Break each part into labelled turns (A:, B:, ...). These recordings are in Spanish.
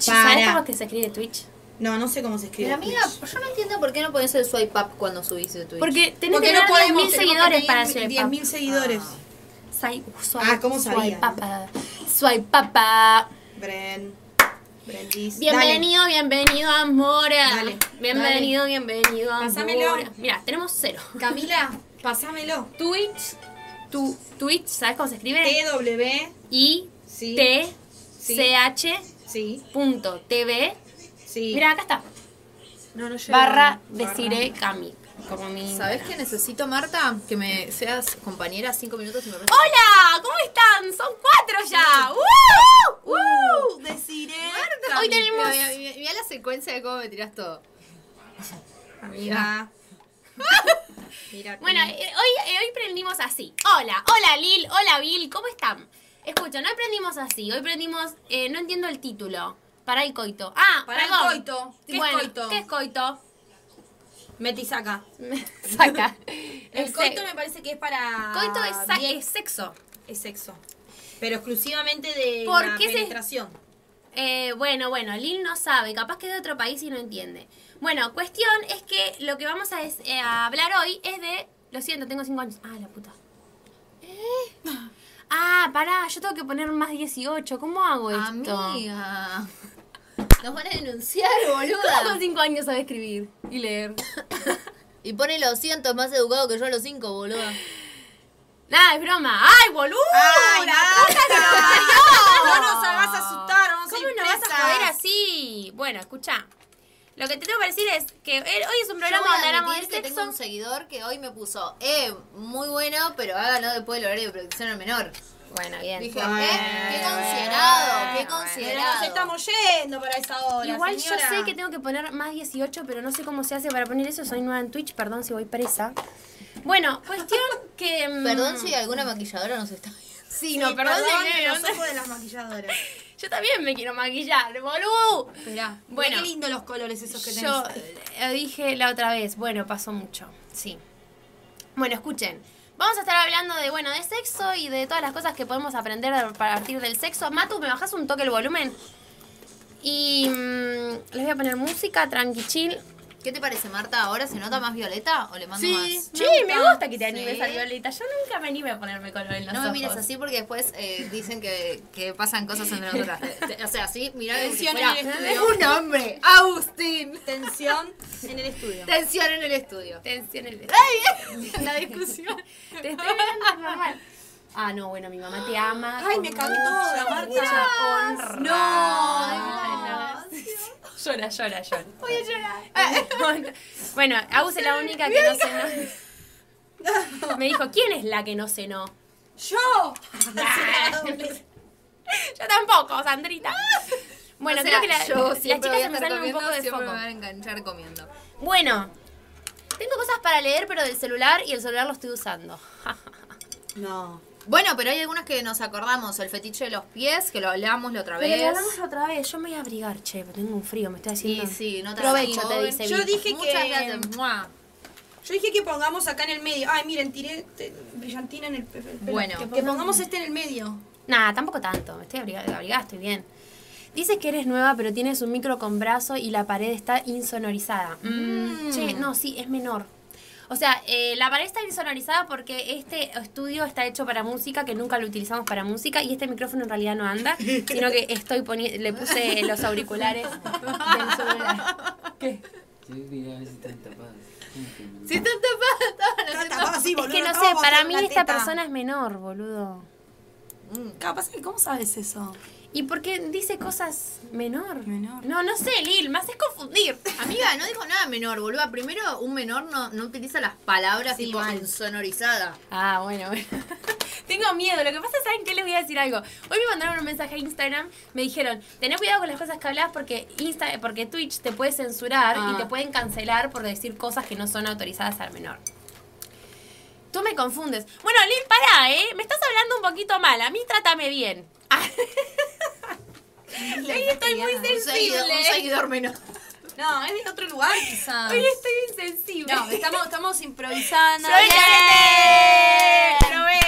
A: ¿Sabés
B: Pará.
A: cómo es que se escribe Twitch?
B: No, no sé cómo se escribe.
C: Pero amiga,
B: Twitch.
C: yo no entiendo por qué no podés el swipe up cuando subís de Twitch.
A: Porque tenés
B: Porque
A: que
B: no
A: tener
B: podemos
A: 10.000 seguidores para Ah.
B: hacer.
A: swipe up.
B: 10.000 seguidores.
A: Sai- swipe,
B: Ah, ¿cómo sabía?
A: Swipe papa. Swipe papa.
B: Bren. Brendis.
A: Bienvenido, bienvenido, Amora.
B: Dale,
A: bienvenido, bienvenido,
B: Pásamelo.
A: Amora. Mira, tenemos cero.
B: Dale. Camila, pasámelo.
A: Twitch, tu Twitch, ¿sabes cómo se escribe?
B: TW.
A: I
B: Sí.
A: T
B: Sí.
A: C H
B: Sí.
A: punto TV.
B: Sí.
A: Mira, acá está.
B: No, no llega.
A: Barra
B: Barra.
A: deciré Cami. Como mi.
C: ¿Sabés qué necesito, Marta? Que me seas compañera cinco minutos y
A: ¡Oh!
C: me prestes.
A: ¡Hola! ¿Cómo están? Son cuatro ya. ¡Woo! ¡Woo!
B: Deciré.
A: Hoy tenemos.
C: Mira, mira, mira, mira la secuencia de cómo me tirás todo.
B: Amiga. Mira.
A: Bueno, eh, hoy, eh, hoy prendimos así. Hola, hola Lil, hola Bill, ¿cómo están? Escuchan, hoy prendimos así. Hoy prendimos. eh, no entiendo el título. Para el coito. Ah,
B: Para el
A: perdón.
B: coito. ¿Qué es
A: Bueno,
B: coito?
A: ¿Qué es coito?
B: Metisaca.
A: Saca.
B: El
A: Ese-
B: coito me parece que es para.
A: coito es, sa-
B: Ah, bien-
A: es sexo.
B: es sexo. Pero exclusivamente de
A: ¿Por
B: la
A: qué se-
B: penetración.
A: Eh, bueno, bueno, Lil no sabe, capaz que es de otro país y no entiende. Bueno, cuestión es que lo que vamos a, es- eh, a hablar hoy es de. Lo siento, tengo 5 años. Ah, la puta. ¿Eh? Ah, pará, yo tengo que poner más 18. ¿Cómo hago esto?
C: Amiga. Nos van a denunciar,
A: ¿Cómo con
C: boluda.
A: 5 años sabe escribir y leer?
C: Y pone los cientos más educado que yo a los cinco, boluda.
A: Nada, es broma. ¡Ay, boludo!
B: ¡Ay,
A: ¡La
B: Nata!
A: puta que lo parió!
B: No nos hagas asustar, vamos a
A: ¿Cómo
B: ir
A: nos vas
B: presas.
A: a joder así? Bueno, escucha. Lo que te tengo que decir es que eh, hoy es un
C: Yo
A: programa
C: voy a
A: donde hablamos de
C: admitir que tengo
A: sexo.
C: un seguidor que hoy me puso, eh, muy bueno, pero háganlo después del horario de producción al menor.
A: Bueno, bien.
C: Dije,
B: Bueno,
C: eh, qué considerado, qué
A: bueno.
B: Pero
C: considerado.
B: nos estamos yendo para esa hora.
A: Igual
B: señora.
A: yo sé que tengo que poner más 18, pero no sé cómo se hace para poner eso. Soy nueva en Twitch, perdón si voy presa. Bueno, cuestión que... mm,
C: Perdón si alguna maquilladora nos está viendo.
A: Sí,
B: Sí,
A: no, perdón, si me-
B: los ojos de las maquilladoras.
A: Yo también me quiero maquillar, boludo.
C: Esperá.
A: Bueno,
B: Qué lindos los colores esos que tenés.
A: yo eh, dije la otra vez, bueno, pasó mucho, sí. Bueno, escuchen. Vamos a estar hablando de, bueno, de sexo y de todas las cosas que podemos aprender a partir del sexo. Matu, ¿me bajas un toque el volumen? Y mm, les voy a poner música, tranqui, chill.
C: ¿Qué te parece, Marta? ¿Ahora se nota más violeta o le mando
B: Sí.
C: más?
A: Sí, me gusta que te
C: Sí.
A: animes al violeta. Yo nunca me animé a ponerme color en los
C: No me
A: ojos.
C: mires así porque después eh, dicen que, que pasan cosas entre nosotras. O sea, sí, mira
B: Tensión en el
C: Es
B: estudio.
C: un hombre, Agustín.
B: Tensión en el estudio.
C: Tensión en el estudio.
A: Tensión en el...
C: La discusión.
A: Te estoy viendo normal. Ah, no, bueno, mi mamá te ama.
B: Ay, me cagué toda, Marta.
A: Marta.
B: No.
A: Llora, llora, llora. Voy a llorar. Bueno, Agus es la única que no cenó. Me dijo, ¿quién es la que no cenó?
B: ¡Yo!
A: Yo tampoco, Sandrita. Bueno,
C: O sea,
A: creo que la-
C: yo
A: las
C: siempre
A: chicas
C: voy a
A: se me
C: estar
A: salen un
C: comiendo,
A: poco de
C: siempre
A: foco.
C: me van a enganchar comiendo.
A: Bueno, tengo cosas para leer, pero del celular y el celular lo estoy usando.
B: No.
C: Bueno, pero hay algunas que nos acordamos. El fetiche de los pies, que lo hablamos la otra
A: Pero
C: vez.
A: lo hablamos otra vez, yo me voy a abrigar, che, tengo un frío, me estoy haciendo.
C: Sí, sí, no te
A: Provecho,
C: hagas
A: te
C: joven.
A: dice.
B: Yo
A: Bill.
B: dije
C: Muchas
B: que.
C: gracias. Mua.
B: Yo dije que pongamos acá en el medio. Ay, miren, tiré te- brillantina en el. pe- pe- pe-
C: Bueno.
B: Que pongamos este en el medio.
A: Nada, tampoco tanto, me estoy abrigada, abrigada, estoy bien. Dices que eres nueva, pero tienes un micro con brazo y la pared está insonorizada. Mm, Che, no, sí, es menor. O sea, eh, la pared está insonorizada porque este estudio está hecho para música, que nunca lo utilizamos para música, y este micrófono en realidad no anda, sino que estoy poni- le puse los auriculares del celular.
D: Yo diría a ver si están tapadas.
C: Si están
B: No,
C: tapadas, estaban haciendo-
B: tapaba así,
A: Es
B: boludo,
A: que no sé,
B: tapaba con
A: para
B: la
A: mí esta
B: teta. Mm.
A: persona es menor, boludo.
B: Capaz que, ¿cómo sabes eso?
A: ¿Y por qué dice cosas menor?
B: Menor.
A: No, no sé, Lil, me haces confundir.
C: Amiga, no dijo nada menor, boluda. Primero, un menor no, no utiliza las palabras
B: Sí,
C: tipo
B: mal.
C: insonorizada.
A: Ah, bueno, bueno. Tengo miedo. Lo que pasa, ¿saben qué? Les voy a decir algo. Hoy me mandaron un mensaje a Instagram. Me dijeron, tené cuidado con las cosas que hablas porque, Insta porque Twitch te puede censurar
C: Ah.
A: y te pueden cancelar por decir cosas que no son autorizadas al menor. Tú me confundes. Bueno, Lil, pará, ¿eh? Me estás hablando un poquito mal. A mí trátame bien. Hoy estoy muy
C: Un seguidor, un
A: sensible.
C: seguidor menor.
B: No, es de otro lugar,
C: Ah.
B: quizás.
A: Hoy estoy insensible.
B: No, estamos, estamos improvisando.
A: ¡Provechate!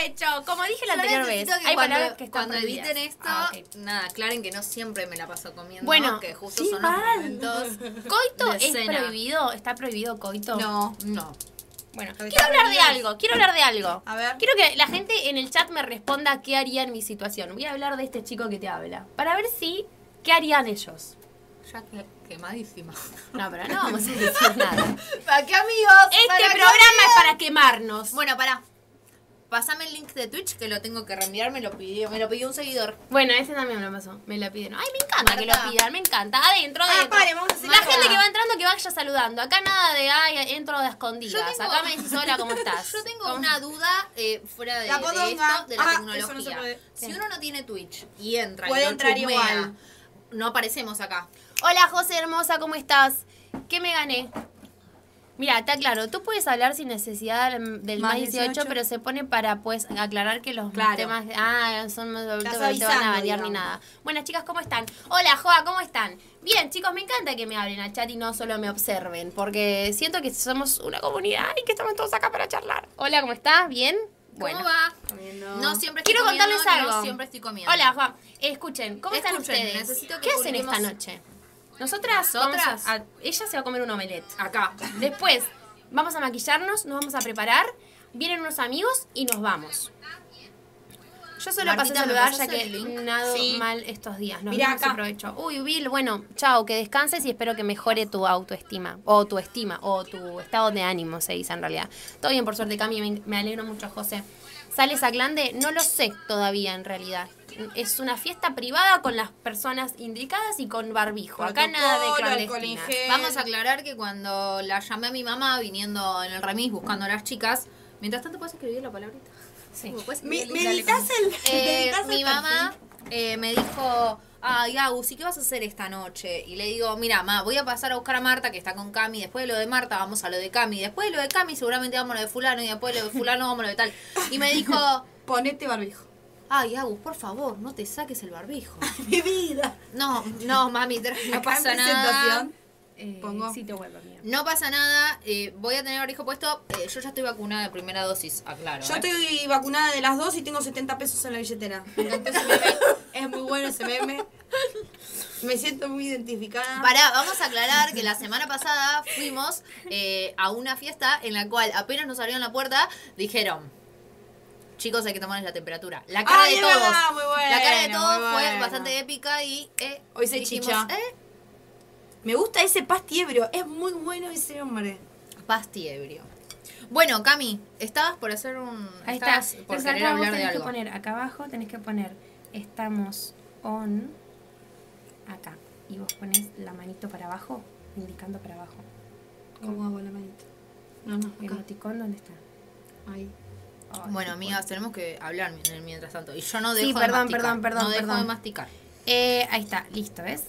A: hecho. Como dije la
C: Yo
A: anterior vez,
C: necesito que
A: hay
C: cuando,
A: palabras que están
C: cuando
A: prohibidas.
C: editen esto,
A: Ah, ok.
C: nada, aclaren que no siempre me la paso comiendo.
A: Bueno,
C: que justo
A: sí,
C: son
A: mal.
C: los momentos.
A: ¿Coito
C: de
A: es
C: cena.
A: prohibido? ¿Está prohibido coito?
C: No, no.
A: Bueno,
B: Está
A: quiero hablar de
B: prohibido.
A: algo, quiero hablar de algo.
B: A ver.
A: Quiero que la gente en el chat me responda qué haría en mi situación. Voy a hablar de este chico que te habla. Para ver si, ¿qué harían ellos?
C: Ya que- quemadísima.
A: No, pero no vamos a decir nada.
C: ¿Para qué amigos?
A: Este
C: ¿Para qué
A: programa es para quemarnos.
C: Bueno, pará. Pasame el link de Twitch que lo tengo que reenviar, me lo pidió, me lo pidió un seguidor.
A: Bueno, ese también me lo pasó. Me la pidieron. Ay, me encanta que
C: Marta.
A: lo pidan, me encanta. Adentro,
B: Ah,
A: adentro.
B: pare, vamos a hacer
A: La
B: algo.
A: gente que va entrando que vaya saludando. Acá nada de ay, entro de escondidas.
C: Yo tengo-
A: Acá me decís hola, ¿cómo estás?
C: Yo tengo
A: ¿Cómo-
C: una duda eh, fuera de,
B: La
C: de
B: podonga.
C: esto, de la
B: Ah,
C: tecnología.
B: eso no se puede.
C: Si
A: Sí.
C: uno no tiene Twitch y entra
B: Puede
C: y lo
B: entrar
C: chusmea,
B: igual.
C: no aparecemos acá.
A: Hola José hermosa, ¿cómo estás? ¿Qué me gané? Mira, está claro, tú puedes hablar sin necesidad mm, del más
B: Más
A: 18,
B: 18.
A: pero se pone para pues aclarar que los
C: Claro.
A: temas ah, son más adultos,
B: Estás
A: no te van a
B: avisando,
A: variar ni
B: digamos.
A: nada. Buenas chicas, ¿cómo están? Hola Joa, ¿cómo están? Bien, chicos, me encanta que me hablen al chat y no solo me observen, porque siento que somos una comunidad y que estamos todos acá para charlar. Hola, ¿cómo estás? ¿Bien? Bueno.
C: ¿Cómo va?
B: Comiendo.
C: No siempre estoy
A: Quiero
C: comiendo,
A: contarles
C: no
A: algo.
C: siempre estoy comiendo.
A: Hola, Juan. Escuchen, ¿cómo están
C: Escuchen,
A: ustedes?
C: necesito que
A: ¿Qué hacen esta
C: publiquemos-
A: noche? Nosotras,
C: Nosotras.
A: vamos a- a- ella se va a comer un omelette.
C: Acá.
B: Eh.
A: Después, vamos a maquillarnos, nos vamos a preparar, vienen unos amigos y nos vamos. Yo solo pasé
C: Martita,
A: a
C: ¿me
A: saludar
C: pasás
A: ya que
C: el link?
A: nado
B: Sí.
A: mal estos días. Nos
B: Mirá
A: vemos,
B: acá.
A: aprovecho. Uy, Bill, bueno, chao, que descanses y espero que mejore tu autoestima. O tu estima, o tu estado de ánimo, se dice en realidad. Todo bien, por suerte, Cami, me, me alegro mucho, José. ¿Sales a Glande? No lo sé todavía, en realidad. Es una fiesta privada con las personas indicadas y con barbijo. Acá nada de
B: Protocolo, alcohol en
A: clandestina.
B: gel.
C: Vamos a aclarar que cuando la llamé a mi mamá viniendo en el remis buscando a las chicas, mientras tanto puedes escribir la palabrita.
A: Sí.
C: ¿Puedes
B: Me,
C: escribir?
B: me
C: Dale,
B: editas
C: con-
B: el. me
C: Eh,
B: editas el
C: mi
B: perfil.
C: mamá eh, me dijo, ay, Agus, ¿y qué vas a hacer esta noche? Y le digo, mira, ma, voy a pasar a buscar a Marta, que está con Cami. Después de lo de Marta, vamos a lo de Cami. Después de lo de Cami, seguramente vamos a lo de fulano. Y después de lo de fulano, vamos a lo de tal. Y me dijo,
B: Ponete barbijo.
C: ay, Agus, por favor, no te saques el barbijo.
B: Mi vida.
C: No, no, mami, tra- no
B: Acá en
C: pasa nada.
B: presentación.
C: Eh,
B: Pongo.
A: Sitio web, amiga.
C: No pasa nada, eh, voy a tener barbijo puesto. Eh, yo ya estoy vacunada de primera dosis, aclaro.
B: Yo
C: eh.
B: estoy vacunada de las dos y tengo 70 pesos en la billetera. Me encantó ese meme. Es muy bueno ese meme. Me siento muy identificada.
C: Pará, vamos a aclarar que la semana pasada fuimos eh, a una fiesta en la cual apenas nos abrieron la puerta, dijeron, chicos hay que tomarles la temperatura. La cara
B: Ay,
C: de
B: es
C: todos,
B: verdad, muy bueno,
C: la cara de
B: muy
C: todos fue
B: bueno.
C: bastante épica y eh,
B: Hoy se chicha.
C: eh,
B: Me gusta ese pastiebrio. Es muy bueno ese hombre.
C: pastiebrio. Bueno, Cami, estabas por hacer un...
A: Ahí está.
C: estabas por
A: Entonces,
C: querer
A: acá vos
C: hablar de
A: tenés que
C: algo.
A: poner, acá abajo tenés que poner estamos on acá. Y vos pones la manito para abajo, indicando para abajo.
B: ¿Cómo hago la manita? No, no,
A: El
B: acá.
A: emoticón, ¿dónde está?
B: Ahí.
A: Ay, qué
C: Bueno, amigas, tenemos que hablar mien- mientras tanto. Y yo no
A: Sí,
C: dejo de
A: perdón,
C: masticar.
A: perdón, perdón,
C: no dejo de
A: perdón.
C: masticar.
A: bueno. Eh, ahí está, listo, ¿ves?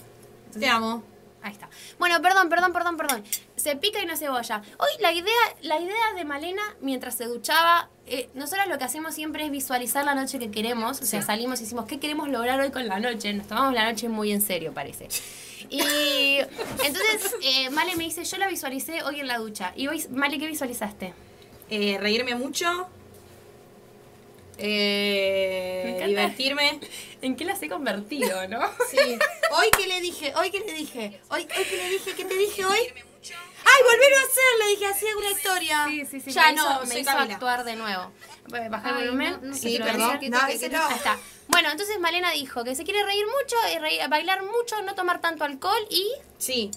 B: Te amo.
A: Ahí está. Bueno, perdón, perdón, perdón, perdón. Se pica y no cebolla. Hoy la idea, la idea de Malena mientras se duchaba, eh, nosotras lo que hacemos siempre es visualizar la noche que queremos. O sea, salimos y decimos, ¿qué queremos lograr hoy con la noche? Nos tomamos la noche muy en serio, parece. Y entonces eh, Male me dice, yo la visualicé hoy en la ducha. Y hoy, Male, ¿qué visualizaste?
B: Eh, reírme mucho. Eh,
A: Me encanta.
B: divertirme.
A: ¿En qué las he convertido, no?
B: Sí. Hoy que le dije, hoy que le dije, hoy, hoy que le dije, ¿qué te dije hoy? Ay, volverlo a hacer, le dije así alguna historia.
A: Sí, sí, sí.
B: Ya
A: me
B: no,
A: hizo, me
B: soy
A: hizo
B: Camila.
A: actuar de nuevo. Eh, Baja el
C: Ay,
A: volumen.
C: no, no
A: ¿Qué
B: Sí,
A: te
B: perdón.
A: parece?
B: No, ese no.
A: Ahí está. Bueno, entonces Malena dijo que se quiere reír mucho, eh, reír- bailar mucho, no tomar tanto alcohol y.
B: Sí.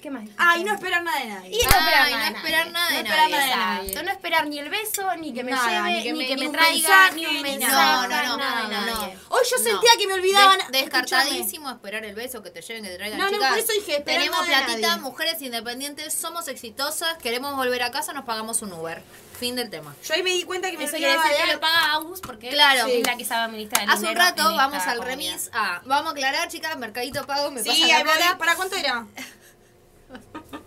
A: ¿Qué más? dijo?
B: Ay, no esperar nada de nadie.
A: Y no esperar
C: Ay,
A: nada de
C: no esperar
A: nadie.
C: nada de
B: No esperar
C: nadie.
B: nada de nadie.
A: Exacto, no esperar ni el beso, ni que me
B: Nada,
A: lleve, ni que me,
B: un
A: traiga,
B: mensaje,
A: ni un
B: ni
A: mensaje, no, no,
B: nada.
C: No,
A: nada
C: no,
A: de
C: no,
A: nadie.
C: no.
B: Hoy yo
C: No.
B: sentía que me olvidaban.
C: Des-
B: Escuchame.
C: descartadísimo esperar el beso, que te lleven, que te traigan
B: No, no,
C: chicas.
B: por eso dije, esperar
C: Tenemos
B: nada de
C: platita,
B: nadie.
C: mujeres independientes, somos exitosas, queremos volver a casa, nos pagamos un Uber. Fin del tema.
B: Yo ahí me di cuenta que me
A: Eso quiere
B: olvidaba
A: decir
B: de
A: que lo
B: algo.
A: paga Agus porque
C: Claro.
A: es la que sabe administrar el
C: Hace un
A: dinero
C: rato
A: en
C: vamos
A: esta
C: al
A: comunidad.
C: remis a... Vamos a aclarar, chicas, Mercadito Pago me
B: Sí,
C: pasa
B: ahí
C: la
B: voy.
C: plata.
B: ¿Para cuánto era?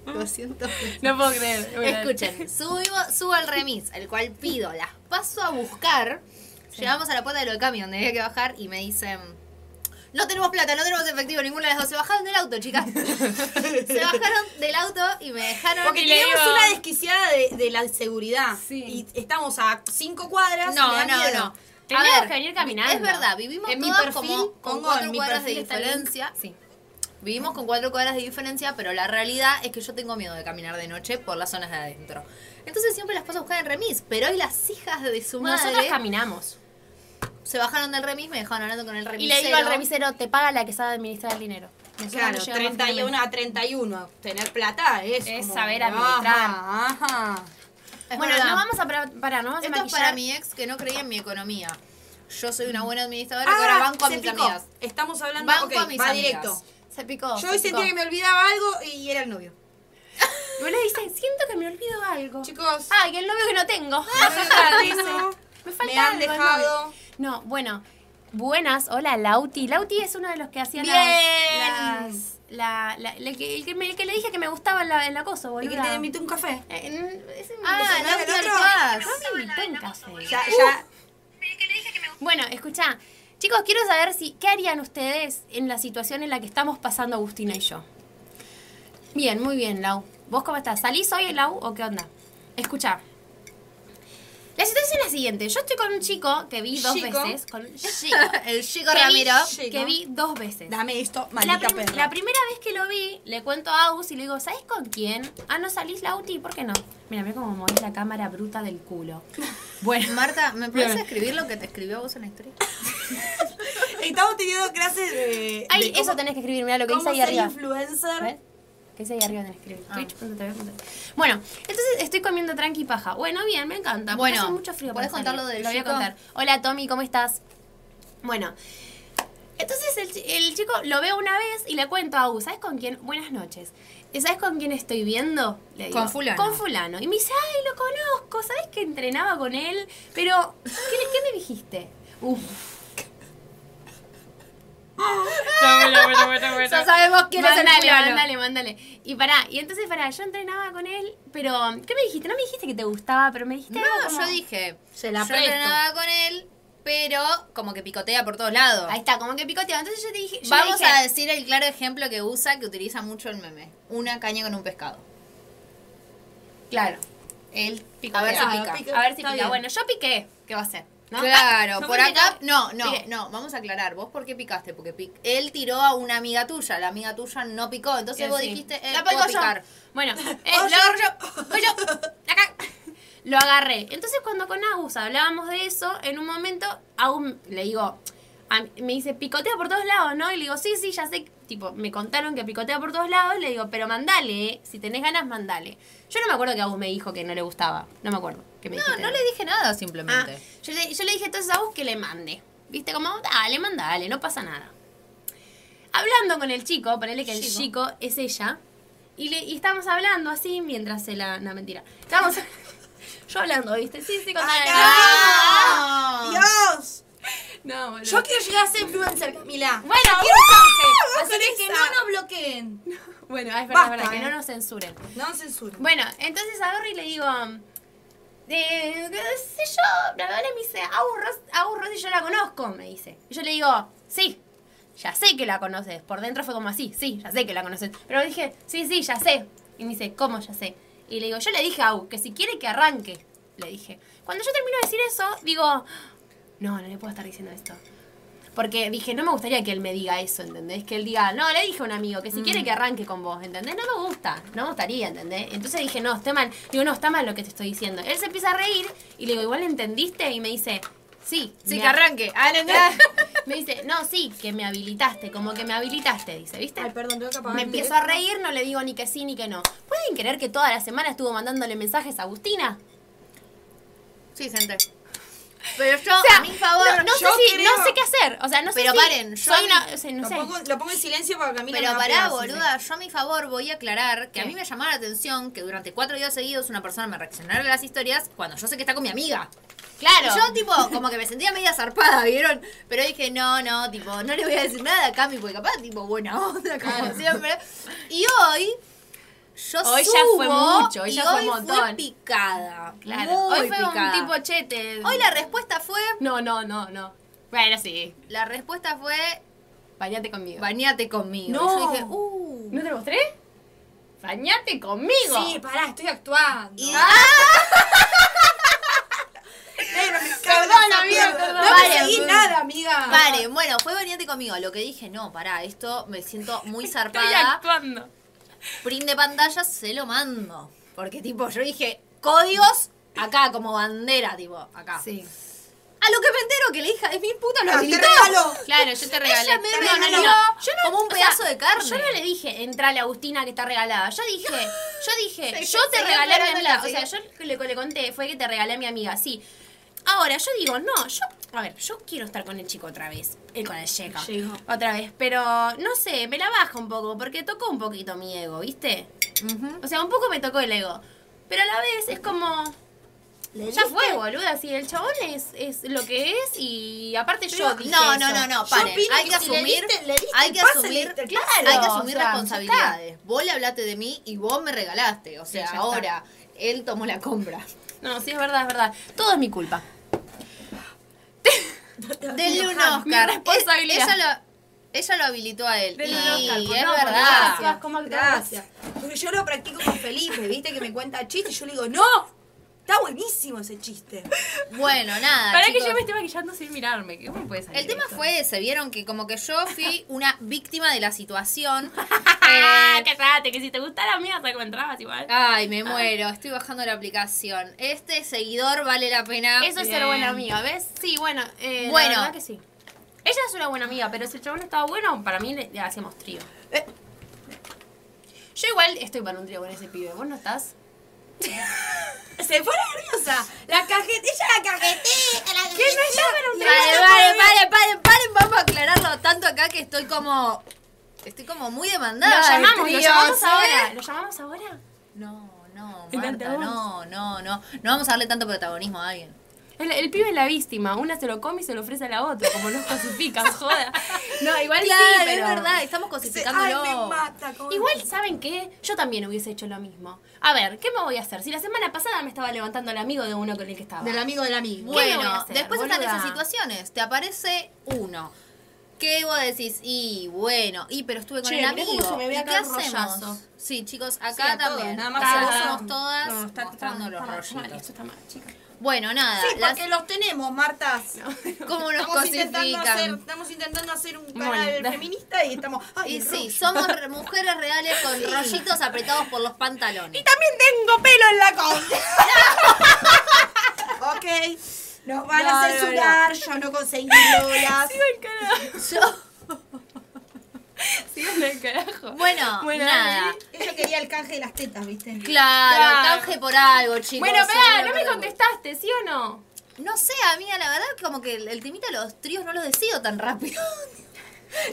C: 200
A: No puedo creer. bueno.
C: Escuchen, subimos, subo al remis, el cual pido, las paso a buscar. Llegamos a la puerta de lo de Cami, donde había que bajar, y me dicen, No tenemos plata, no tenemos efectivo, ninguna de las dos. Se bajaron del auto, chicas. Se bajaron del auto y me dejaron.
B: Porque
C: y le
B: tenemos
C: digo-
B: una desquiciada de, de la seguridad.
E: Sí.
B: Y estamos a cinco cuadras. y
C: No,
B: me da
C: no,
B: miedo.
C: no.
A: Teníamos
C: A ver,
A: que venir caminando.
C: Es verdad, vivimos
B: En mi
C: todas
B: perfil,
C: como con
B: pongo
C: cuatro
B: en mi
C: cuadras de
B: perfil está el link.
C: diferencia.
E: Sí.
C: Vivimos con cuatro cuadras de diferencia, pero la realidad es que yo tengo miedo de caminar de noche por las zonas de adentro. Entonces siempre las paso a buscar en remis, pero hoy las hijas de su
A: Nosotras
C: madre
A: caminamos.
C: se bajaron del remis, me dejaron hablando con el
A: Y
C: remisero.
A: le digo al remisero, te paga la que sabe administrar el dinero. Nosotras
B: Claro,
A: no llegamos a fin de
B: 31
A: mes.
B: a 31. Tener plata es.
A: Es
B: como,
A: saber administrar.
B: Ajá, ajá.
C: Es
A: Bueno,
C: verdad.
A: no vamos a parar, no vamos a
C: Esto es
A: maquillar.
C: para mi ex que no creía en mi economía. Yo soy una buena administradora,
A: Ah,
C: pero ahora banco a
B: Ah, se
C: mis
B: picó.
C: amigas.
B: Estamos hablando
C: Banco
B: ok,
C: a mis
B: va
C: amigas. Oh,
B: directo.
A: Se picó.
B: Yo hoy
A: se picó.
B: sentía que me olvidaba algo y era el novio.
A: Vos le dices, siento que me olvido algo.
B: Chicos,
A: Ah, que el novio que no tengo.
B: Ah. no
A: Me falta
B: me han
A: algo, el
B: dejado.
A: novio. No, bueno. Buenas, hola Lauti. Lauti es uno de los que hacían
B: Bien.
A: la, la- el, que, el que me- el que le dije que me gustaba la, el acoso,
B: Y que
A: boluda.
B: te invité un café.
A: Eh, n- ese me
C: Ah,
A: invitó.
B: ¿no?
C: la
B: ¿El
C: última
B: otro?
C: vez.
A: No me invitó un café.
B: Ya, ya.
A: Bueno, escuchá. Chicos, quiero saber si qué harían ustedes en la situación en la que estamos pasando Agustina y yo. Bien, muy bien, Lau. ¿Vos cómo estás? ¿Salís hoy, Lau, o qué onda? Escuchá. La situación es la siguiente. Yo estoy con un chico que vi dos
B: Chico.
A: veces. Con un chico
C: El chico
A: que vi-
C: Ramiro.
B: Chico.
A: que vi dos veces.
B: Dame esto,
A: La,
B: maldita
A: prim-
B: perra.
A: la primera vez que lo vi, le cuento a Agus y le digo, ¿sabes con quién? Ah, no salís, Lauti, ¿por qué no? Mira, mira cómo movís la cámara bruta del culo. Bueno,
C: Marta, ¿me puedes
A: Bien.
C: escribir lo que te escribió vos en la historia?
B: Estamos teniendo clases de.
A: Ay,
B: de cómo-
A: eso tenés que escribir, mira lo que
B: cómo
A: dice ahí
B: ser
A: arriba.
B: influencer.
A: ¿Ves? ¿Qué dice ahí arriba en el escribir?
C: Ah.
A: Twitch.tv. Bueno, entonces estoy comiendo tranqui paja. Bueno, bien, me encanta. porque
C: Bueno,
A: hace mucho frío. para
C: ¿podés contar
A: salir.
C: lo del
A: Lo voy a
C: chico?
A: contar. Hola, Tommy, ¿cómo estás? Bueno, entonces el, chi- el chico lo veo una vez y le cuento a U, ¿sabes con quién? Buenas noches. "¿Y ¿Sabes con quién estoy viendo? Le digo.
C: Con fulano.
A: Con fulano. Y me dice, ay, lo conozco, ¿sabes que entrenaba con él? Pero, ¿qué, qué me dijiste? Uf.
C: Ya sabemos quién es el
A: Mándale,
C: fulano.
A: mándale, mándale. Y pará, y entonces pará, yo entrenaba con él, pero ¿qué me dijiste? No me dijiste que te gustaba, pero me dijiste algo
C: No,
A: como-
C: yo dije.
B: Se la
C: yo
B: presto.
C: entrenaba con él, pero como que picotea por todos lados.
A: Ahí está, como que picoteaba. Entonces yo te dije, yo
C: Vamos
A: le dije,
C: a decir el claro ejemplo que usa, que utiliza mucho el meme. Una caña con un pescado.
A: claro. Él picotea.
C: A ver si pica. Ah,
A: A ver si
B: Está
A: pica.
B: bien.
A: Bueno, yo piqué. ¿Qué va a ser? ¿No? Ah,
C: Claro,
A: Yo
C: por
A: porque
C: acá.
A: yo-
C: No, no,
A: Piqué.
C: no, vamos a aclarar. ¿Vos por qué picaste? Porque pic- él tiró a una amiga tuya, la amiga tuya no picó. Entonces vos
A: Sí.
C: dijiste, eh,
A: la
C: puedo
A: pico yo.
C: picar.
A: Bueno, eh, lo agarro yo. Voy yo. Acá. Lo agarré. Entonces, cuando con Agus hablábamos de eso, en un momento, Agus le digo, a mí- me dice, picotea por todos lados, ¿no? Y le digo, sí, sí, ya sé. Tipo, me contaron que picotea por todos lados. Le digo, pero mandale, eh. si tenés ganas, mandale. Yo no me acuerdo que Agus me dijo que no le gustaba. No me acuerdo. Que me
C: No,
A: dijiste
C: no
A: eso.
C: le dije nada
A: Ah,
C: simplemente.
A: yo, le, yo le dije entonces a vos que le mande. Viste, como, dale, mandale, no pasa nada. Hablando con el chico, ponele que el
C: Chico.
A: chico es ella, y, le, y estábamos hablando así mientras se la. No, mentira. Estábamos. yo hablando, ¿viste? Sí, sí, con
B: Acá.
A: Ah.
C: No.
B: ¡Dios!
A: No, boludo.
B: Yo quiero llegar a ser influencer, Camila.
A: Bueno,
B: Vos
A: quiero un
B: querés que no nos bloqueen.
A: Bueno, es verdad,
B: Basta,
A: verdad, que
B: eh.
A: no nos censuren.
B: No censura.
A: Bueno, entonces agarro y le digo. eh, qué sé yo, bla bla bla, y me dice, "Ah, aburros, aburros y yo la conozco, me dice. Y yo le digo, sí, ya sé que la conoces. Por dentro fue como así, sí, ya sé que la conoces. Pero dije, sí, sí, ya sé. Y me dice, ¿cómo ya sé? Y le digo, yo le dije a Au que si quiere que arranque, le dije. Cuando yo termino de decir eso, digo, no, no le puedo estar diciendo esto. Porque dije, no me gustaría que él me diga eso, ¿entendés? Que él diga, no, le dije a un amigo que si
C: Mm.
A: quiere que arranque con vos, ¿entendés? No me gusta, no me gustaría, ¿entendés? Entonces dije, no, está mal. Digo, no, está mal lo que te estoy diciendo. Él se empieza a reír y le digo, igual entendiste y me dice, sí.
C: Sí,
A: me
C: que
A: ha-
C: arranque. Ah, no, no.
A: Me dice, no, sí, que me habilitaste, como que me habilitaste, dice, ¿viste?
B: Ay, perdón, tengo que apagar.
A: Me
B: el
A: empiezo a
B: teléfono.
A: reír, no le digo ni que sí ni que no. ¿Pueden creer que toda la semana estuvo mandándole mensajes a Agustina?
C: Sí, senté. Pero yo, a mi favor,
A: no, no sé
B: yo
A: si-
B: creo-
A: no sé qué hacer. O sea, no sé
C: Pero
A: si
C: paren, yo
A: soy
C: a
A: una.
C: mí-
A: o sea, no
B: Lo
A: sé.
B: pongo, lo pongo en silencio para Camila.
C: Pero
B: no
C: pará,
B: aplaude,
C: boluda, yo a mi favor voy a aclarar que a mí me llamaba la atención que durante cuatro días seguidos una persona me reaccionara a las historias cuando yo sé que está con mi amiga.
A: Claro.
C: Y yo, tipo, como que me sentía media zarpada, ¿vieron? Pero dije, no, no, tipo, no le voy a decir nada a Cami, porque capaz, tipo, buena onda, como siempre. Y hoy, yo
A: Hoy ya
C: subo
A: fue mucho, hoy
C: y
A: ya fue un
C: hoy
A: montón.
C: picada.
A: Claro.
C: muy
A: Hoy fue
C: picada.
A: un tipo chete.
C: Hoy la respuesta fue,
A: No, no, no, no. Bueno, sí.
C: la respuesta fue,
A: bañate conmigo.
C: Bañate conmigo.
B: No.
C: Y yo dije, uh.
A: ¿No te lo mostré? Bañate conmigo.
B: Sí, pará, estoy actuando.
C: Y-
A: Ah.
B: Negro, me
A: Perdón,
B: cago en
A: amiga,
B: esa
A: perdón.
B: mierda. No
C: Vale,
B: conseguí
C: pues.
B: nada, amiga.
C: Vale, bueno, fue bañate conmigo. Lo que dije, no, pará, esto me siento muy
A: Estoy
C: zarpada.
A: actuando.
C: Print de pantalla se lo mando. Porque tipo, yo dije, códigos acá, como bandera, tipo, acá.
A: Sí.
C: A lo que me entero que la hija de mil puta lo
B: Ah, te
C: habilitó.
B: regaló.
A: Claro, yo te regalé.
C: Ella me
A: No,
C: regaló
A: no, no. Yo no-
C: como un
A: o sea,
C: pedazo de carne.
A: Yo no le dije, entrale Agustina que está regalada. Yo dije, yo dije,
C: Se-
A: yo te
C: seguía
A: regalé a mi
C: aclarándola,
A: amiga. O sea, yo le, le conté, fue que te regalé a mi amiga, sí. Ahora, yo digo, no, yo, a ver, yo quiero estar con el chico otra vez, eh, con el checa.
B: Chico.
A: Otra vez, pero no sé, me la baja un poco, porque tocó un poquito mi ego, ¿viste?
C: Ujú.
A: O sea, un poco me tocó el ego. Pero a la vez es como. Ya fue, boluda. Si el chabón es, es lo que es y aparte yo. dije
C: No, no,
A: eso.
C: no, no,
B: Yo
C: paren.
B: opino
C: Hay
B: que
C: que,
B: si le
C: asumir,
B: diste- le diste
C: hay
B: el
C: que
B: pase,
C: asumir,
B: le diste el
C: hay que
A: pase.
C: asumir
A: O sea,
C: responsabilidades. Vos le hablaste de mí y vos me regalaste. O sea,
A: ya está.
C: ahora él tomó la compra.
A: No, sí, es verdad, es verdad. Todo es mi culpa.
C: Denle un
A: Ajá,
C: Oscar.
A: mi responsabilidad.
C: Es- Ella lo, ella lo habilitó a él.
B: Denle un
C: y
B: Oscar, por
C: es
B: favor,
C: verdad.
A: gracias. ¿Cómo actúas?
B: Gracias. Porque yo lo practico con Felipe, viste que me cuenta chistes, yo le digo, "No, está buenísimo ese chiste."
C: Bueno, nada.
A: Para
C: chicos.
A: que yo me esté maquillando sin mirarme. que ¿Cómo puede salir?
C: El tema
A: esto?
C: fue ese, vieron que como que yo fui una víctima de la situación.
A: ¡Ah!
C: Eh,
A: Cállate, que Ah, si te gustara a mí, hasta que me entrabas igual.
C: ay, me muero, estoy bajando la aplicación. Este seguidor vale la pena.
A: Eso es ser
C: Bien.
A: buena amiga, ¿ves? Sí, bueno. Eh,
C: Bueno.
A: La verdad que sí. Ella es una buena amiga, pero si el chabón estaba bueno, para mí le, le hacíamos trío.
B: Eh.
A: Yo igual estoy para un trío con ese pibe. ¿Vos no estás?
B: Se pone nerviosa. La cajete, ella la cajetea, la
A: ¿Qué no está para un
C: Vale,
A: trío?
C: vale, vale, paren, paren, vamos a aclararlo tanto acá que estoy como. Estoy como muy demandada.
A: Lo
C: del
A: llamamos, lo
C: trío,
A: llamamos
C: ¿sí?
A: ahora. ¿Lo llamamos ahora?
C: No, no,
A: En
C: Marta,
A: altavoz.
C: no, no, no. No vamos a darle tanto protagonismo a alguien.
A: El, el pibe es la víctima, una se lo come y se lo ofrece a la otra, como los cosifican, joda. No, igual sí,
C: Claro,
A: pero
C: es verdad, estamos
B: Se- Ay,
C: cosificándolo.
B: me mata. cómo me
A: Igual,
B: mata.
A: ¿saben qué? Yo también hubiese hecho lo mismo. A ver, ¿qué me voy a hacer? Si la semana pasada me estaba levantando el amigo de uno con el que estaba.
B: del amigo del amigo.
A: ¿Qué le voy a
C: Bueno,
A: hacer,
C: después están
A: boluda?
C: esas situaciones. Te aparece uno. ¿Qué vos decís? Y bueno, y pero estuve con
B: Che,
C: el
B: mirá
C: amigo.
B: cómo se me ve
C: ¿Y
B: acá
C: qué
B: el
C: hacemos?
B: rollazo.
C: Sí, chicos,
B: Sí,
C: acá
B: a todos,
C: también.
B: nada más
C: Acá
A: que-
C: somos todas
B: No, está- está-
C: mostrando los
B: está mal,
A: Está mal,
C: rollitos.
A: esto está mal, chicos.
C: Bueno, nada.
B: Sí,
C: las-
B: porque los tenemos, Marta.
C: ¿Cómo nos
B: Estamos intentando,
C: cosifican?
B: hacer, estamos intentando hacer un
A: Bueno,
B: canal
A: da-
B: feminista y estamos. Ay,
C: Y
B: el
C: sí,
B: rollo.
C: somos re- mujeres reales con rollitos apretados por los pantalones.
B: También tengo pelo en la cola. ok. Nos van
C: No,
B: a
C: no, no.
B: censurar, yo no conseguí lolas.
A: Síganlo al carajo.
C: Bueno,
A: Bueno,
C: nada.
B: Ella quería el canje de las tetas, ¿viste?
C: Claro,
A: Claro.
C: canje por algo, chicos.
A: Bueno,
C: seguro
A: pará, no
C: por
A: me
C: algo.
A: contestaste, ¿sí o no?
C: No sé, amiga, la verdad como que el, el temita de los tríos no los decido tan rápido.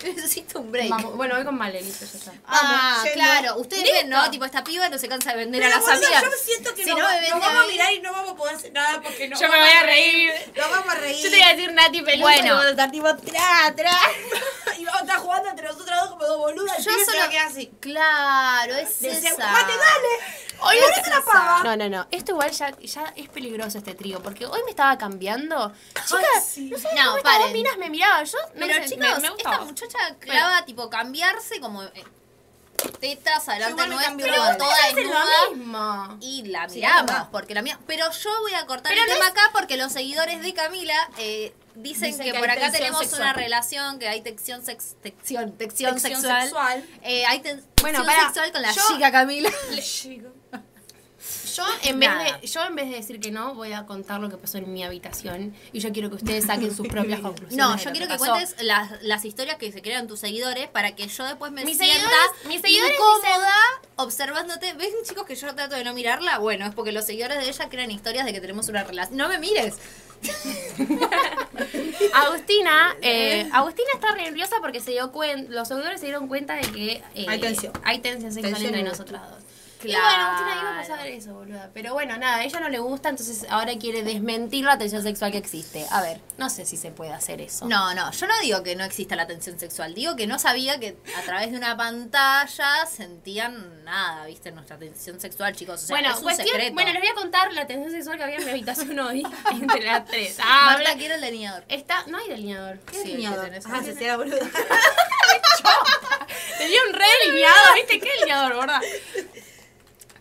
C: Necesito un break.
A: Vamos, bueno, voy con Maleni, ya está.
C: Ah,
B: Vamos, yendo.
C: claro. Ustedes
B: Listo.
C: ven, ¿no? Tipo, esta piba no se cansa de vender a las
B: boluda,
C: amigas.
B: yo siento que
C: Si
B: nos,
C: no
B: va-
C: me vende
B: nos vamos a
C: mí.
B: mirar y no vamos a poder hacer nada porque no.
A: Yo me voy a reír.
B: Nos vamos a reír.
A: Yo te iba a decir Nati Peluso.
C: Bueno.
A: y vos
B: estar tipo tra, tra. y vamos a estar jugando entre nosotras dos como dos boludas.
C: Yo solo...
B: que así.
C: Claro, es
B: Le decía,
C: esa.
B: "Mate, dale. Hoy
C: Es
B: ponete la
C: esa.
B: pava.
A: No, no, no. Esto igual ya, ya es peligroso este trío, porque hoy me estaba cambiando. Chicas,
B: sí.
A: no sé
C: No,
A: cómo estas dos
C: paren.
A: minas me miraba yo. No
C: Pero
A: sé,
C: chicos,
A: me, me
C: esta
A: gustaba.
C: muchacha clava, tipo, cambiarse como... eh, tetas, adelante
B: igual me
C: nuestro,
B: cambio
A: Pero
B: igual.
C: toda
A: vos hacen
C: desnuda.
A: lo mismo.
C: Y la
B: Sí,
C: miramos,
B: es verdad.
C: porque la miramos. Pero yo voy a cortar
A: Pero
C: el
A: no
C: tema
A: es-
C: acá porque los seguidores de Camila eh, dicen,
A: Dicen
C: que,
A: que
C: por
A: hay
C: acá
A: tensión
C: tenemos
A: sexual.
C: una relación, que hay tensión, sex, tensión, tensión,
B: Tensión
C: sexual.
B: sexual.
C: Eh, hay ten-
A: Bueno,
C: tensión
A: pará,
C: sexual con la
A: yo-
C: chica Camila.
A: Yo en,
C: Nada.
A: vez de, yo en vez de decir que no, voy a contar lo que pasó en mi habitación. Y yo quiero que ustedes saquen sus propias conclusiones.
C: No,
A: de lo
C: yo quiero que
A: pasó.
C: cuentes las, las historias que se crean tus seguidores para que yo después me
A: Mis
C: sienta
A: seguidores- mis seguidores
C: incómoda observándote. ¿Ves, chicos, que yo trato de no mirarla? Bueno, es porque los seguidores de ella crean historias de que tenemos una relación. No me mires.
A: Agustina, eh, Agustina está re nerviosa porque se dio cuenta, los seguidores se dieron cuenta de que eh,
B: Hay tensión.
A: hay tensión sexual
B: Tensión
A: entre
B: en el
A: nosotras dos. Y
C: Claro.
A: bueno, Agustina iba a pasar eso, boluda. Pero bueno, nada, a ella no le gusta, entonces ahora quiere desmentir la tensión sexual que existe. A ver, no sé si se puede hacer eso.
C: No, no, yo no digo que no exista la tensión sexual, digo que no sabía que a través de una pantalla sentían nada, viste, nuestra tensión sexual, chicos. O sea,
A: bueno,
C: es un
A: cuestión,
C: secreto.
A: bueno, les voy a contar la tensión sexual que había en mi habitación hoy, entre las tres. Ah,
C: Marta
A: habla-
C: quiere el delineador.
A: está, no hay delineador.
C: Sí, el que
B: Niñado.
C: tenés.
B: Ah, se hacía la boluda.
A: Tenía un re delineador, ¿viste? ¿Qué delineador, gorda?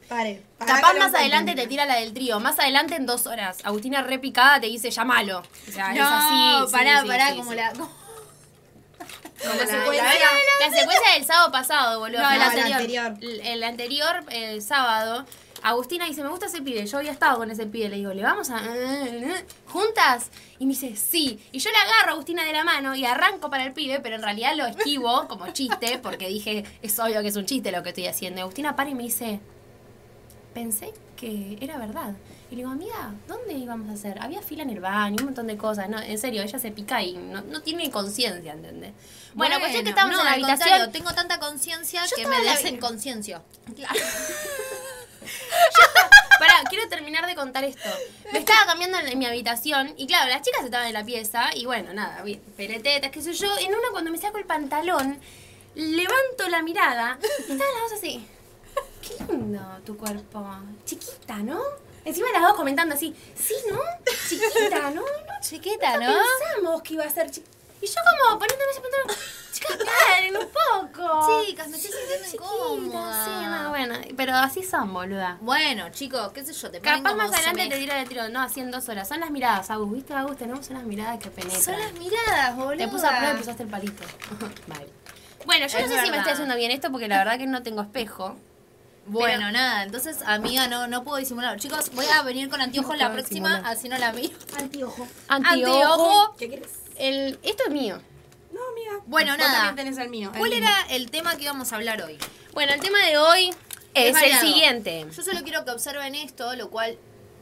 B: Pare. pará
A: Capaz
B: que lo
A: más adelante
B: encuentro.
A: te tira la del trío. Más adelante en dos horas. Agustina re picada te dice, llamalo. O sea, Ah, es así. sí,
C: pará,
A: sí,
C: pará,
A: sí,
C: como
A: sí.
C: la. como-
A: Como la,
B: La- la-
A: secuencia, la secuencia del sábado pasado, boludo.
B: No,
A: el
B: la
A: anterior.
B: anterior.
A: L- El anterior, el sábado. Agustina dice, me gusta ese pibe. Yo había estado con ese pibe. Le digo, ¿le vamos a... juntas? Y me dice, sí. Y yo le agarro a Agustina de la mano y arranco para el pibe, pero en realidad lo esquivo como chiste, porque dije, es obvio que es un chiste lo que estoy haciendo. Agustina para y me dice, pensé que era verdad. Y le digo, amiga, ¿dónde íbamos a hacer? Había fila en el baño, un montón de cosas. No, en serio, ella se pica y no, no tiene conciencia, ¿entendés? Bueno, pues cuestión que estábamos
C: no,
A: en la
C: al contrario,
A: habitación.
C: Tengo tanta conciencia
A: Yo
C: que
A: estaba
C: me
A: en la-
C: desen conciencia.
A: Pará, quiero terminar de contar esto. Me estaba cambiando en mi habitación y claro, las chicas estaban en la pieza y bueno, nada, bien, peletetas, qué sé yo. En una cuando me saco el pantalón, levanto la mirada y estaban las dos así. Qué lindo tu cuerpo. Chiquita, ¿no? Encima las dos comentando así, sí, ¿no? Chiquita, ¿no? No,
C: Chiquita,
A: ¿no? pensamos que iba a ser chiquita. Y yo como poniéndome ese pantalón, chicas, paren un poco.
C: Chicas, me estoy sintiendo
A: Chiquita,
C: incómoda.
A: sí, no, bueno. Pero así son, boluda.
C: Bueno, chicos, qué sé yo, te ponen
A: Capaz
C: como
A: más adelante
C: semej-
A: te tiro de tiro, no, así en dos horas. Son las miradas, Agus, ¿viste, Agus? Tenemos unas miradas que penetran.
C: Son las miradas, boludo.
A: Te puse a prueba y usaste el palito. vale. Bueno, yo no
C: Es
A: sé si me
C: verdad.
A: estoy haciendo bien esto porque la verdad que no tengo espejo.
C: Bueno,
A: Pero-
C: nada, entonces, amiga, no, no puedo disimular. Chicos, voy a venir con anteojos la
A: puedo
C: próxima,
A: disimular.
C: así no la miro.
B: Antiojo.
A: Anteojo.
B: ¿Qué quieres?
A: El, esto es mío.
B: No, amiga.
C: Bueno,
B: Vos
C: nada.
B: también tenés el mío. el
C: ¿Cuál
B: mismo.
C: era el tema que íbamos a hablar hoy?
A: Bueno, el tema de hoy es, el
C: variado.
A: siguiente.
C: Yo solo quiero que observen esto, lo cual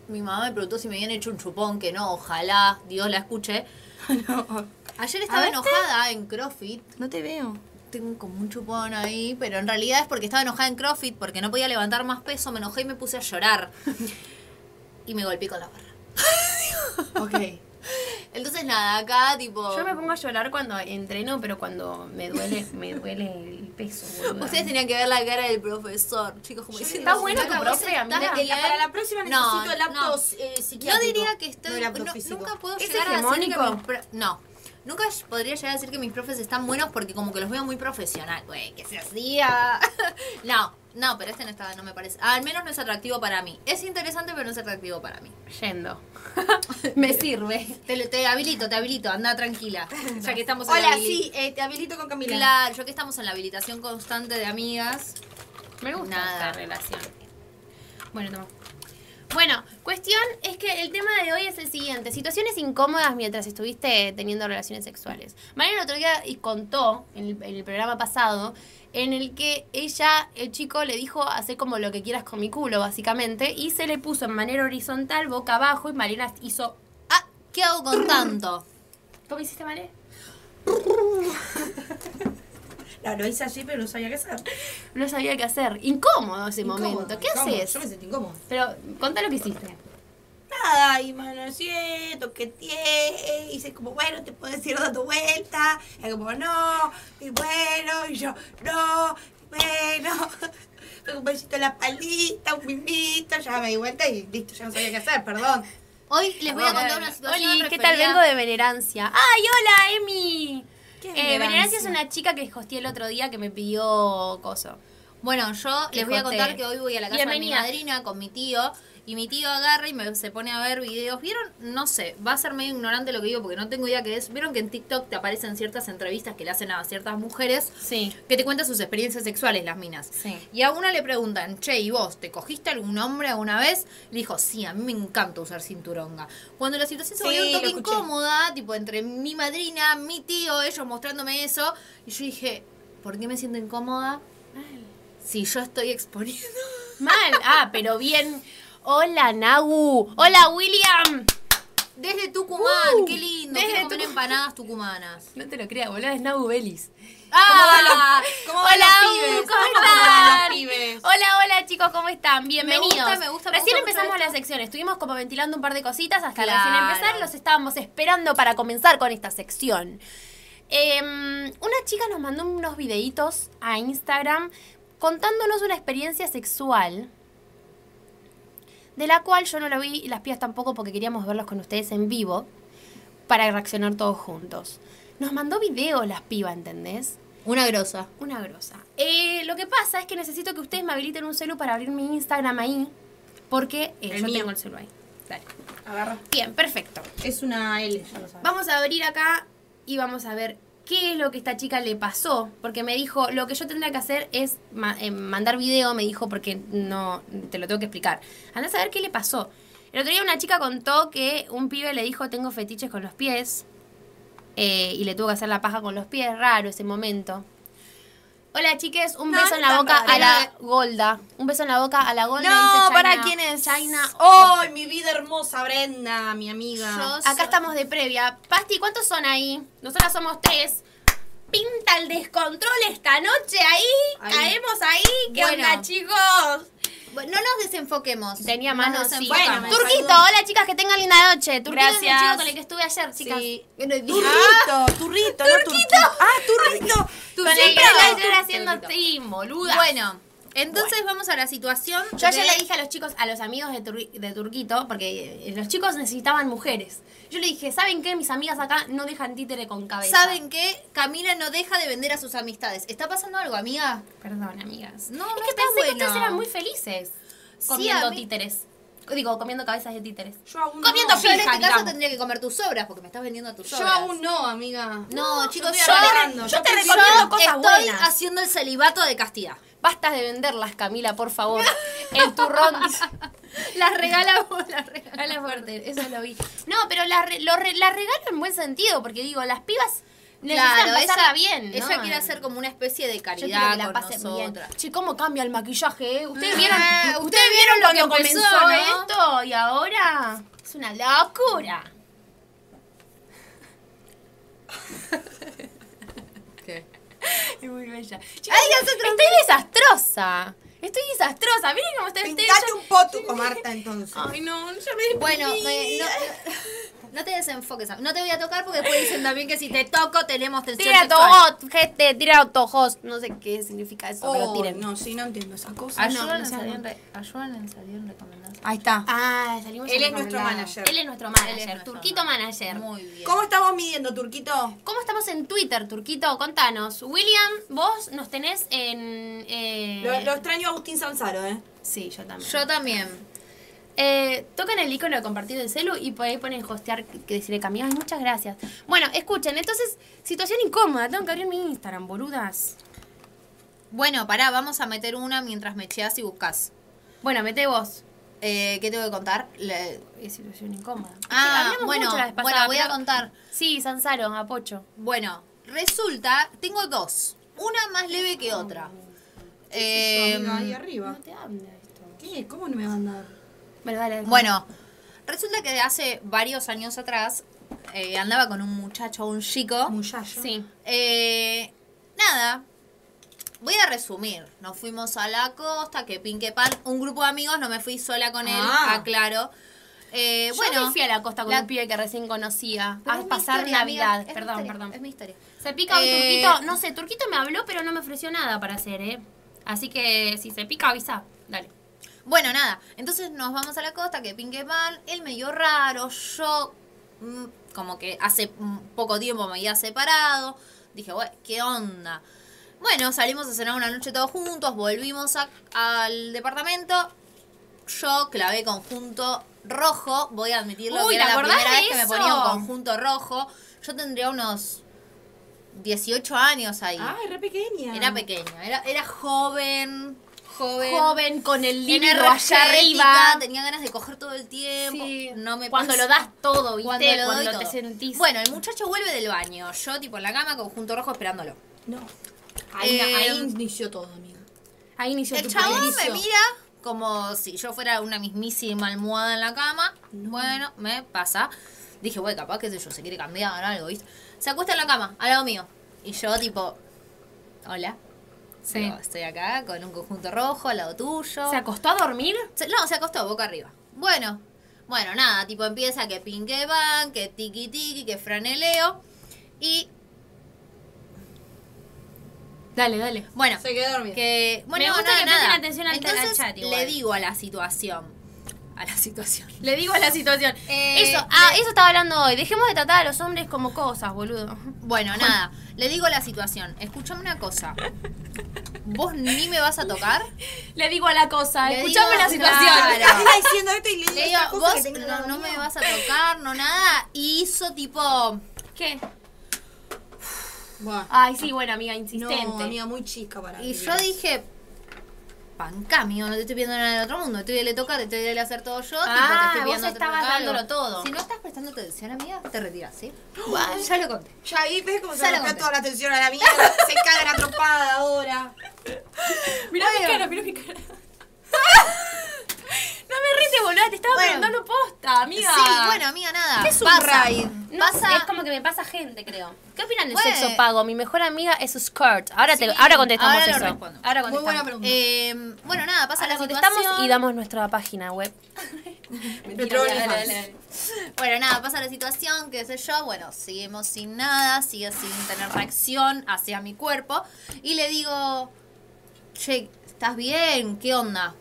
C: mi mamá me preguntó si me habían hecho un chupón, que no, ojalá Dios la escuche. Ayer
B: A
C: estaba
B: ver,
C: enojada en CrossFit.
B: No te veo.
C: Tengo como un chupón ahí, pero en realidad es porque estaba enojada en CrossFit, porque no podía levantar más peso, me enojé y me puse a llorar. y me golpeé con la barra.
B: Ok.
C: Entonces nada, acá tipo...
A: Yo me pongo a llorar cuando entreno, pero cuando me duele, me duele el peso. boluda.
C: Ustedes tenían que ver la cara del profesor, chicos, como
B: Yo
C: diciendo...
A: Está bueno tu
C: "Señora, vos
A: profe,
C: estás
A: amiga.
C: bien".
B: Ah, Para la próxima
C: No,
B: necesito el laptop
C: no.
B: eh, psiquiátrico.
C: Yo diría que estoy.
B: No, el laptop
C: no,
B: físico.
C: nunca puedo
A: ¿Es
C: llegar a decir que
A: hegemónico?
C: mis pro- No. Nunca ll- podría llegar a decir que mis profes están buenos porque como que los veo muy profesional, güey, que se hacía. no, no, pero este no estaba, no me parece. Al menos no es atractivo para mí. Es interesante, pero no es atractivo para mí.
A: Yendo. me sirve.
C: Te, lo- te habilito, te habilito, anda tranquila. Ya que estamos en la
B: Hola,
C: habili-
B: sí, eh, te habilito con Camila.
C: Claro, ya que estamos en la habilitación constante de amigas.
A: Me gusta
C: Nada.
A: esta relación. Bueno, toma. Bueno, cuestión es que el tema de hoy es el siguiente. Situaciones incómodas mientras estuviste teniendo relaciones sexuales. Mariana el otro día y contó en el, en el programa pasado en el que ella, el chico, le dijo hacer como lo que quieras con mi culo, básicamente, y se le puso en manera horizontal, boca abajo, y Mariana hizo...
C: Ah, ¿qué hago con tanto?
A: ¿Cómo hiciste, Mariana?
B: No, lo hice así, pero no sabía qué hacer.
A: No sabía qué hacer. Incómodo ese
B: Incómodo,
A: momento. ¿Qué
B: incómodo.
A: haces?
B: Yo me sentí incómodo.
A: Pero contá lo que hiciste.
B: Nada, y manoseé, toqueteé, hice como, bueno, te puedes ir dando vuelta, y como, no, y bueno, y yo, no, bueno, Fue un besito en la palita, un mimito, ya me di vuelta y listo, ya no sabía qué hacer, perdón.
C: Hoy les voy a contar una
A: Hola,
C: situación.
A: ¿qué tal?
C: referida-
A: Vengo de Venerancia. ¡Ay, hola, Emi!
B: ¿Qué es
A: Eh, Venerancia
B: Venerancia
A: es una chica que hosteé el otro día que me pidió coso.
C: Bueno, yo les voy a
A: Quijote.
C: contar que hoy voy a la casa
A: Bienvenida.
C: de mi madrina con mi tío y mi tío agarra y me, se pone a ver videos. ¿Vieron? No sé, va a ser medio ignorante lo que digo porque no tengo idea qué es. ¿Vieron que en TikTok te aparecen ciertas entrevistas que le hacen a ciertas mujeres
A: Sí.
C: que te cuentan sus experiencias sexuales, las minas?
A: Sí.
C: Y a una le preguntan, che, ¿y vos te cogiste algún hombre alguna vez? Le dijo, sí, a mí me encanta usar cinturonga. Cuando la situación se
B: Sí,
C: volvió un
B: lo
C: toque
B: escuché.
C: incómoda, tipo entre mi madrina, mi tío, ellos mostrándome eso, y yo dije, ¿por qué me siento incómoda? Si yo estoy exponiendo.
A: Mal. Ah, pero bien. Hola, Nagu. Hola, William.
C: Desde Tucumán,
A: Uh,
C: qué lindo.
A: desde
C: quiero comer
A: Tucumán.
C: empanadas tucumanas.
A: No te lo creas, boludo, es Nagu Belis.
C: ¡Ah!
B: ¿Cómo
A: hola,
B: van los
A: Gu,
B: pibes?
A: ¿cómo
B: ¿Cómo van los
A: están?
B: pibes?
A: Hola, hola, chicos, ¿cómo están? Bienvenidos.
C: Me gusta, me gusta, me
A: Recién
C: gusta mucho
A: empezamos
C: esto.
A: la sección. Estuvimos como ventilando un par de cositas hasta
C: Claro.
A: recién empezar. Los estábamos esperando para comenzar con esta sección. Em, una chica nos mandó unos videitos a Instagram contándonos una experiencia sexual. De la cual yo no la vi y las pías tampoco porque queríamos verlos con ustedes en vivo para reaccionar todos juntos. Nos mandó videos las pibas, ¿entendés?
C: Una grosa.
A: Una grosa. Eh, lo que pasa es que necesito que ustedes me habiliten un celu para abrir mi Instagram ahí. Porque eh,
B: El
A: yo
B: mío.
A: tengo el celu ahí. Dale.
B: Agarra.
A: Bien, perfecto.
B: Es una L, ya lo sabes.
A: Vamos a abrir acá y vamos a ver qué es lo que esta chica le pasó. Porque me dijo, lo que yo tendría que hacer es ma- eh, mandar video, me dijo, porque no te lo tengo que explicar. Andá a saber qué le pasó. El otro día una chica contó que un pibe le dijo, tengo fetiches con los pies. eh, y le tuvo que hacer la paja con los pies. Raro ese momento. Hola chiques, un
B: No,
A: beso
B: no
A: en la
B: está
A: boca
B: raro.
A: a la Golda. Un beso en la boca a la Golda. dice
C: No,
A: China-
C: para quién es.
A: China.
B: ¡Ay, mi vida hermosa, Brenda, mi amiga! Ah,
C: Yo-
A: Acá estamos de previa. Pasti, ¿cuántos son ahí? Nosotras somos tres. Pinta el descontrol esta noche ahí.
B: Ahí.
A: Caemos ahí. ¿Qué
C: Bueno.
A: onda, chicos?
C: Bueno, no nos desenfoquemos.
A: Tenía
C: No
A: manos,
C: nos
A: sí.
C: enfocamos.
B: Bueno,
A: Turquito,
B: saludos.
A: hola chicas, que tengan linda noche. Turquito es el
C: Gracias.
A: chico con el que estuve ayer, chicas.
C: Sí.
B: Turrito, turrito, no turquito. Ah, turrito.
A: Tú
C: Con el
A: siempre
C: que
A: lo
C: ayer
A: estoy haciendo
C: Turquito.
A: así, boluda.
C: Bueno, entonces vamos a la situación.
A: Yo ayer
C: de-
A: le dije a los chicos, a los amigos de, Turri- de Turquito, porque eh, los chicos necesitaban mujeres. Yo le dije, ¿saben qué? Mis amigas acá no dejan títere con cabeza.
C: ¿Saben qué? Camila no deja de vender a sus amistades. ¿Está pasando algo, amiga?
A: Perdón, amigas.
C: No,
A: es
C: no
A: que
C: está
A: pensé que ustedes
C: bueno.
A: eran muy felices
C: Sí,
A: comiendo
C: a mí-
A: títeres. Digo, comiendo cabezas de títeres.
B: Yo aún
A: Comiendo
B: no.
C: Yo en
A: pija,
C: este caso
A: digamos.
C: tendría que comer tus sobras porque me estás vendiendo a tus
B: Yo
C: sobras.
B: aún no, amiga.
C: No, chicos,
B: estoy
C: yo-
B: arrancando.
A: yo te
B: estoy-
A: recomiendo-
C: Yo
A: comiendo cosas
C: estoy
A: buenas.
C: haciendo el celibato de castidad.
A: Basta de venderlas, Camila, por favor. El turrón.
C: Las regalamos, las regalamos.
A: Habla fuerte, eso lo vi. No, pero las re- lo re- las regalo en buen sentido, porque digo, las pibas necesitan pasarla bien.
C: Ella
A: ¿no?
C: quiere hacer como una especie de
A: Yo quiero
C: caridad
A: que la
C: con
A: pasen
C: nosotras.
A: bien. Che, ¿cómo cambia el maquillaje? eh? ¿Ustedes
C: Mm.
A: vieron,
C: Eh,
A: ¿ustedes vieron lo que
C: cuando
A: comenzó,
C: empezó, ¿no?
A: esto? Y ahora es una locura.
C: ¿Qué?
A: Es muy bella. Chicas, estoy desastrosa. Estoy desastrosa. Miren cómo estoy. estoy-
B: Pintate
A: yo-
B: un potuco, Marta, entonces.
A: Ay, no, ya me
C: Bueno, me- no, no te desenfoques. No te voy a tocar porque después dicen también que si te toco tenemos tensión
A: Tira
C: sexual.
A: tojos, gente, tira tojos. No sé qué significa eso, pero
B: Oh,
A: tiren.
B: no, sí, no entiendo esas cosas.
A: Ah, no, no
C: Ayúdanos
A: sé,
C: a
A: no.
C: bien re- ayúdanos a bien recomendadas.
B: Ahí está.
A: Ah, salimos
B: Él es
A: recomendados.
B: nuestro manager.
A: Él es nuestro
C: Él
A: manager,
C: es nuestro
A: Turquito manager.
C: Muy bien.
B: ¿Cómo estamos midiendo, Turquito?
A: ¿Cómo estamos en Twitter, Turquito? Contanos. William, vos nos tenés en. eh,
B: Lo, lo extraño a Agustín Sanzaro, ¿eh?
A: Sí, yo también.
C: Yo también.
A: Eh, tocan el icono de compartido en celu y por ahí ponen hostear, que decirle que amigas, muchas gracias. Bueno, escuchen, entonces, situación incómoda, tengo que abrir mi Instagram, boludas.
C: Bueno, pará, vamos a meter una mientras me cheas y buscas.
A: Bueno, mete vos.
C: Eh, ¿Qué tengo que contar? Le-
A: Es situación incómoda. Sí,
C: Ah,
A: hablamos
C: bueno,
A: mucho la vez
C: bueno,
A: pasada,
C: voy a
A: pero-
C: contar.
A: Sí, Sansaro, apocho.
C: Bueno, resulta, tengo dos. Una más leve que otra.
A: Oh,
C: Eh,
B: ahí arriba.
A: te habla esto.
B: ¿Qué? ¿Cómo no me va a andar?
A: Bueno, dale. dale.
C: Bueno, resulta que hace varios años atrás eh, andaba con un muchacho, un chico.
B: Muchacho.
A: Sí.
C: Eh, nada, voy a resumir. Nos fuimos a la costa, que pin, que pan. Un grupo de amigos, no me fui sola con él,
B: Ah.
C: aclaro. Eh,
A: Yo
C: bueno,
A: me fui a la costa con
C: la-
A: un pibe que recién conocía
C: Pero
A: a
C: es mi
A: pasar
C: historia, amiga,
A: Navidad.
C: es mi
A: Perdón,
C: historia,
A: perdón.
C: Es mi historia.
A: Se pica un
C: Eh,
A: turquito. No sé, turquito me habló, pero no me ofreció nada para hacer, ¿eh? Así que si se pica, avisa. Dale.
C: Bueno, nada. Entonces nos vamos a la costa, que pin, que pan. Él me vio raro, yo mm, como que hace mm, poco tiempo me había separado. Dije, bueno, ¿qué onda? Bueno, salimos a cenar una noche todos juntos, volvimos a- al departamento. Yo clavé conjunto rojo, voy a admitirlo
A: Uy, ¿te
C: que era la
A: acordás
C: primera
A: de
C: vez que me
A: eso?
C: ponía un conjunto rojo. Yo tendría unos 18 años ahí.
A: Ah,
B: Ay, Ah, re pequeña.
C: Era pequeña, era, era joven, joven.
A: Joven con el libro
C: Era
A: allá
C: energética,
A: arriba.
C: Tenía ganas de coger todo el tiempo.
A: Sí.
C: No me
A: cuando
C: pasa.
A: lo das todo, ¿viste?
C: Cuando
A: Cuando,
C: lo doy
A: te
C: todo.
A: sentís.
C: Bueno, el muchacho vuelve del baño. Yo, tipo, en la cama, conjunto rojo, esperándolo.
B: No. Ahí,
C: Eh,
B: ahí inició todo, amiga.
A: ahí inició
C: El
A: tu
C: chabón
A: primer
C: me
A: inicio.
C: mira como si yo fuera una mismísima almohada en la cama. Bueno, me pasa. Dije, bueno, capaz que yo se quiere cambiar o algo, ¿viste? Se acuesta en la cama, al lado mío. Y yo, tipo, hola.
A: Sí.
C: Digo, Estoy acá con un conjunto rojo al lado tuyo.
A: ¿Se acostó a dormir?
C: Se- no, se acostó boca arriba. Bueno, bueno, nada, tipo empieza que pin que van, que tiki tiki, que franeleo. Y
A: Dale, dale.
C: bueno,
B: Se quedó dormida.
C: que. Bueno,
A: Me gusta
C: nada,
A: que presten
C: nada.
A: atención al- al
C: Entonces,
A: chat igual.
C: Le digo a la situación. a la situación.
A: Le digo a la situación.
C: Eh,
A: eso, ah, eso estaba hablando hoy. Dejemos de tratar a los hombres como cosas, boludo.
C: Bueno, nada, le digo la situación. Escuchame una cosa. Vos ni me vas a tocar.
A: Le digo a la cosa,
C: Le
A: escuchame
C: digo,
A: la situación.
C: claro.
B: Está diciendo esto y le digo
C: Le digo,
B: esta cosa que
C: vos
B: tengo al
C: no,
B: lado
C: no
B: mío.
C: me vas a tocar, no nada. Y hizo tipo.
A: ¿Qué?
B: Buah.
A: Ay, sí, buena amiga,
B: No,
A: insistente.
B: amiga, muy chica para mí.
C: Y yo dije. Pancamio, no te estoy pidiendo nada del otro mundo. Estoy de tocar, te estoy de hacer todo yo. tipo,
A: Ah,
C: te estoy
A: vos
C: pidiendo,
A: estabas
C: te preguntaba algo.
A: dándolo todo.
C: Si no estás prestando atención, amiga, te retiras, ¿sí? Ya lo conté.
B: Ya ahí ves cómo se
C: Sale
B: le
C: con-
B: toda la atención a la mía. se caga la tropada ahora.
A: Mirá mi cara, mirá mi cara. no me rete, boludo, te estaba
C: Bueno.
A: preguntando posta, amiga.
C: Sí, bueno, amiga, nada.
A: ¿Qué es un
C: Pasa.
A: raid? No,
C: Pasa.
A: Es como que me pasa gente, creo. ¿Qué opinan del
C: Bueno.
A: sexo pago? Mi mejor amiga es su skirt. Ahora, te,
C: Sí,
A: ahora contestamos
C: ahora lo
A: eso.
C: respondo.
A: Ahora
B: Muy
A: contestamos.
B: buena pregunta.
C: Eh, bueno, nada, pasa
A: Ahora
C: la
A: contestamos
C: situación.
A: y damos nuestra página web.
B: Petro
A: dale,
B: Olifas.
A: dale, dale.
C: Bueno, nada, pasa la situación, qué sé yo. Bueno, seguimos sin nada, sigue sin tener reacción hacia mi cuerpo. Y le digo, che, ¿estás bien? ¿Qué onda?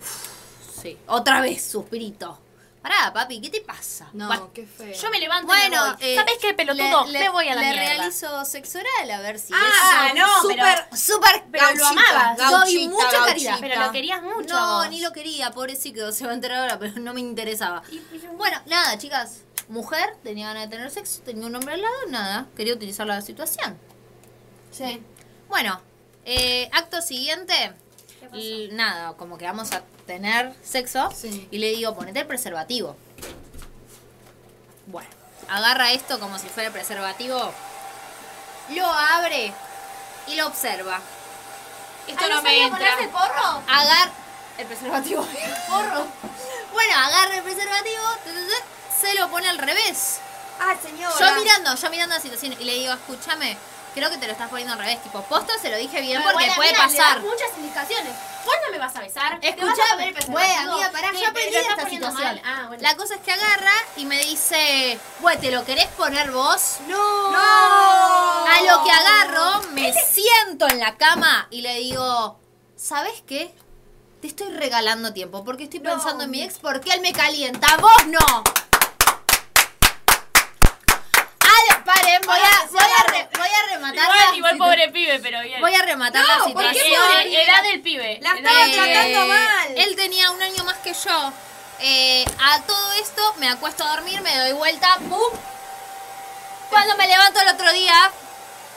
C: Uf, Sí, otra vez suspirito. Pará, papi, ¿qué te pasa?
B: No,
C: Bueno,
B: qué feo.
A: Yo me levanto
C: bueno,
A: y me voy.
C: eh,
A: ¿Sabés qué, pelotudo?
C: le- le-
A: me voy a la
C: Le
A: mierda.
C: realizo sexo oral a ver si
B: Ah,
C: eso-
B: no,
C: súper,
B: pero-
C: súper
A: Pero lo
B: Gauchita,
A: amabas.
C: Doy
B: gauchita,
C: mucha
B: gauchita.
C: caridad.
A: Pero lo querías mucho.
C: No, ni lo quería, pobrecito, se va a enterar ahora, pero no me interesaba. Bueno, nada, chicas. Mujer, tenía ganas de tener sexo, tenía un hombre al lado, nada. Quería utilizar la situación.
B: Sí.
C: Bueno, eh, acto siguiente. l- Nada, como que vamos a tener sexo.
B: Sí.
C: Y le digo, ponete el preservativo. Bueno, agarra esto como si fuera el preservativo. Lo abre y lo observa.
A: Esto Ah, no, me entra. porro?
C: Agar... El preservativo. Porro. Bueno, agarra el preservativo, tu, tu, tu, se lo pone al revés.
B: Ah, señora.
C: Yo mirando, yo mirando la situación y le digo, escúchame, creo que te lo estás poniendo al revés. Tipo, posta se lo dije bien
A: Pero
C: porque
A: buena
C: puede
A: amiga, Ah, le das
C: pasar.
A: muchas indicaciones. Vos no me vas a besar. te vas a poner
C: Escuchame,
A: el preservativo.
C: bueno, amiga, pará,
A: Sí,
C: yo
A: pero
C: aprendí de
A: estás
C: esta
A: poniendo
C: situación.
A: mal. Ah, bueno.
C: La cosa es que agarra y me dice, bueno, ¿te lo querés poner vos?
B: No.
A: No.
C: A lo que agarro, me siento en la cama y le digo, ¿sabes qué? Te estoy regalando tiempo porque estoy
B: No.
C: pensando en mi ex porque él me calienta, vos no. Ale, paren, voy a, voy a, re- voy a rematar
E: Igual,
C: la
E: igual
C: situ-
E: pobre pibe, pero bien.
C: Voy a rematar la
B: No, ¿por qué
C: situación.
E: Eh,
B: pobre pibe?
E: edad del pibe.
B: La
E: edad
B: estaba
E: del
C: Eh,
E: pibe.
B: tratando mal.
C: Él tenía un año más que yo. Eh, a todo esto me acuesto a dormir, me doy vuelta, ¡pum! Cuando me levanto el otro día,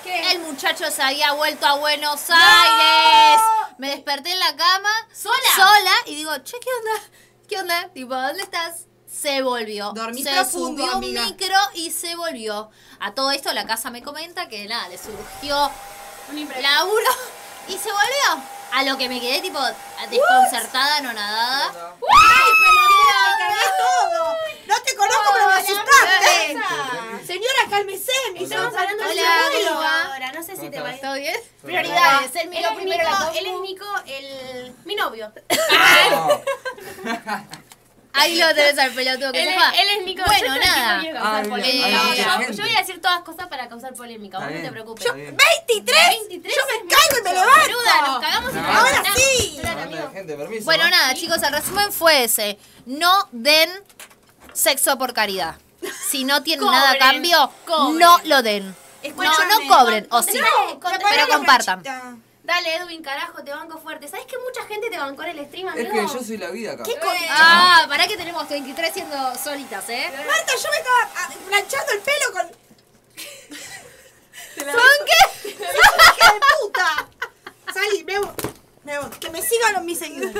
B: ¿Qué?
C: el muchacho se había vuelto a Buenos Aires. Me desperté en la cama. ¿Sola? Sola. Y digo, che, ¿qué onda? ¿Qué onda? Tipo, ¿dónde estás? Se volvió.
B: Dormí
C: se
B: profundo,
C: subió
B: amiga.
C: un micro y se volvió. A todo esto la casa me comenta que nada, le surgió laburo y se volvió. A lo que me quedé tipo desconcertada, anonadada.
B: ¡Ay, pelotuda! ¡Me cagué todo! No te conozco, pero me asustaste. Señora, cálmese. Me
A: Estamos hablando de
C: Hola,
A: su abuelo
C: ¿cómo va?
A: ahora. No sé si te va a ir.
C: ¿Todo bien?
A: Prioridades.
C: Él
A: Él,
C: miró
A: es
C: primero la
A: Nico,
C: compu.
A: él es Nico, el... mi novio.
D: Ah,
C: Ahí lo tenés al pelotudo que
A: Él
C: se
A: es,
C: va.
A: él es Nico.
C: Bueno,
A: yo todo el tiempo
C: nada.
A: quiero causar
D: Ah, mira,
A: polémica.
C: ahí
A: No,
D: está.
A: yo, yo voy a decir todas cosas para causar polémica.
D: está
A: Vos no
D: bien,
A: te preocupes.
D: está bien.
A: 23.
B: Yo me
A: es
B: caigo y me
A: mucho.
B: levanto.
A: Boluda, nos cagamos y
D: No.
A: nos levantamos.
B: Ahora sí.
A: Claro,
D: Banda de
A: amigo.
D: gente, permiso,
C: Bueno,
D: ¿no?
C: nada, chicos, el resumen fue ese. No den sexo por caridad. Si no tienen
A: Cobren,
C: nada a cambio,
A: cobren.
C: no lo den.
B: Escúchame,
C: no, no cobren, o sí.
A: No,
B: Pero
A: pero
B: la
C: compartan.
B: brochita.
A: Dale, Edwin, carajo, te banco fuerte. ¿Sabes que mucha gente te bancó en el stream,
D: Es
A: amigo?
D: que yo soy la vida acá.
B: ¿Qué concha?
C: Ah, pará que tenemos 23 siendo solitas, ¿eh?
B: Marta, yo me estaba ah, planchando el pelo con.
C: ¿Son qué?
B: ¡Hija de puta! Salí, me voy. Me voy. Que me sigan los mis seguidores.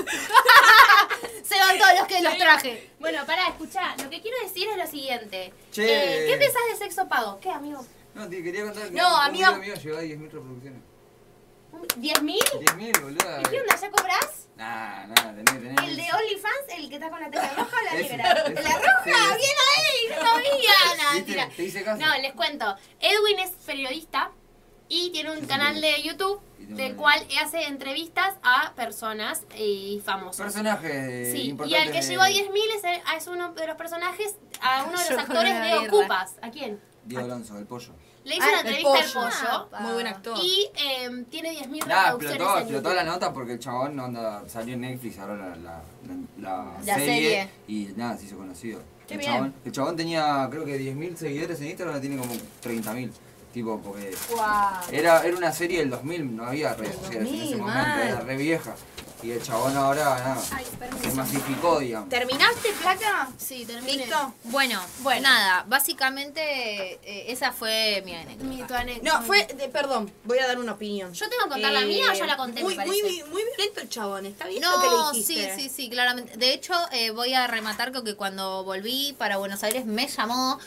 C: Se van todos los que los traje.
A: Bueno, pará, escuchá. Lo que quiero decir es lo siguiente.
D: Che.
A: Eh, ¿Qué pensás de sexo pago? ¿Qué, amigo?
D: No, te quería contar que
B: No,
D: un- un
B: amiga-
D: video mío llegó a 10.000 reproducciones.
A: ¿10.000? mil?
D: 10.000, boluda.
A: ¿Qué onda? ¿Ya cobrás?
D: Nah, nah, tenés, tenés.
A: ¿El de OnlyFans? ¿El que está con la tela roja o la
D: Ese,
A: negra?
D: ese.
A: ¡La roja!
D: Sí.
A: ¡Bien ahí! eh, ¡No sabía! No,
D: ¿Viste?
A: mentira.
D: Te hice caso.
A: No, les cuento. Edwin es periodista y tiene un
D: Sí,
A: canal
D: sí.
A: de YouTube
D: Y tiene un
A: del
D: canal.
A: cual hace entrevistas a personas y famosos.
D: Personajes
A: Sí, y
D: eh, importantes.
A: al que llegó a 10.000 es, el- es uno de los personajes, a uno de
C: Yo
A: los
C: con
A: actores
C: una
A: de
C: birra.
A: Ocupas. ¿A quién?
D: Diego Alonso, el pollo.
A: Le hizo
B: Ah,
A: una
B: el
A: entrevista al
B: pollo.
A: pollo.
C: Ah,
B: Muy buen actor.
A: Y eh, tiene 10.000
D: Nada,
A: reproducciones
D: explotó,
A: en
D: explotó
A: YouTube.
D: la nota porque el chabón onda, salió en Netflix ahora la, la, la- la
C: La serie.
D: y nada, se hizo conocido.
B: Qué
D: el,
B: bien.
D: Chabón, el chabón tenía creo que 10.000 seguidores en Instagram, ahora tiene como 30.000. Tipo, porque era, era una serie del 2000, no había redes sociales en ese
C: 2000,
D: momento,
C: mal.
D: era re vieja. Y el chabón ahora nada, se masificó, digamos.
B: ¿Terminaste, placa?
A: Sí, terminé.
B: ¿Listo?
C: Bueno,
A: Bueno.
C: nada, básicamente eh, esa fue mi anécdota.
A: Mi tu anécdota.
B: No, fue, de- perdón, voy a dar una opinión.
A: ¿Yo tengo que contar la mía o ya la conté, me
B: Muy, muy,
A: parece?
B: vi- muy violento el chabón, está bien lo que le
C: No, sí,
B: dijiste.
C: sí, sí, claramente. De hecho, eh, voy a rematar con que cuando volví para Buenos Aires me llamó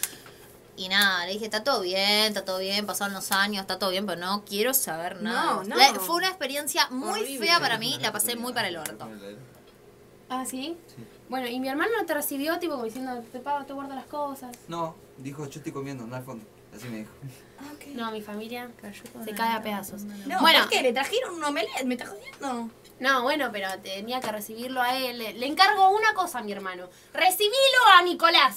C: y nada, le dije, está todo bien, está todo bien, pasaron los años, está todo bien, pero no quiero saber nada.
B: No, no.
C: La- fue una experiencia muy
B: Horrible.
C: fea para mí, la pasé muy para el orto.
A: Ah, ¿sí? Bueno, y mi hermano no te recibió, tipo, como diciendo, te pago, te guardo las cosas.
D: No, dijo, yo estoy comiendo, anda al fondo. Así me dijo.
B: Ah,
A: No, mi familia
C: con
A: se
C: el-
A: cae a pedazos.
B: No,
A: bueno,
B: ¿por qué? ¿Le trajeron un omelette? ¿Me está jodiendo?
A: no, bueno, pero tenía que recibirlo a él. Le, le encargo una cosa a mi hermano. Recibilo a Nicolás.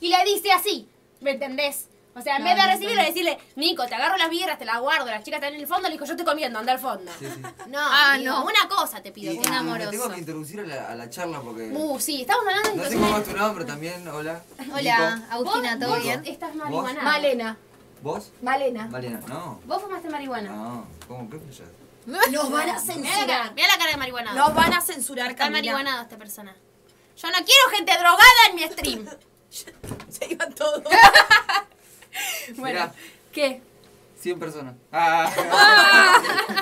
A: Y le dice así, ¿me entendés? O sea, en vez de recibirlo, decirle, Nico, te agarro las birras, te las guardo, las chicas están en el fondo, le digo, yo estoy comiendo, anda al fondo. No,
C: Ah,
A: digo,
C: no.
A: una cosa te pido,
D: Y-
A: un
D: y
A: amor.
D: me tengo
C: amoroso.
D: que introducir a la, a la charla porque...
A: Uh, sí, estamos hablando de
D: No sé cómo es tu nombre también, hola.
C: Hola,
D: Nico.
C: Agustina, ¿todo
D: vos-
C: bien?
A: Estás
D: ¿Vos?
A: marihuana.
B: Malena.
D: ¿Vos?
B: Malena.
D: Valena, no.
A: Vos fumaste marihuana.
D: No, ¿cómo qué flasheás?
B: Nos van a
A: Mira la cara,
B: censurar.
A: Ah. mirá la cara de marihuana.
B: Nos van a censurar,
A: Está
B: Camila.
A: marihuanado esta persona. Yo no quiero gente drogada en mi stream.
B: Se iban todos.
D: Mirá,
A: ¿Qué?
D: 100 personas. Ah,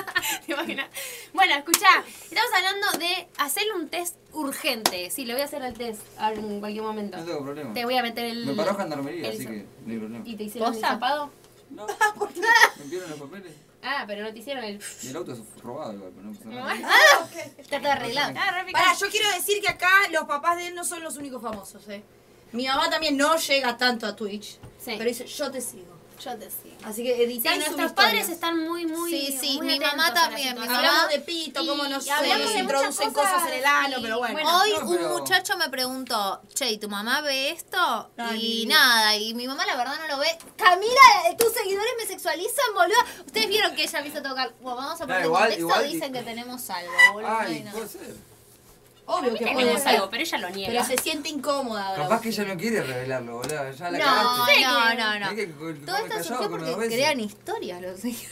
A: ¿Te imaginas? Bueno, escuchá, estamos hablando de hacerle un test urgente. Sí, le voy a hacer el test ahora en cualquier momento.
D: no tengo problema.
A: Te voy a meter el.
D: Me paró gendarmería,
A: el
D: así
A: so-
D: que no hay problema.
A: ¿Y te hicieron el
C: ¿Posta?
A: zapado?
D: No, me vieron los papeles.
A: Ah, pero no te hicieron el. Ah,
D: Y el auto es robado igual, pero no pasa nada.
C: Ah,
A: Está todo arreglado. Ah, re picante.
B: Pará, yo quiero decir que acá los papás de él no son los únicos famosos, ¿eh? Mi mamá también no llega tanto a Twitch.
A: Sí.
B: Pero dice, yo te sigo.
A: Yo te sigo.
B: Así que
A: Sí,
B: editan sus
A: nuestros
B: historias.
A: padres están muy, muy.
C: Sí, sí,
A: muy
C: mi
A: atentos
C: mamá
A: a la
C: también, mi
A: situación.
C: mamá
B: Hablamos de pito, cómo
A: Y
B: nos
A: hablamos
B: se
A: de
B: introducen
A: muchas
B: cosas,
A: cosas
B: en el ano,
A: y-
B: pero bueno.
A: bueno.
C: Hoy
D: no,
C: un
D: pero-
C: muchacho me preguntó, che, ¿y tu mamá ve esto?
B: Ay.
C: Y nada, y mi mamá la verdad no lo ve. Camila, tus seguidores me sexualizan, boludo. Ustedes vieron que ella me hizo tocar. Bueno, vamos a poner en
D: igual-
C: contexto,
D: igual-
C: dicen que tenemos algo, boludo.
D: Ay,
C: bueno.
D: puede ser.
B: Obvio que puede
A: Tenemos
B: ser.
A: algo, pero ella lo niega.
B: Pero se siente incómoda ahora.
D: Capaz que ella no quiere revelarlo, boludo. Ya la
C: No,
D: cagaste.
C: no, no, no.
D: Mirá que con- con
C: Todo
D: el
C: esto
D: callado,
C: surgió
D: con
C: porque
D: los besos.
C: crean historias los señores.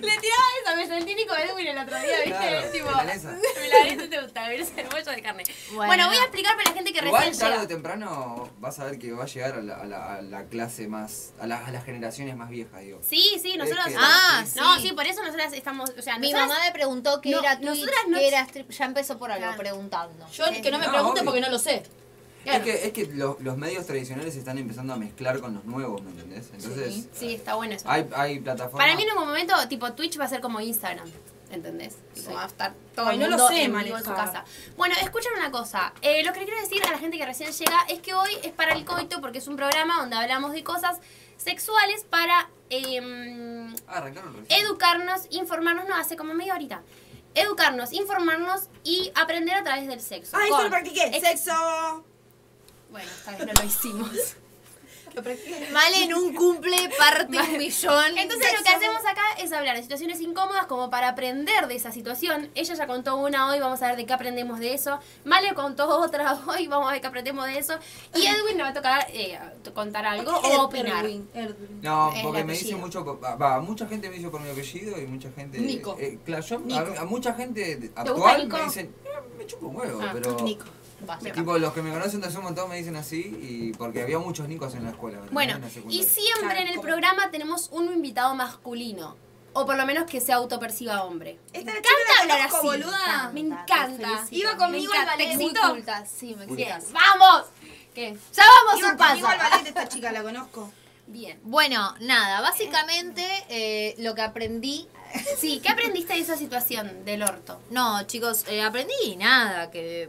A: Le tiraba eso, me sentí Nico Edwin el otro día, ¿viste?
D: Claro,
A: tipo,
D: milanesa.
A: milanesa te gusta, milanesa el bollo de carne. Bueno,
C: Bueno.
A: voy a explicar para la gente que
D: Igual
A: recién
D: tarde o
A: llega.
D: temprano vas a ver que va a llegar a la, a la, a la clase más, a, las a las generaciones más viejas, digo.
A: Sí, sí, nosotros.
D: Es que-
C: Ah, sí.
A: no, sí, por eso nosotras estamos. O sea,
C: Mi
A: nosotras-
C: mamá me preguntó qué
A: No,
C: era Twitch,
A: nosotras no-
C: qué era strip. Ya empezó por algo
A: Claro.
C: preguntando.
B: Yo que no me
D: No,
B: pregunten
D: obvio.
B: porque no lo sé.
A: Claro.
D: Es que, es que lo- los medios tradicionales se están empezando a mezclar con los nuevos, ¿me entendés? Entonces,
C: Sí.
A: Sí, está bueno eso.
D: hay, hay plataformas.
A: Para mí en algún momento, tipo, Twitch va a ser como Instagram, ¿entendés? Tipo, va a estar todo
B: Ay,
A: el
B: no lo
A: mundo
B: sé
A: en, vivo en su
B: manejar.
A: casa. Bueno, escuchen una cosa. Eh, lo que quiero decir a la gente que recién llega es que hoy es para el coito porque es un programa donde hablamos de cosas sexuales para... em,
D: Ah, arrancaron recién.
A: educarnos, informarnos, no, hace como media horita. Educarnos, informarnos y aprender a través del sexo.
B: Ay,
A: Con-
B: yo Ah, lo practiqué.
A: Ex-
B: Sexo.
A: Bueno, esta vez no lo hicimos.
B: Lo practiqué.
C: Mal en un cumple parte un millón.
A: Entonces lo que hacemos acá es hablar de situaciones incómodas como para aprender de esa situación. Ella ya contó una hoy, vamos a ver de qué aprendemos de eso. Male contó otra hoy, vamos a ver qué aprendemos de eso. Y Edwin le va a tocar eh, contar algo o opinar.
B: Erwin, Erwin.
D: No,
A: el
D: porque me
A: apellido.
D: dice mucho. por- Va, va, mucha gente me hizo por mi apellido y mucha gente.
B: Nico.
D: eh, claro, yo- a-
B: Nico.
D: A, mucha gente de-
A: gusta
D: actual
A: Nico?
D: me dicen. "Eh, Me chupo un huevo,
A: Ah,
D: pero.
B: Nico.
D: Tipo, los que me conocen de hace un montón me dicen así y porque había muchos Nicos en la escuela. ¿me
A: Bueno,
D: entendés? En la
A: y
D: secundaria.
A: siempre en el
B: Claro.
A: programa tenemos un invitado masculino. O por lo menos que se autoperciba hombre. Me
B: Esta chica la
A: encanta Ah. hablar
B: conozco,
A: así.
B: boluda.
A: Me encanta.
B: felicito. Iba conmigo
A: Me
B: al
A: encanta.
B: ballet.
A: ¿Te
B: Muy
A: excitó?
C: sí, me
A: Bien.
C: excitas.
A: ¡Vamos! ¿Qué? ¡Ya vamos
B: Iba
A: un
B: conmigo al
A: paso!
B: ballet esta chica, la conozco.
A: Bien.
C: Bueno, nada, básicamente eh, lo que aprendí
A: Sí, ¿qué aprendiste de esa situación del orto?
C: No, chicos, eh, aprendí nada, que...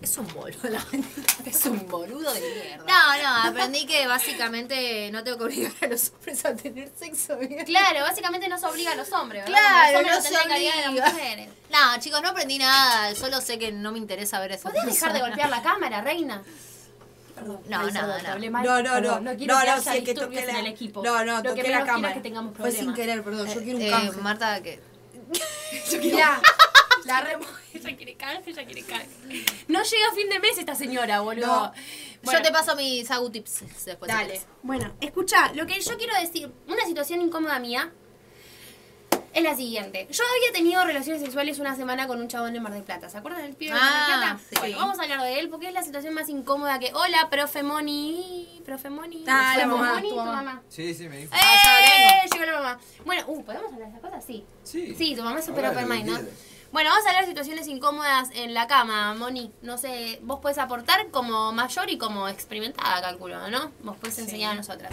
C: Es un boludo, la Es un boludo de mierda. No, no, aprendí que básicamente no tengo que obligar a los hombres a tener sexo. ¿verdad?
A: Claro, básicamente no se obliga a los hombres, ¿verdad?
C: Claro,
A: Como los
C: no
A: hombres
C: se
A: no tienen calidad de
C: obliga.
A: las mujeres.
C: No, chicos, no aprendí nada, solo sé que no me interesa ver eso.
A: ¿Podés dejar de golpear la cámara, reina? Perdón,
C: No,
A: ahí
C: no,
A: se
C: no.
A: hablé mal.
B: No, no, no.
A: Perdón, No quiero
B: no,
A: que
B: no,
A: haya
B: sí, que
A: disturbios en
B: toqué la-
A: el equipo.
B: No, no,
A: Lo que
B: toqué
A: menos
B: la
A: quiero
B: cámara.
A: es que tengamos
B: Fue sin
A: problemas.
B: querer, perdón. Yo quiero un
C: Eh,
B: canje.
C: Marta, que.
A: Mirá, la remo. Ella quiere canje, ella quiere canje. No llega a fin de mes esta señora, boludo.
B: No.
A: Bueno.
C: Yo te paso mis Agu tips después. si
B: Dale.
C: querés.
A: Bueno, escucha, lo que yo quiero decir, una situación incómoda mía es la siguiente. Yo había tenido relaciones sexuales una semana con un chabón de Mar del Plata. ¿Se acuerdan del pibe de Mar del
C: Ah,
A: Plata?
C: sí.
A: Bueno, vamos a hablar de él porque es la situación más incómoda que. Hola, profe Moni. Profe Moni.
B: Ah, la
A: Profe
B: mamá,
A: Moni,
B: tu
A: tu
B: mamá.
A: mamá.
D: Sí, sí, me dijo.
A: ¡Eh!
C: Ah,
A: Llegó la mamá. Bueno, uh, ¿podemos hablar de esas cosas? Sí.
D: Sí.
A: Sí, tu mamá es super
D: Hablá
A: open
D: de lo
A: mind,
D: que
A: ¿no?
D: quieras.
A: Bueno, vamos a hablar de situaciones incómodas en la cama, Moni. No sé, vos podés aportar como mayor y como experimentada, calculo, ¿no? Vos podés enseñar a nosotras.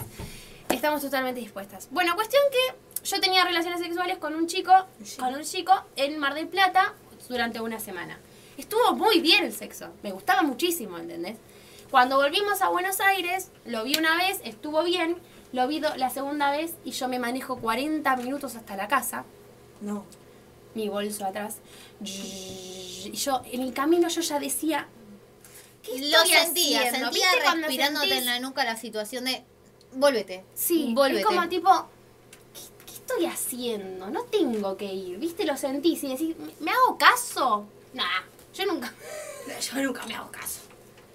A: Estamos totalmente dispuestas. Bueno, cuestión que yo tenía relaciones sexuales con un chico, con un chico en Mar del Plata durante una semana. Estuvo muy bien el sexo, me gustaba muchísimo, ¿entendés? Cuando volvimos a Buenos Aires, lo vi una vez, estuvo bien, lo vi do- la segunda vez y yo me manejo 40 minutos hasta la casa
B: No.
A: mi bolso atrás. Y yo, en el camino yo ya decía, ¿qué
C: Lo
A: estoy
C: sentía,
A: haciendo?
C: sentía
A: ¿Viste cuando
C: respirándote
A: sentís?
C: en la nuca la situación de. Vuélvete.
A: Sí,
C: vuélvete.
A: es como tipo, ¿qué, qué estoy haciendo? No tengo que ir, ¿viste? Lo sentís y decís, ¿me, me hago caso? Nah, yo nunca, yo nunca me hago caso.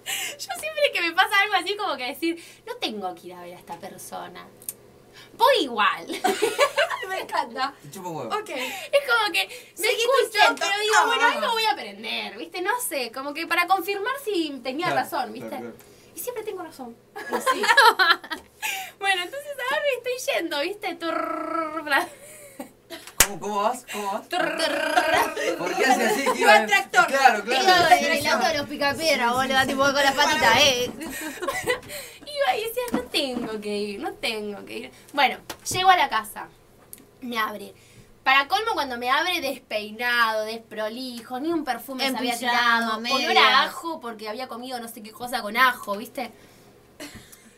A: Yo siempre que me pasa algo así como que decir, no tengo que ir a ver a esta persona. Voy igual.
B: Me encanta.
D: Te chupo un huevo.
B: Ok.
A: Es como que me
B: Seguí tu
A: escucho,
B: instinto.
A: pero digo,
B: Ah.
A: bueno, algo voy a aprender, ¿viste? No sé, como que para confirmar si tenía
D: Claro,
A: razón, ¿viste?
D: claro, claro.
A: Y siempre tengo razón. bueno, entonces ahora me estoy yendo, ¿viste? Turr, bla-
D: ¿Cómo, ¿Cómo vas? ¿Cómo vas?
A: turr.
D: ¿Por qué hace así? que
B: Iba el
D: a-
B: tractor.
D: Claro,
C: Digo,
D: claro. Sí,
C: el auto
D: sí.
C: de los picapiedras, boludo, tipo con las patitas, eh.
A: Iba y decía, no tengo que ir, no tengo que ir. Bueno, llego a la casa, me abre. Para colmo, cuando me abre despeinado, desprolijo, ni un perfume
C: En
A: se había
C: pijama,
A: tirado, olor a
C: media.
A: ajo porque había comido no sé qué cosa con ajo, ¿viste?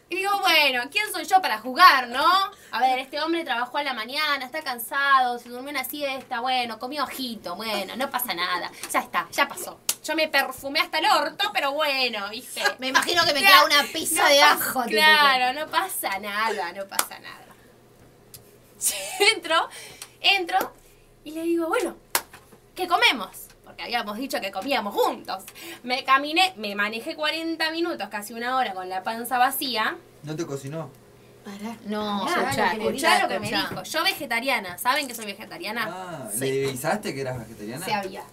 A: Y digo, bueno, ¿quién soy yo para jugar, no? A ver, este hombre trabajó a la mañana, está cansado, se durmió una siesta, bueno, comió ojito, bueno, no pasa nada. Ya está, ya pasó. Yo me perfumé hasta el orto, pero bueno, ¿viste?
C: Me imagino que me
A: Claro,
C: queda una pizza
A: no
C: de
A: pasa-
C: ajo, tipo.
A: Claro, no pasa nada, no pasa nada. entro, entro y le digo, bueno, ¿qué comemos? Porque habíamos dicho que comíamos juntos. Me caminé, me manejé 40 minutos, casi una hora con la panza vacía.
D: ¿No te cocinó?
B: Pará.
C: No,
A: Nada,
C: escuchá,
A: escuchá lo que me
C: escuchá.
A: dijo. Yo vegetariana, ¿saben que soy vegetariana?
D: Ah, ¿le avisaste que eras vegetariana?
A: Se había.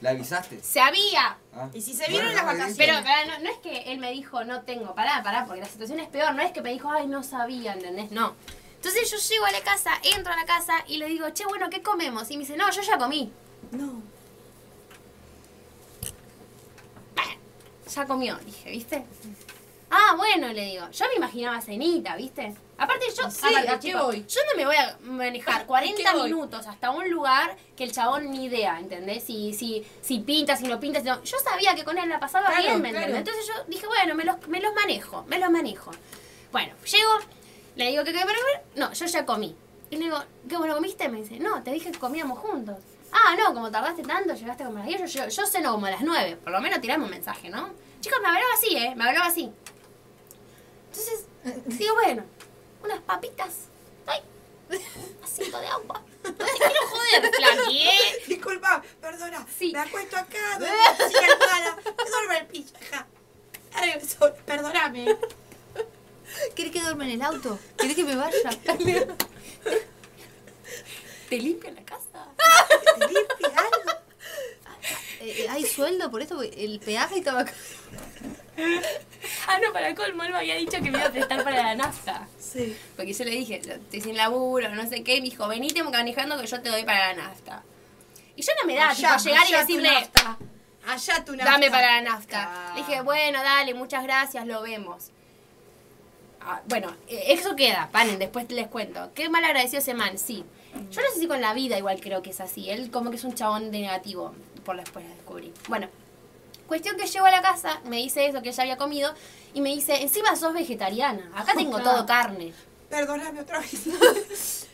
D: ¿La avisaste?
A: Se había.
D: Ah.
B: Y si se vieron las
D: bueno,
B: vacaciones.
A: Pero pará, no, no es que él me dijo, no tengo, pará, pará, porque la situación es peor, no es que me dijo, ay, no sabía, ¿entendés? No. Entonces yo llego a la casa, entro a la casa y le digo, che, bueno, ¿qué comemos? Y me dice, no, yo ya comí.
B: No.
A: Ya comió, dije, ¿viste? Ah, bueno, le digo. Yo me imaginaba cenita, ¿viste? Aparte, yo,
B: Sí,
A: aparte,
B: ¿a qué
A: chicos,
B: voy?
A: yo no me voy a manejar
B: ¿A
A: 40
B: qué voy?
A: minutos hasta un lugar que el chabón ni idea, ¿entendés? Si, si, si pinta, si no pinta, si no. Yo sabía que con él la pasaba
B: Claro,
A: bien, ¿me
B: claro.
A: entendés? Entonces yo dije, bueno, me los, me los manejo, me los manejo. Bueno, llego, le digo que qué para comer. No, yo ya comí. Y le digo, ¿qué bueno comiste? Me dice, no, te dije que comíamos juntos. Ah, no, como tardaste tanto, llegaste como a las 10, yo, yo, yo ceno como a las 9. Por lo menos tirame un mensaje, ¿no? Chicos, me hablaba así, ¿eh? Me hablaba así. Entonces, digo, bueno, unas papitas. Ay, un vasito de agua. No te quiero joder, ¿eh? flaqueé.
B: Disculpa, perdona.
A: Sí.
B: Me acuesto acá, duermo así hermana. Me duermo en el piso acá. Ay, so- Perdóname.
C: ¿Querés que duerma en el auto? ¿Querés que me vaya? Eh,
A: ¿Te limpia la casa?
B: ¿Te limpia algo?
C: Eh, ¿Hay sueldo por esto? Porque El peaje estaba acá.
A: Ah, no, para colmo, él me había dicho que me iba a prestar para la nafta.
B: Sí.
A: Porque yo le dije, yo estoy sin laburo, no sé qué. Y me dijo, venite manejando que yo te doy para la nafta. Y yo no me da, tipo, llegar y
B: allá tu
A: decirle,
B: nafta. Allá tu nafta.
A: dame para la nafta.
B: Ah.
A: Le dije, bueno, dale, muchas gracias, lo vemos. Ah, bueno, eh, eso queda, paren, después les cuento. Qué mal agradeció ese man, sí. Yo no sé si con la vida igual creo que es así. Él como que es un chabón de negativo, por lo después lo descubrí. Bueno, cuestión que llego a la casa, me dice eso que ya había comido, y me dice, encima sos vegetariana, acá tengo todo carne.
B: Perdóname otra vez.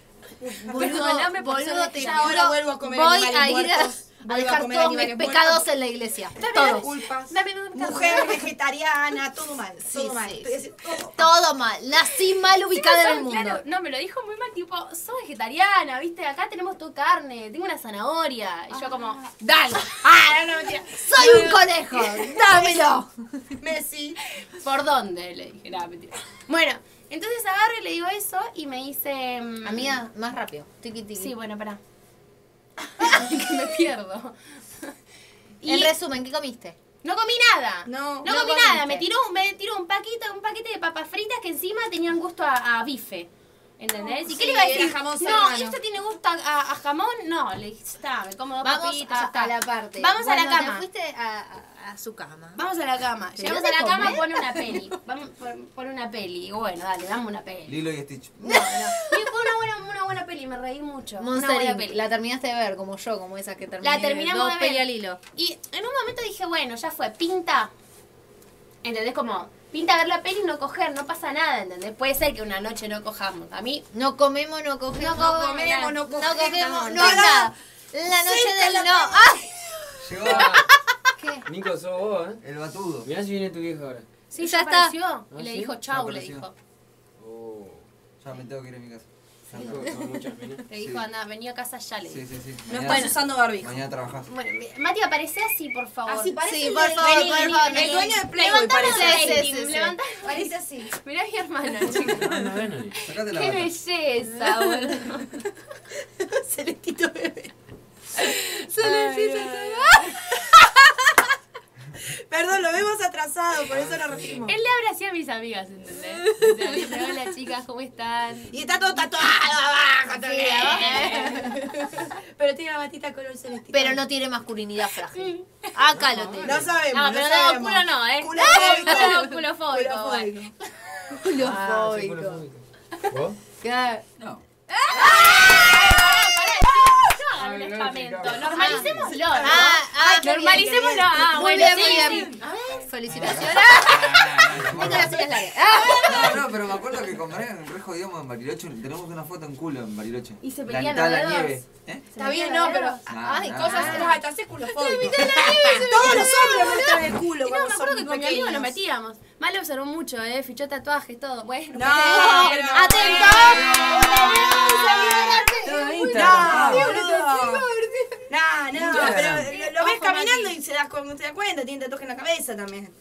C: Boludo,
A: Perdóname por ser
C: boludo, te
A: vegetariana.
B: Ahora
C: juro,
B: vuelvo a comer
C: Voy
B: animales
C: a ir a,
B: muertos. Vuelvo
F: a
B: a
F: dejar
B: comer
F: todos mis
B: animales muertos.
F: pecados en la iglesia. Todos.
B: Culpas.
G: Dame, dame, dame.
B: Mujer vegetariana, todo mal, todo mal.
F: sí,
B: Estoy así, ¿cómo?
F: Todo mal. Nací mal
A: Sí,
F: ubicada en
A: sos-
F: el mundo.
A: claro, no, me lo dijo muy mal, tipo, soy vegetariana, viste, acá tenemos todo carne, tengo una zanahoria. Y yo como, dale. Ah, no, no, mentira.
F: Soy un conejo. Dámelo.
B: Messi.
A: ¿Por dónde? Le dije, nada, mentira. Bueno, entonces agarro y le digo eso y me dice... mm,
C: Amiga, más rápido. Tiki, tiki.
A: Sí, bueno, pará. que me pierdo.
C: En resumen, ¿qué comiste?
A: No comí nada.
B: No,
A: no,
C: no
A: comí
C: comiste.
A: nada. Me tiró, un- me tiró un paquete, un paquete de papas fritas que encima tenían gusto a, a bife. ¿Entendés? ¿Y qué
B: Sí,
A: le iba a
B: era
A: decir?
B: jamón
A: no,
B: serrano.
A: esto tiene gusto a, a- a jamón. No, le dije, está, me como dos
C: Vamos
A: papitas, ya
C: a,
A: está.
C: a la parte.
A: Vamos a la
C: Cuando te
A: cama.
C: fuiste a, a- a su cama.
A: Vamos a la cama.
C: ¿Te
A: Llegamos a
C: dio de
A: la cama,
C: comer?
A: pone una peli. Vamos, pon, pon una peli. Y Bueno, dale, dame una peli.
D: Lilo y Stitch.
A: No, no. Y fue una buena, una buena peli, me reí mucho.
C: Monster
A: una buena
C: Inc.
A: peli.
C: La terminaste de ver, como yo, como esa que terminé.
A: La terminamos
C: dos
A: de ver.
C: peli al hilo.
A: Y en un momento dije, bueno, ya fue, pinta. ¿Entendés? Como, pinta ver la peli y no coger, no pasa nada, ¿entendés? Puede ser que una noche no cojamos. A mí,
C: No comemos, no cogemos.
A: No
B: No comemos, no
C: No
B: cogemos.
C: cogemos, no
B: Cagá.
C: nada. La noche
B: Cerca la
C: del no.
B: cama.
C: ¡Ay!
H: Llegó a...
C: ¿Qué?
H: Nico, sos vos, ¿eh?
D: El batudo.
H: Mirá si viene tu vieja ahora.
A: sí,
C: ya
A: ya
C: está.
A: apareció.
H: Ah,
A: Y le
H: ¿sí?
A: dijo, chau, le
D: Apareció.
A: dijo.
H: Oh.
D: Ya me tengo que ir a mi casa. Ya
H: Nico,
D: está.
H: son muchas penas.
A: Le dijo,
D: Sí.
A: anda, vení a casa ya, le
D: Sí,
A: dijo.
D: sí, sí.
B: No
D: Mañana,
B: estás usando barbijo.
D: mañana trabajás.
A: Bueno, Mati, aparece así, por favor.
B: Así parece
C: Sí,
B: el,
C: por
B: del-
C: favor,
B: vení,
C: por
B: vení,
C: favor,
B: el
C: vení.
B: dueño de Playboy
A: Levantá los
B: parece.
C: Sí, sí,
A: ratings,
C: sí.
A: levantá los
B: Parece así.
A: Mirá a mi hermana, chicos.
H: Ah, no, ven, Ani.
D: Sacate la
A: Qué
D: bata.
A: belleza, boludo.
B: Celestito bebé. Perdón, lo vemos atrasado, por eso nos referimos.
A: Él le habla así a mis amigas, ¿entendés? O sea, dice, Hola, chicas, ¿cómo están?
B: Y está todo tatuado abajo
A: Eh,
B: también. Pero tiene la batita color celestito.
C: Pero no tiene masculinidad frágil. Acá lo tiene.
B: No sabemos.
A: No, pero no,
B: sabemos.
A: culo no, ¿eh?
B: Culofóbico.
A: Culo- culofóbico,
B: Culofóbico.
H: Ah, soy culofóbico. ¿Vos?
D: No.
A: No hagan un
H: Ay, Ah, no,
A: espamento.
H: chicas.
A: Normalicémoslo, ¿no?
C: Ah, ah, qué bien,
A: Normalicémoslo.
C: qué bien.
A: Ah,
C: Muy
A: bueno,
C: bien,
A: sí,
C: muy
A: sí.
C: bien. Felicitaciones.
D: No,
C: Tengo las
D: no,
C: uñas largas. Ah,
D: no, no, pero me acuerdo que con Mariano re jodíamos en Bariloche. Tenemos una foto en culo en Bariloche.
G: Y se
D: La
G: pelean
D: mitad de
G: a
D: la
G: dedos.
D: nieve. ¿Eh?
B: Está bien, no, pero.
D: Nah,
C: Ay,
B: Ah.
D: nah.
C: cosas
B: Nos atasé culofóbico. Todos los hombres nos están el culo.
A: Y No,
B: cuando
A: me acuerdo
B: son
A: que con mi amigo
B: pequeños.
A: lo metíamos. Mal observó mucho, ¿eh? Fichó tatuajes, todo. Bueno.
B: No,
A: bueno.
B: pero-
D: Todo
B: No,
D: Instagram.
B: boludo. No, no, pero lo, lo ves
A: Ojo,
B: caminando
A: Mati.
B: y se das cu- te das cuenta, tiene tatuaje en la cabeza también.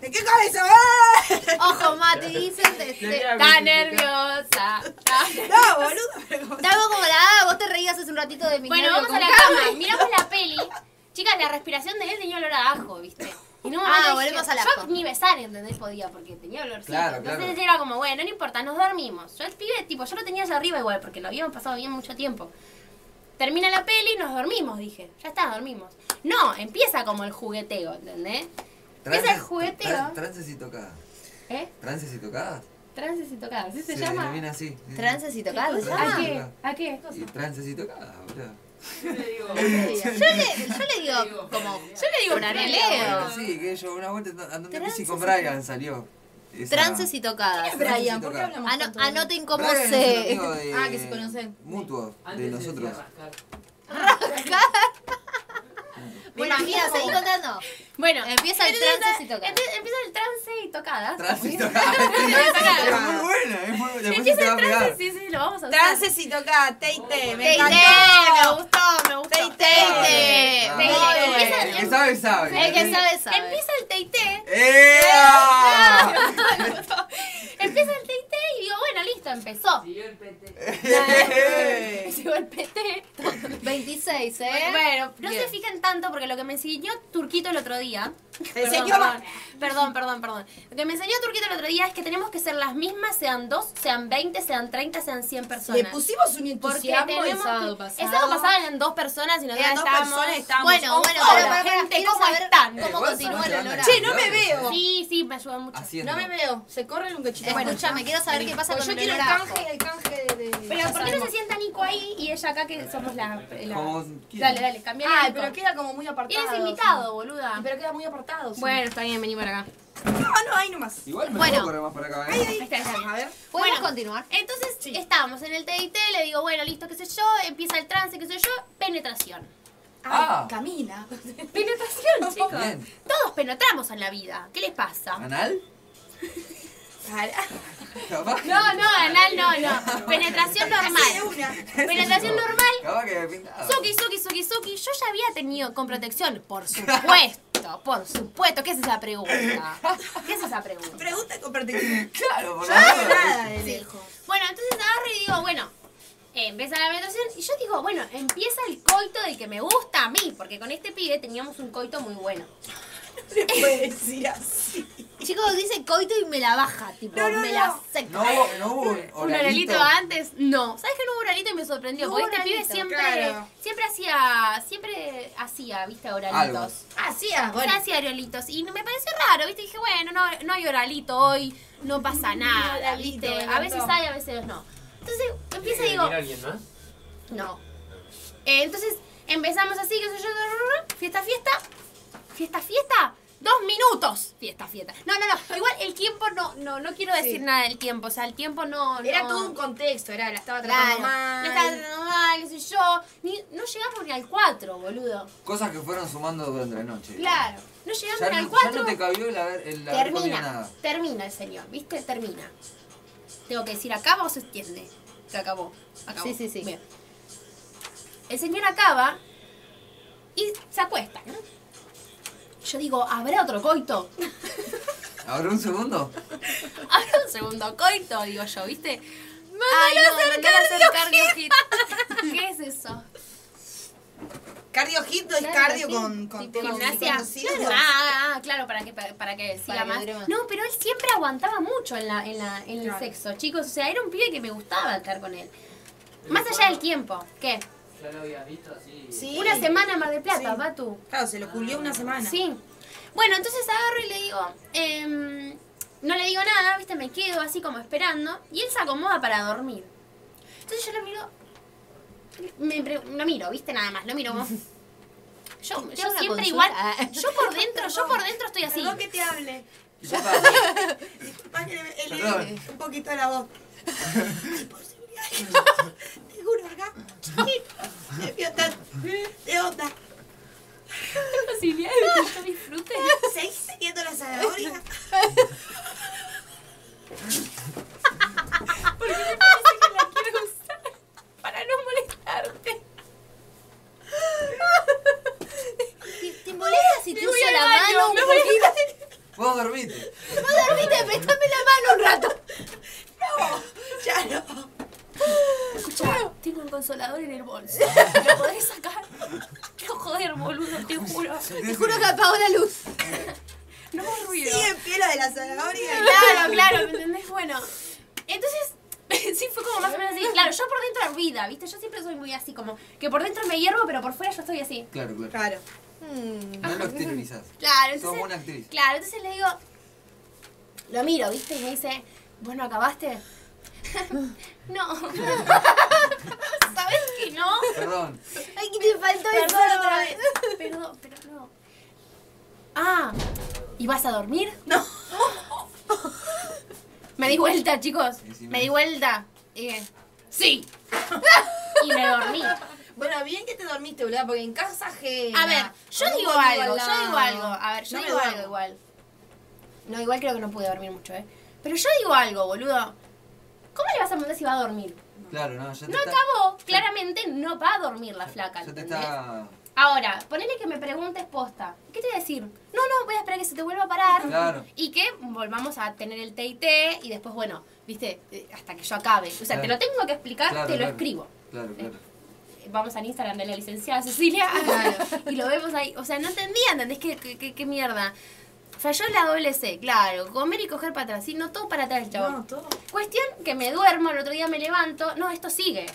B: ¿De qué cabeza? ¡Ah!
C: Ojo, Mati, dice. este,
A: Está nerviosa.
B: No, boludo, pero
C: Estaba como la ah, vos te reías hace un ratito de mi
A: Bueno,
C: novio
A: vamos a
C: con
A: la
C: Cami.
A: cama. Miramos la peli. Chicas, la respiración de él tenía olor a ajo, ¿viste? Y no,
C: Ah, volvemos al ajo.
A: Yo ni besar, ¿entendés? Podía, porque tenía olorcito.
D: Claro,
A: Entonces
D: claro.
A: era como, bueno, no importa, nos dormimos. Yo el pibe, tipo, yo lo tenía allá arriba igual, porque lo habíamos pasado bien mucho tiempo. Termina la peli, nos dormimos, dije. Ya está, dormimos. No, empieza como el jugueteo, ¿entendés? Empieza el
D: Trances-
A: jugueteo.
D: tran- Trances y tocadas.
A: ¿Eh?
D: Trances y tocadas.
A: Trances y tocadas, ¿sí se
D: Se
A: llama?
D: denomina así. Sí, sí.
C: Trances y tocadas.
A: ¿A
D: Ah.
A: qué? ¿A qué?
D: Y trances y tocadas, boludo.
C: Yo le, yo le digo como. Yo le digo un
D: Bueno,
C: anheleo.
D: sí, que yo una vuelta and- andando en bici
C: Trances
D: con
C: y
D: Brian salió. Esa-
C: Trances y tocadas.
D: Brian, ¿por qué hablamos
C: Ano- anoten cómo
D: Brian es un
C: se.
D: amigo de-
F: Ah, que se conocen.
D: Mutuo de
H: Antes se
D: nosotros.
H: decía rascar.
C: Bueno, amiga, seguí contando.
A: Bueno,
C: Empieza el
A: entonces,
C: trances y tocadas.
A: empie- Empieza el trance y tocadas.
D: Trances y tocadas. Es muy buena, es muy buena. Después se
A: Empieza
D: te va a
A: el trance,
D: pegar.
A: sí, sí, lo vamos a usar.
B: trances y toca teite, me
C: Teite,
B: encantó.
C: me
A: Me gustó, me gustó.
B: Teite.
C: Teite.
D: Ah,
C: Muy
D: ah,
C: bien.
D: El que sabe, sabe.
C: El que sabe, sabe.
A: Empieza el teité,
D: ¡Eh!
A: empieza el teité y digo, bueno, listo, empezó.
B: Eh.
A: Llegó el PT.
C: 26, ¿eh?
A: Bueno, no
C: Bien.
A: se fijan tanto porque lo que me enseñó Turquito el otro día.
B: Te enseñó
A: perdón, perdón, perdón, perdón. Lo que me enseñó Turquito el otro día es que tenemos que ser las mismas, sean dos, sean 20, sean 30, sean 100 personas.
B: Le pusimos un
A: porque
B: entusiasmo
A: tenemos
B: el sábado
A: que-
B: pasado.
A: El sábado pasado eran dos personas y nosotros
B: Eran dos
A: estábamos.
B: personas, estábamos
C: Bueno,
B: on
C: bueno,
B: fire.
C: para, para, para,
A: Gente,
C: quiero
A: ¿cómo
C: saber
A: están?
D: Eh,
C: ¿Cómo
D: vos
C: continúa
D: sos
C: el olor
D: una
C: a-
B: Che, no me
D: grande.
B: veo.
A: Sí, sí, me ayudan mucho.
D: Haciendo.
B: No me veo, se corren un cachito.
C: Bueno, escuchame, quiero saber qué pasa
B: Pues
C: con
B: yo
C: el
B: quiero
C: olor
B: el
C: a ajo.
B: canje, el canje de. de-
A: Pero ¿por qué no se sienta Nico ahí y ella acá que somos la... la-
D: Como
A: Dale,
D: quieran.
A: dale, cambia.
B: Ay, pero queda como muy
A: Y
B: apartado. Ah,
A: eres invitado, boluda.
B: Pero queda muy apartado. sí.
A: Bueno, está bien, vení para acá.
B: No, no, ahí nomás.
D: Igual me
C: Bueno.
D: puedo correr más para acá. ¿eh?
A: Ahí está, ahí está.
B: A ver.
C: ¿Podemos
A: Bueno.
C: continuar?
A: Entonces estábamos en el TIT, le digo, bueno, listo, qué sé yo, empieza el trance, qué sé yo, penetración.
D: Ah,
C: Camila.
A: Penetración, chicos.
D: bien.
A: Todos penetramos en la vida. ¿Qué les pasa?
D: ¿Anal? Capaz que-
A: No, no, anal no, no. Penetración
B: Así de
A: normal.
B: una.
A: Penetración normal.
D: Capaz que me pintaba.
A: Suki, Suki, Suki, Suki. Yo ya había tenido con protección. Por supuesto, por supuesto. ¿Qué es esa pregunta? ¿Qué es esa pregunta?
B: Pregunta con
D: Ah.
B: protección.
D: Claro, por
B: Yo
D: la
B: no sé
D: duda.
B: nada de lejos.
A: Bueno, entonces agarro y digo, bueno, eh, empieza la penetración y yo digo, bueno, empieza el coito del que me gusta a mí, porque con este pibe teníamos un coito muy bueno.
B: Se puede decir así.
C: Chicos, dice coito y me la baja. Tipo,
B: No, no,
C: me
B: no.
C: la seca.
D: No hubo, no hubo un
A: ¿Un oralito
D: oralito.
A: antes? No. ¿Sabes que no hubo oralito y me sorprendió?
C: No
A: porque
C: hubo
A: este pibe
C: oralito,
A: siempre,
B: claro.
A: siempre hacía, siempre hacía, viste, oralitos.
B: Así es,
A: O sea, hhacía oralitos. Y me pareció raro, viste, dije, bueno, no, no hay oralito hoy, no pasa nada,
B: oralito,
A: viste.
B: me
A: A veces
B: encantó.
A: hay, a veces no. Entonces empiezo y
H: ¿Tiene que
A: digo,
H: venir alguien más?
A: No. Eh, entonces empezamos así, qué sé yo, fiesta, fiesta, fiesta, fiesta. Dos minutos. Fiesta, fiesta. No, no, no. Igual el tiempo no, no, no quiero decir
B: Sí.
A: nada del tiempo. O sea, el tiempo no.
B: Era
A: no-
B: todo un contexto, era, la estaba
A: Claro.
B: tratando
A: No
B: mal.
A: estaba tratando mal, qué sé yo. Ni- no llegamos ni al 4, boludo.
D: Cosas que fueron sumando durante la noche.
A: Claro. No llegamos
D: Ya
A: ni al
D: no, ya
A: 4.
D: no te cabió el haber, el haber comido
A: termina.
D: nada.
A: Termina el señor, ¿viste? Termina. Tengo que decir, acaba o se extiende. Se acabó. acabó.
C: Sí, sí, sí.
A: Bien. El señor acaba y se acuesta, ¿no? Yo digo, ¿habrá otro coito?
D: Ahora un segundo.
A: ¿Habrá un segundo coito? Digo yo, ¿viste?
C: Ay, no,
A: mandala
C: mandala hacer
A: ¿Qué es eso?
B: Cardio hit no es
A: Claro,
B: cardio
A: sí.
B: con, con
A: Tipo
B: temas
A: gimnasia.
B: conocidos.
A: Claro. Ah, ah, claro, para que, para que siga
C: que
A: más.
C: dure más.
A: No, pero él siempre aguantaba mucho en, la, en, la, en el
B: Claro.
A: sexo, chicos. O sea, era un pibe que me gustaba estar con él. Más allá del tiempo. ¿Qué?
H: ¿Ya lo habías visto así?
B: Sí.
A: Una semana más de plata,
B: Sí.
A: va tú.
B: Claro, se lo culió una semana.
A: Sí. Bueno, entonces agarro y le digo, em, no le digo nada, viste, me quedo así como esperando. Y él se acomoda para dormir. Entonces yo lo miro, me pre- lo miro, viste, nada más, lo miro como... Yo, yo
C: hago una
A: siempre
C: consulta?
A: igual,
C: Ah.
A: yo por dentro, yo por dentro estoy así.
B: Perdón que te hable.
D: Y yo estaba así.
B: Disculpa que le
D: Perdón.
B: eleve un poquito la voz. Ay, por seguridad que yo tengo un orgasmo chiquito. Me vio tan de onda.
A: Yo disfrute.
B: ¿Seguís teniendo la zanahoria?
A: Para no molestarte.
C: ¿Te, te molesta si te uso la mano un poquito?
D: Vos dormiste.
C: No dormiste, préstame la mano un rato.
B: Ya no.
A: Escuchá, tengo un consolador en el bolso. ¿Lo podés sacar? No joder, boludo, te juro.
C: Te juro que apago la luz.
A: No me ruido.
B: Sigue en pie lo de la zanahoria.
A: Claro, claro, ¿me entendés? Bueno, entonces, sí, fue como más o menos así. Claro, yo por dentro hervida, ¿viste? Yo siempre soy muy así, como que por dentro me hiervo, pero por fuera yo estoy así.
D: Claro, claro.
B: Claro.
D: No lo exteriorizás.
A: Claro,
D: Sos
A: entonces.
D: buena actriz.
A: Claro, entonces le digo, lo miro, ¿viste? Y me dice, ¿vos no acabaste? no. ¿Sabes que no?
D: Perdón.
C: Ay, que te faltó el
A: Perdón otra vez. Perdón, pero no. Ah, ¿y vas a dormir? No. Me di vuelta, chicos.
D: Decime.
A: Me di vuelta. Y dije, sí. Y me dormí.
B: Bueno, bien que te dormiste, boludo, porque en casa ajena.
A: A ver, yo
B: con un
A: digo
B: amigo
A: algo, yo
B: al
A: digo
B: lado.
A: algo. A ver, yo
B: No me
A: digo algo
B: duermo.
A: igual. No, igual creo que no pude dormir mucho, ¿eh? Pero yo digo algo, boludo. ¿Cómo le vas a mandar si va a dormir?
D: Claro, no, ya te
A: No
D: está.
A: acabó, claramente no va a dormir la flaca.
D: Ya te
A: ¿entendés?
D: está.
A: Ahora, ponele que me preguntes posta. ¿Qué te voy a decir? No, no, voy a esperar que se te vuelva a parar.
D: Claro.
A: Y que volvamos a tener el TIT y después, bueno, viste, eh, hasta que yo acabe. O sea, te
D: Claro.
A: lo tengo que explicar,
D: Claro,
A: te lo
D: claro.
A: escribo.
D: Claro, claro.
A: Vamos al Instagram de la licenciada Cecilia y lo vemos ahí. O sea, no entendía, ¿entendés qué, qué, qué- qué mierda? Falló la doble C, claro. Comer y coger para atrás. Sí, no todo para atrás, chavo.
B: No, todo.
A: Cuestión que me duermo, el otro día me levanto. No, esto sigue.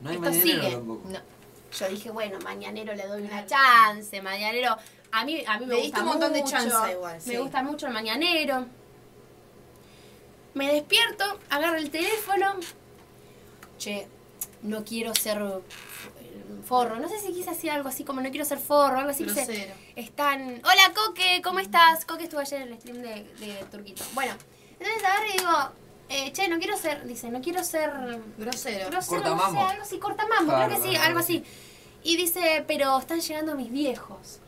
D: No hay
A: Esto
D: mañanero
A: sigue.
D: tampoco.
A: No. Yo dije, bueno, mañanero le doy una chance, mañanero. A mí, a mí me
B: Le
A: gusta
B: diste un montón de
A: mucho,
B: chance igual,
A: Me
B: sí.
A: gusta mucho el mañanero. Me despierto, agarro el teléfono. Che, no quiero ser eh, forro. No sé si quise hacer algo así como no quiero ser forro, algo así. quise-
B: Grosero.
A: están. Hola Coque, ¿cómo estás? Coque estuvo ayer en el stream de, de Turquito. Bueno, entonces agarro y digo, eh, che, no quiero ser. Dice, no quiero ser
B: Grosero.
A: grosero,
D: Cortamambo.
A: no sé, algo así, cortamambo,
D: Claro,
A: creo que sí,
D: claro,
A: algo
D: sí.
A: así. Y dice, pero están llegando mis viejos.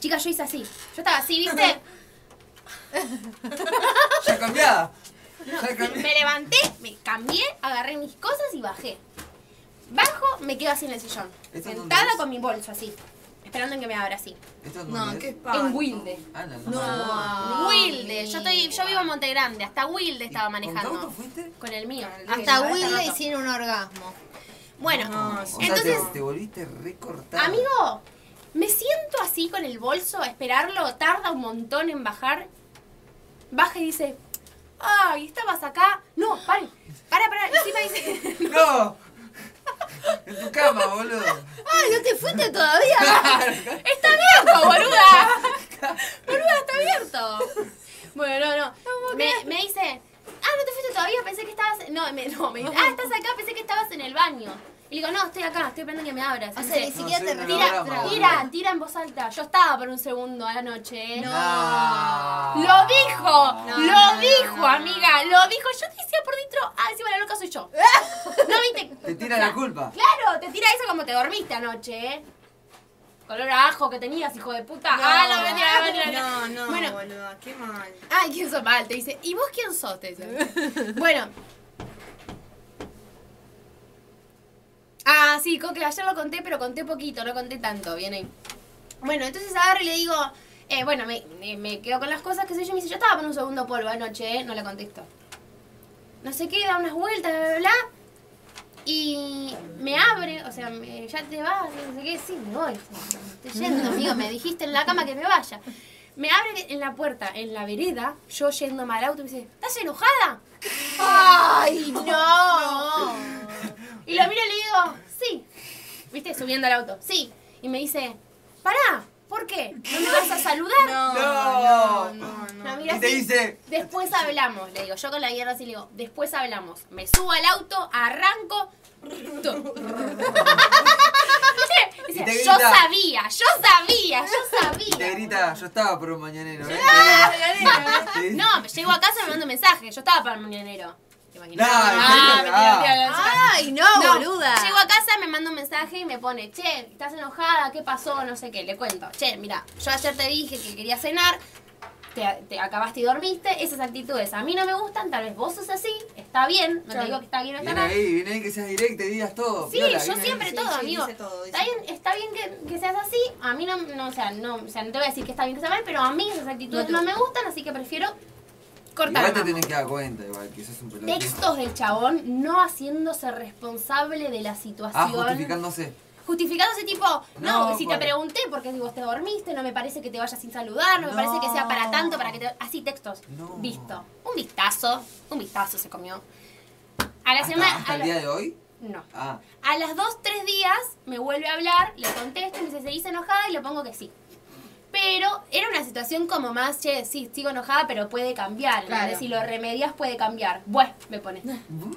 A: Chicas, yo hice así. Yo estaba así, ¿viste?
D: Ya cambiada. ya
A: Sí,
D: cambiada.
A: me levanté, me cambié, agarré mis cosas y bajé. Bajo, me quedo así en el sillón.
D: ¿Esto es
A: Sentada
D: donde es?
A: con mi bolso así. Esperando en que me abra así.
D: ¿Esto es
B: No,
D: dónde
B: qué
D: es?
B: espanto.
A: En Wilde.
D: Ah, no,
A: Wilde. Yo, estoy, yo vivo en Monte Grande. Hasta Wilde estaba manejando.
D: ¿Con tu auto fuiste?
A: Con el mío.
I: Hasta Wilde hicieron un orgasmo.
A: Bueno,
D: O sea,
A: entonces,
D: te, te volviste recortada.
A: amigo, me siento así con el bolso, a esperarlo, tarda un montón en bajar. Baja y dice, ay, estabas acá. No, pare, para, para. Encima dice,
D: ¡No! En tu cama, boludo.
C: Ay, no te fuiste todavía.
A: está abierto, boluda. boluda, está abierto. Bueno, no, no. Me, me dice, ah, no te fuiste todavía, pensé que estabas... No, me, no, me dice, ah, estás acá, pensé que estabas en el baño. Y le digo, no, estoy acá, estoy esperando que me abras. Y
C: O
A: me
C: sea,
A: dice,
C: ni siquiera
D: sí,
C: te
D: no,
C: retirás.
D: no, no,
C: Tra-
A: Tira, tira en voz alta. Yo estaba por un segundo ¿eh? a la noche.
D: No.
A: Lo dijo,
D: No,
A: lo
I: no, no,
A: dijo,
I: no.
A: amiga, lo dijo. Yo te decía por dentro, ah, encima la loca soy yo. No viste.
D: Te tira la culpa.
A: Claro, te tira eso como te dormiste anoche, ¿eh? Color a ajo que tenías, hijo de puta. ah, no, mentira, mentira, mentira.
B: No, no,
A: Bueno.
B: boluda, qué mal.
A: Ay, ¿quién sos mal? Te dice, ¿y vos quién sos? Te dice. bueno. Ah, sí, Coque, ayer lo conté, pero conté poquito, no conté tanto, bien ahí. Bueno, entonces agarro y le digo, eh, bueno, me, me- me quedo con las cosas, qué sé yo, y me dice, yo estaba con un segundo polvo anoche, ¿eh? No le contesto. No sé qué, da unas vueltas, bla, bla, bla. Y me abre, o sea, me- ya te vas, no sé qué, sí, me voy. me Estoy yendo, amigo, me dijiste en la cama que me vaya. Me abre en la puerta, en la vereda, yo yendo mal auto, y me dice, ¿estás enojada? ¡Ay, no! Y lo miro y le digo, sí. ¿Viste? Subiendo al auto, sí. Y me dice, pará, ¿por qué? ¿No me vas a saludar?
D: No.
B: no, no.
A: No, mira,
D: Y te
A: sí.
D: dice.
A: Después hablamos, le digo. Yo con la guerra así le digo, después hablamos. Me subo al auto, arranco. tu. Dice,
D: Y te
A: yo
D: grita.
A: sabía, yo sabía, yo
D: Y te
A: sabía.
D: grita, yo estaba por un mañanero, ¿eh? Te grita.
A: ¿eh? No, me llego a casa y me mando mensaje. Yo estaba para el mañanero. ¿Te imaginas?
D: No,
A: Ah, me
D: no, no.
A: tiró, tiró, tiró.
C: Ay, no,
A: No,
C: boluda.
A: Llego a casa, me manda un mensaje y me pone, che, estás enojada, ¿qué pasó? No sé qué, le cuento. Che, mira, yo ayer te dije que quería cenar, te, te acabaste y dormiste, esas actitudes a mí no me gustan, tal vez vos sos así, está bien, no te digo que está bien o está
D: Viene
A: mal.
D: ahí, viene ahí que seas directo y digas todo.
A: Sí,
D: piola,
A: yo
D: viene ahí.
A: siempre
B: Sí,
A: todo,
B: sí,
A: amigo.
B: dice todo, dice
A: está bien, está bien que, que seas así, a mí no, no, o sea, no, o sea, no te voy a decir que está bien que está mal, pero a mí esas actitudes no, me gustan, así que prefiero cortar.
D: Igual te
A: mambo.
D: tenés que dar cuenta, igual, que sos un pelotudo.
A: Textos del chabón no haciéndose responsable de la situación
D: Ah, justificándose.
A: justificándose tipo, no,
D: No,
A: si
D: bueno.
A: te pregunté por qué vos te dormiste, no me parece que te vayas sin saludar, no, me
D: No.
A: parece que sea para tanto, para que te... Así textos.
D: No.
A: Visto. Un vistazo, un vistazo se comió. A la
D: Hasta,
A: semana...
D: hasta
A: a
D: el
A: la-
D: día de hoy.
A: No.
D: Ah,
A: A las dos, tres días me vuelve a hablar, le contesto y me dice, ¿seguís enojada? Y le pongo que sí. Pero era una situación como más, che, sí, sigo enojada, pero puede cambiar. ¿entendés?
B: Claro.
A: Si lo remedias, puede cambiar. Bueno, me pone. Un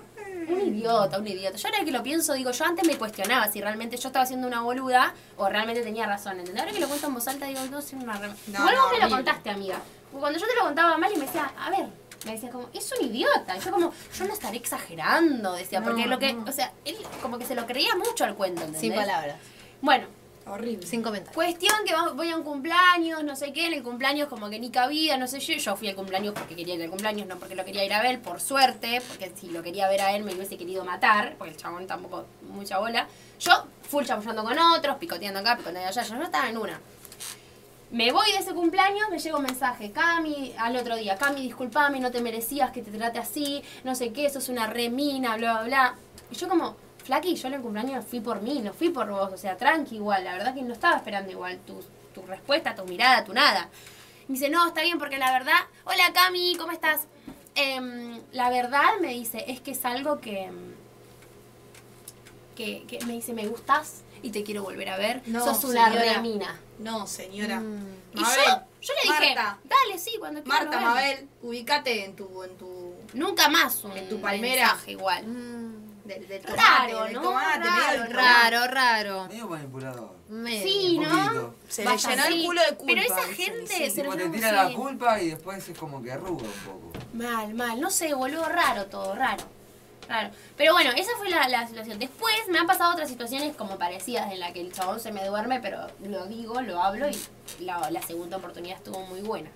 A: idiota, un idiota. Yo ahora que lo pienso, digo, yo antes me cuestionaba si realmente yo estaba siendo una boluda o realmente tenía razón. ¿entendés? Ahora que lo cuento en voz alta, digo, no, soy una re...
B: No,
A: Igual vos
B: no,
A: me lo
B: horrible.
A: contaste, amiga. Cuando yo te lo contaba mal y me decía, a ver, me decía como, es un idiota. Y yo como, yo no estaré exagerando, decía, porque lo que, o sea, él como que se lo creía mucho al cuento, ¿entendés?
C: Sin palabras.
A: Bueno,
B: Horrible.
C: Sin comentarios.
A: Cuestión que va- voy a un cumpleaños, no sé qué, en el cumpleaños como que ni cabida, no sé yo. Yo fui al cumpleaños porque quería ir al cumpleaños, no porque lo quería ir a ver, por suerte, porque si lo quería ver a él me hubiese querido matar, porque el chabón tampoco mucha bola. Yo full chamullando con otros, picoteando acá, picoteando allá, yo no estaba en una. Me voy de ese cumpleaños, me llega un mensaje, Cami, al otro día, Cami, disculpame, no te merecías que te trate así, no sé qué, sos una remina, bla, bla, bla. Y yo como, Flaqui, yo en el cumpleaños fui por mí, no fui por vos, o sea, tranqui igual, la verdad que no estaba esperando igual tu, tu respuesta, tu mirada, tu nada. Me dice, no, está bien, porque la verdad, hola Cami, ¿cómo estás? Em, la verdad, me dice, es que es algo que... em, Que, que me dice, me gustas y te quiero volver a ver.
B: No,
A: Sos una
B: señora.
A: remina.
B: No, señora.
A: Mm. Y yo, yo le dije,
B: Marta,
A: dale, sí, cuando quieras.
B: Marta,
A: lo vemos".
B: Mabel, ubicate en tu, en tu,
A: Nunca más un
B: En tu palmera.
A: mensaje igual.
B: del, del tomate,
A: Raro,
B: del
A: ¿no?
B: tomate, medio del
A: Raro,
B: tomate.
I: Raro, raro.
D: medio manipulador.
I: Medio.
A: Sí,
D: Un
A: ¿no?
D: poquito.
B: Se le
A: Basta,
B: llenó el
A: sí.
B: culo de culpa.
A: Pero esa
B: ¿viste?
A: gente
B: Sí.
A: se lo
D: Tipo, te
A: lleva
D: tira
A: muy
D: la
A: bien.
D: culpa y después es como que arruga un poco.
A: Mal, mal. No sé, boludo, raro todo, raro. Claro. Pero bueno, esa fue la, la situación. Después me han pasado otras situaciones como parecidas en la que el chabón se me duerme, pero lo digo, lo hablo y la, la segunda oportunidad estuvo muy buena.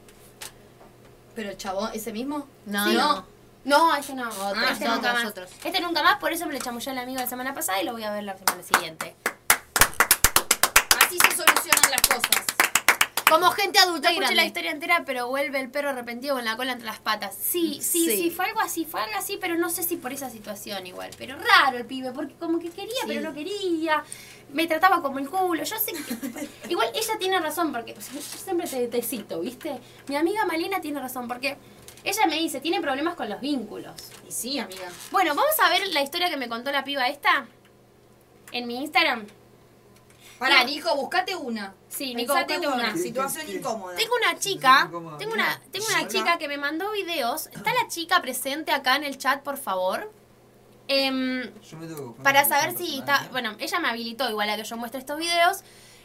J: Pero el chabón, ese mismo.
C: No,
A: Sí.
C: Ah, no.
A: No, este no.
C: Otros,
A: este nunca
C: otros,
A: más.
C: otros.
A: Este nunca más, por eso me lo chamulló el amigo la semana pasada y lo voy a ver la semana siguiente.
J: Así se solucionan las cosas.
K: Como gente adulta y
A: No escuché
K: grande.
A: la historia entera, pero vuelve el perro arrepentido con la cola entre las patas. Sí, sí, sí,
J: Sí.
A: fue algo así, fue algo así, pero no sé si por esa situación igual. Pero raro el pibe, porque como que quería, pero no quería. Me trataba como el culo. Yo sé que- Igual ella tiene razón, porque o sea, yo siempre te, te cito, ¿viste? Mi amiga Malena tiene razón, porque ella me dice, tiene problemas con los vínculos.
J: Y sí, amiga.
A: Bueno, vamos a ver la historia que me contó la piba esta. En mi Instagram.
J: Pará,
A: No.
J: Nico, buscate una.
A: Sí, Nico,
B: Pensate
A: tengo una.
B: una situación incómoda.
A: Tengo una chica,
D: incómodo.
A: tengo una, tengo una
D: Hola.
A: chica que me mandó videos. ¿Está la chica presente acá en el chat, por favor? Em,
D: Yo me tengo que buscar
A: para
D: una
A: saber
D: solución
A: si
D: personal,
A: está...
D: ¿eh?
A: Bueno, ella me habilitó igual a que yo muestre estos videos.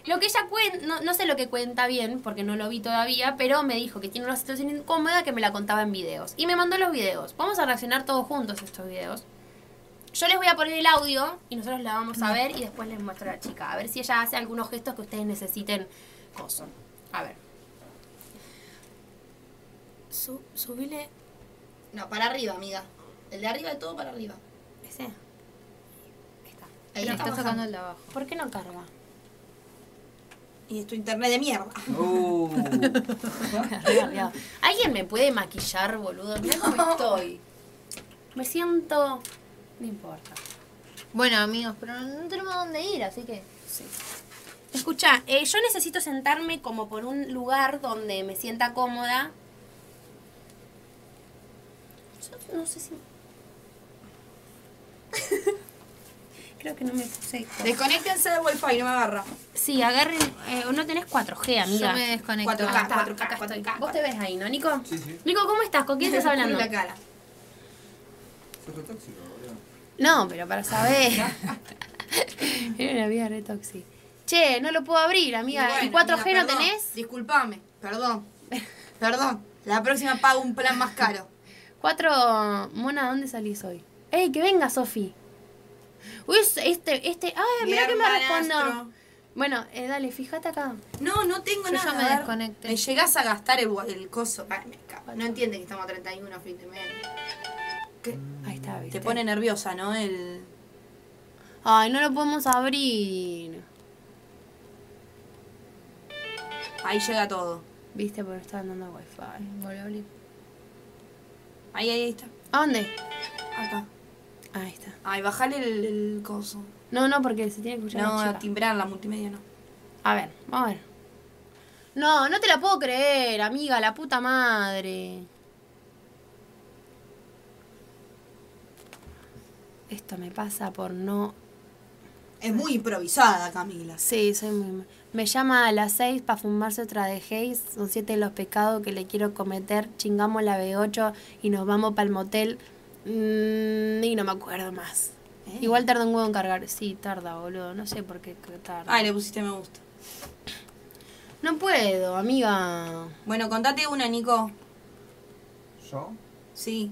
A: Lo que ella cuenta, no, no sé lo que cuenta bien, porque no lo vi todavía, pero me dijo que tiene una situación incómoda que me la contaba en videos. Y me mandó los videos. Vamos a reaccionar todos juntos a estos videos. Yo les voy a poner el audio y nosotros la vamos a ver y después les muestro a la chica. A ver si ella hace algunos gestos que ustedes necesiten. Coso. A ver. Su- subile
J: No, para arriba, amiga. El de arriba de todo para arriba.
A: ese.
J: Ahí
A: Pero
J: está.
A: está
J: bajando.
C: el de abajo.
A: ¿Por qué no carga?
B: Y es tu internet de mierda.
D: Uh,
A: ¿Alguien me puede maquillar, boludo? Mira cómo estoy. Me siento. No importa.
C: Bueno, amigos, pero no tenemos dónde ir, así que.
A: Escucha, eh, yo necesito sentarme como por un lugar donde me sienta cómoda. Yo no sé si. Creo que no me puse.
B: Desconéctense del wifi, no me agarra.
A: Sí, agarren. eh, no tenés 4G, amiga.
C: Yo me desconecto.
B: 4K, 4K,
A: Acá estoy.
B: 4K.
A: Vos te ves ahí, ¿no, Nico?
D: Sí, sí.
A: Nico, ¿cómo estás? ¿Con quién estás hablando?
B: la cara.
D: soy re tóxico, boludo.
A: No, pero para saber. Era una vida re toxi. Che, no lo puedo abrir, amiga. ¿Y,
B: bueno,
A: 4G
B: mira,
A: no
B: perdón,
A: tenés?
B: Disculpame, perdón. Perdón. La próxima pago un plan más caro.
A: Cuatro... Mona, ¿dónde salís hoy? ¡Ey, que venga, Sofi! Uy, es- este, este... ¡Ay, mira
B: Bien,
A: que me respondo!
B: hermanastro.
A: Bueno, eh, dale, fíjate acá.
B: No, no tengo
C: Yo
B: nada.
C: ya me
B: a ver.
C: desconecté.
B: Me llegás a gastar el, gua- el coso. Ay, me escapa. No entiende que estamos a 31 fin de mes. ¿Qué?
A: Ahí está, ¿viste?
B: Te pone nerviosa, ¿no? El...
A: Ay, no lo podemos abrir.
B: Ahí llega todo.
A: Viste, porque está andando wifi.
C: Volví a abrir.
B: Ahí, ahí, ahí está.
A: ¿A dónde?
B: Acá.
A: Ahí está.
B: Ay, bajale el, el coso.
A: No, no, porque se tiene que escuchar la
B: No,
A: chica.
B: timbrar la multimedia no.
A: A ver, vamos a ver. No, no te la puedo creer, amiga, la puta madre. Esto me pasa por no...
B: Es muy improvisada, Camila.
A: Sí, soy muy... ma- Me llama a las 6 para fumarse otra de Hayes. Son siete los pecados que le quiero cometer. Chingamos la B8 y nos vamos para el motel. Mm, y no me acuerdo más.
B: Eh.
A: Igual tarda un huevo en cargar. Sí, tarda, boludo. No sé por qué tarda.
B: Ay, le pusiste me gusta.
A: No puedo, amiga.
B: Bueno, contate una, Nico.
D: ¿Yo?
B: Sí.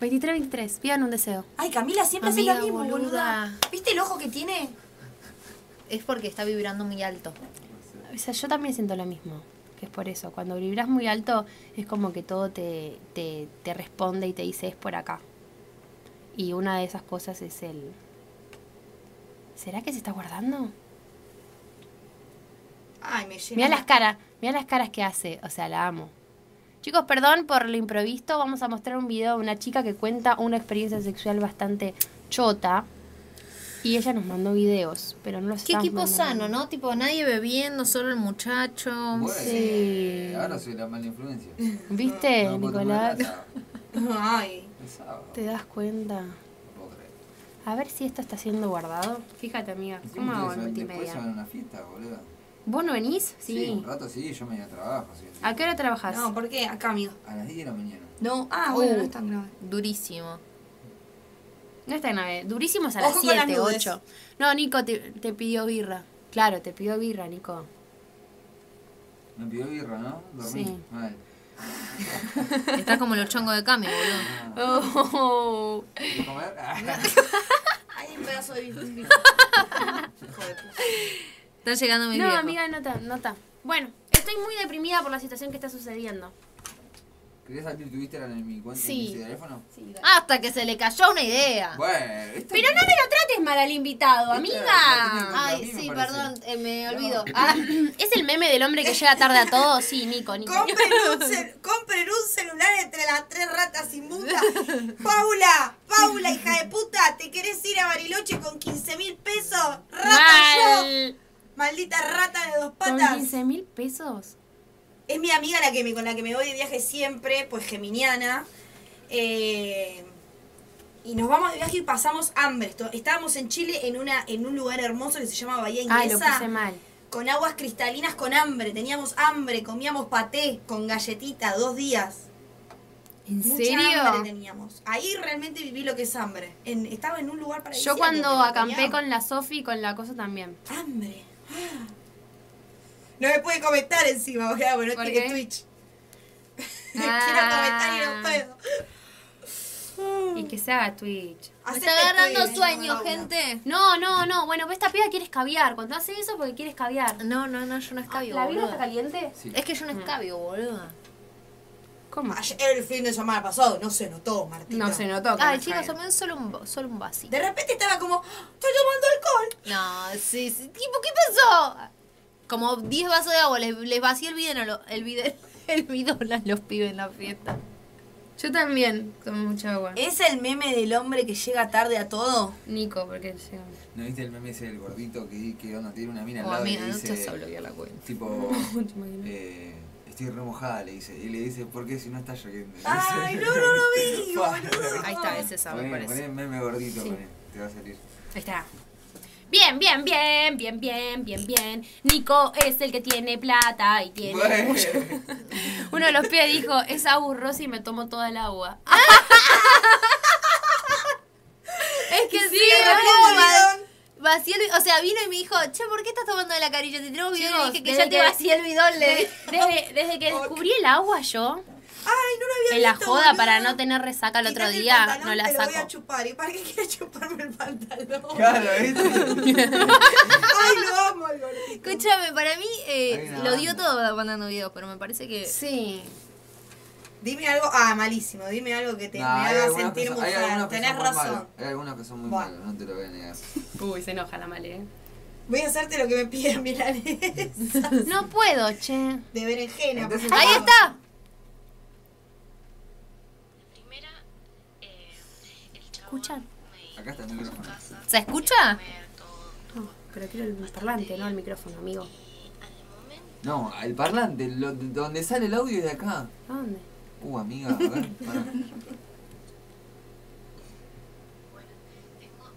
A: 23, 23. Pidan un deseo.
B: Ay, Camila siempre hace
A: Amiga
B: lo mismo, boluda.
A: boluda.
B: ¿Viste el ojo que tiene?
C: Es porque está vibrando muy alto.
A: O sea, yo también siento lo mismo. Que es por eso. Cuando vibras muy alto, es como que todo te, te, te responde y te dice es por acá. Y una de esas cosas es el. ¿Será que se está guardando?
B: Ay, me llena.
A: Mira las caras, mira las caras que hace. O sea, la amo. Chicos, perdón por lo improvisto. Vamos a mostrar un video de una chica que cuenta una experiencia sexual bastante chota. Y ella nos mandó videos, pero no los
C: Qué
A: estamos
C: equipo
A: mandando.
C: sano, ¿no? Tipo, nadie bebiendo, solo el muchacho.
D: Bueno,
A: Sí.
D: eh, ahora soy la mala influencia.
A: ¿Viste,
D: No puedo tomar
A: Eh, Nicolás?
D: nada.
B: Ay.
D: Es sábado.
A: ¿Te das cuenta?
D: No puedo creer.
A: A ver si esto está siendo guardado. Fíjate, amiga. ¿Cómo
D: Encima
A: hago
D: ustedes
A: en
D: van- Después se van
A: multimedia?
D: a una fiesta, boludo.
A: ¿Vos no venís? Sí.
D: un rato pues, ah. sí, yo me iba a trabajo. así que-
A: ¿A qué hora trabajas?
B: No, ¿por qué? Acá, amigo.
D: A las 10 de la mañana.
B: No. Ah, bueno,
C: Uh.
B: no es tan grave.
C: Durísimo.
A: No está grave. Durísimo es a
B: Ojo
A: las
B: con las
A: 7,
B: nudes.
A: 8. No, Nico te, te pidió birra. Claro, te pidió birra, Nico.
D: Me pidió birra, ¿no? Dormí.
A: Sí.
D: Mal.
C: Estás como los chongos de Cami, boludo.
A: Oh.
D: ¿Y comer? Ah.
B: Hay un pedazo de bife.
C: Están llegando mis
A: No,
C: viejos.
A: amiga, nota, nota.
L: Bueno, estoy muy deprimida por la situación que está sucediendo.
D: ¿Querías abrir tu Instagram en mi cuenta
A: Sí.
D: en mi teléfono?
C: Hasta que se le cayó una idea.
D: Bueno, ¿viste?
L: Pero no me lo trates mal al invitado, amiga.
C: Ay, sí, perdón, eh, me olvido. Ah,
A: ¿Es el meme del hombre que llega tarde a todo? Sí, Nico, Nico.
B: Compren un, cel- compren un celular entre las tres ratas inmundas. Paula, Paula, hija de puta, ¿te querés ir a Bariloche con 15 mil pesos? ¡Rata yo!
A: Mal.
B: Maldita rata de dos
A: ¿Con
B: patas.
A: 15 mil pesos?
B: Es mi amiga la que me, con la que me voy de viaje siempre, pues geminiana. Eh, y nos vamos de viaje y pasamos hambre. Esto- Estábamos en Chile en, una, en un lugar hermoso que se llama Bahía Inglesa.
A: Ay, Ah, lo puse mal.
B: Con aguas cristalinas con hambre. Teníamos hambre, comíamos paté con galletita dos días.
A: ¿En
B: Mucha hambre teníamos. Ahí realmente viví lo que es hambre. En- estaba en un lugar para
A: Yo cuando acampé con la Sofi y con la cosa también.
B: Hambre. Ah. No me puede comentar encima, porque ah, bueno,
A: ¿Por
B: tiene
A: qué?
B: Twitch. Quiero
A: Ah.
B: comentar y no puedo.
A: Y que se haga Twitch.
C: me
B: Hacete
C: está agarrando
B: Twitch,
C: sueño,
B: Paula.
C: gente.
A: No, no, no. Bueno, pues esta piba quiere escabiar. Cuando hace eso, porque quiere escabiar.
C: No, no, no, yo no escabio,
L: ¿La birra
C: boludo.
L: está caliente?
D: Sí.
C: Es que yo no escabio, boludo.
A: ¿Cómo?
B: Ayer el fin de semana pasado no se notó, Martina.
A: No se notó. que
C: Ay,
A: no
C: chicos,
A: escabia.
C: tomen solo un, va- solo un vasito.
B: De repente estaba como, estoy tomando alcohol.
C: No, sí, sí. Tipo, ¿qué pasó? Como 10 vasos de agua, les, les vacié el bidón a lo- el bidón, el bidón a los pibes en la fiesta.
A: Yo también tomo mucha agua.
B: ¿Es el meme del hombre que llega tarde a todo?
A: Nico, porque llega.
D: ¿No viste el meme ese del gordito que, que onda, tiene una mina al
C: Oh,
D: lado y
C: amiga,
D: le
C: no
D: dice...
C: te hablo la cuenta.
D: Tipo, eh, estoy remojada, le dice. Y le dice, ¿por qué si no está lloviendo?
B: Ay, no, no lo vi, boludo.
C: Ahí está, es esa, me parece.
D: Poné meme gordito con él, te va a salir.
A: Ahí está. Bien, bien, bien, bien, bien, bien, bien. Nico es el que tiene plata y tiene
D: Bueno.
A: mucho. Uno de los pies dijo, es aburroso y me tomo toda el agua.
C: Es que sí,
B: Tengo
C: va-
B: bidón.
C: vacié el bidón. O sea, vino y me dijo, che, ¿por qué estás tomando de la carilla? Te tengo bidón y le dije que
A: Chicos,
C: ya te
A: desde-
C: vacié el bidón. Le dije.
A: Desde, desde que descubrí el agua yo,
B: Ay, no lo había
A: en la
B: visto,
A: joda
B: boludo.
A: para no tener resaca el otro
B: Quítate el
A: día,
B: pantalón,
A: no la
B: te lo voy a
A: saco.
B: chupar. ¿Y para qué quiere chuparme el pantalón?
D: Claro, ¿viste?
B: Ay, lo amo, el gordito.
C: Escúchame, para mí eh,
D: Hay una
C: lo dio
D: banda.
C: todo mandando videos, pero me parece que...
A: Sí.
B: Dime algo, ah, malísimo. Dime algo que te
D: Nah,
B: me
D: hay
B: haga
D: algunas
B: sentir
D: que son- hay algunas
B: mujer.
D: que
B: Tenés
D: son muy malas,
B: razón.
D: Hay algunas que son muy
B: Bueno.
D: malas, no te lo voy a negar.
A: Uy, se enoja la male. ¿eh?
B: Voy a hacerte lo que me piden milanesa.
A: No puedo, che.
B: De berenjena. por favor.
C: Ahí está.
M: primera, eh, el chabón
A: Escuchan.
D: Acá está el micrófono.
C: ¿Se escucha?
M: comer todo.
A: Pero quiero el parlante, no el micrófono, amigo.
M: Y al momento
D: No, al parlante, lo- donde sale el audio es de acá.
A: ¿A dónde?
D: Uh, amiga, a ver, pará.
M: tengo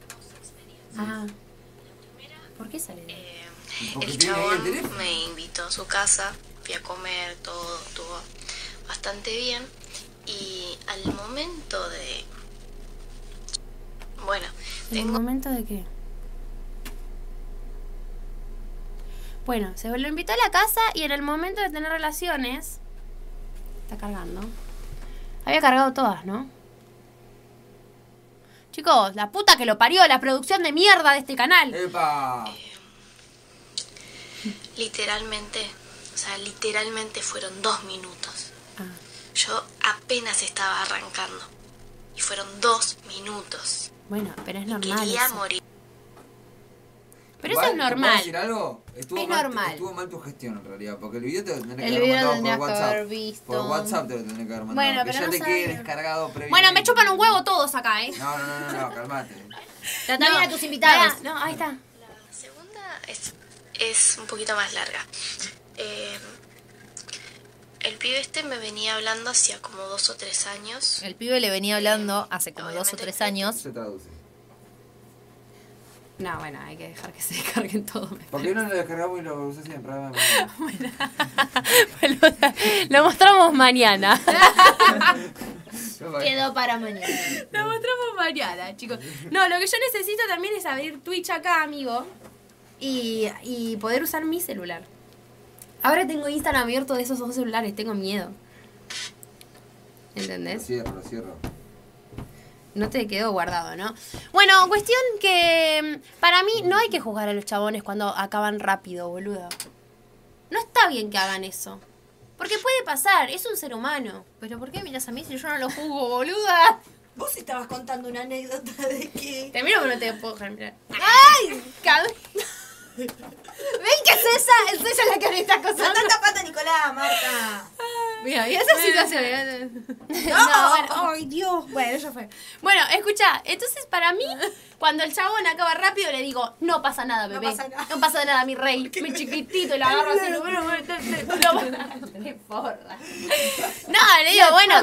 M: dos experiencias.
A: Ah,
M: La primera,
A: ¿por qué sale? de ahí?
M: eh,
D: Porque
M: el
D: tiene ahí el
M: chabón
D: teléfono.
M: me invitó a su casa, fui a comer, todo estuvo bastante bien. Y al momento de. Bueno,
A: ¿En el
M: tengo
A: momento de qué? Bueno, se lo invitó a la casa y en el momento de tener relaciones. Está cargando. Había cargado todas, ¿no? Chicos, la puta que lo parió, la producción de mierda de este canal.
D: ¡Epa!
M: literalmente, o sea, literalmente fueron dos minutos.
A: Ah.
M: Yo apenas estaba arrancando. Y fueron dos minutos.
A: Bueno, pero es normal.
M: Quería
A: eso.
M: morir.
A: Pero eso es
D: Igual, ¿te puedo decir
A: normal.
D: algo? Estuvo
A: Es
D: mal,
A: normal.
D: Estuvo mal tu gestión en realidad, porque el video te lo tendría
C: El
D: que
C: video
D: haber mandado
C: tendrías
D: por
C: que
D: WhatsApp.
C: haber visto.
D: Por WhatsApp te lo tendría que haber mandado.
A: Bueno,
D: que
A: pero
D: ya
A: no
D: te
A: sabía.
D: quede descargado previamente.
A: Bueno, me chupan un huevo todos acá, ¿eh?
D: No, no, no, no, no calmate.
A: Tratá
L: No,
A: bien a tus invitados.
L: pará,
A: no, ahí está.
M: La segunda es, es un poquito más larga. Eh, el pibe este me venía hablando hacía como dos o tres años.
C: El pibe le venía hablando hace como dos o tres años.
D: Se traduce.
A: No, bueno, hay que dejar que se carguen todo. me
D: Porque uno lo descargamos y lo usé siempre. ahora me acuerdo.
A: lo, lo mostramos mañana.
C: Quedó para mañana.
A: Lo mostramos mañana, chicos. No, lo que yo necesito también es abrir Twitch acá, amigo. Y, y poder usar mi celular. Ahora tengo Instagram abierto de esos dos celulares, tengo miedo.
D: Lo
A: ¿entendés?
D: cierro, lo cierro.
A: No te quedó guardado, ¿no? Bueno, cuestión que mm, para mí no hay que juzgar a los chabones cuando acaban rápido, boludo. No está bien que hagan eso. Porque puede pasar, es un ser humano.
C: Pero ¿por qué miras a mí si yo no lo juzgo, boluda?
B: Vos estabas contando una anécdota de que.
A: Te miro, pero no te puedo dejar mirar.
C: ¡Ay! cab- ¿Ven que es esa? Es ella la que me está
B: No
C: acosando.
B: tanta pata, Nicolás, Marta.
A: Mira, y esa situación.
B: No,
A: ay Dios. Bueno, eso fue. Bueno, escucha, entonces para mí, cuando el chabón acaba rápido, le digo, no pasa nada,
B: No
A: bebé. No
B: pasa
A: pasa
B: nada."
A: nada, mi rey. Mi chiquitito, y lo agarro así. lo- bueno, bueno, te- te- no, No, le digo, bueno.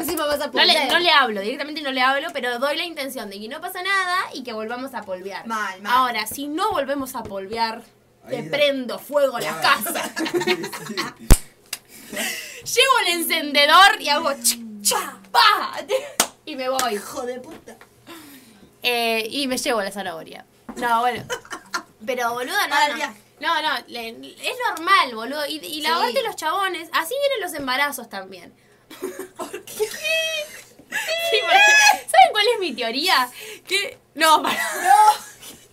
A: No le, no le hablo, directamente no le hablo, pero doy la intención de que no pasa nada y que volvamos a polvear.
B: Mal, mal.
A: Ahora, si no volvemos a polvear, te
D: Ahí-
A: prendo fuego a la
D: Ah.
A: casa.
D: Sí.
A: Llevo el encendedor y hago ch, cha, pa, y me voy.
B: Hijo de puta.
A: Eh, y me llevo la zanahoria. No, bueno. Pero, boludo,
B: Para
A: no.
B: el
A: No,
B: viaje.
A: no, no, le- es normal, boludo. Y, y la parte de los chabones, así vienen los embarazos también. ¿Por qué? ¿Saben cuál es mi teoría? Que. No, para.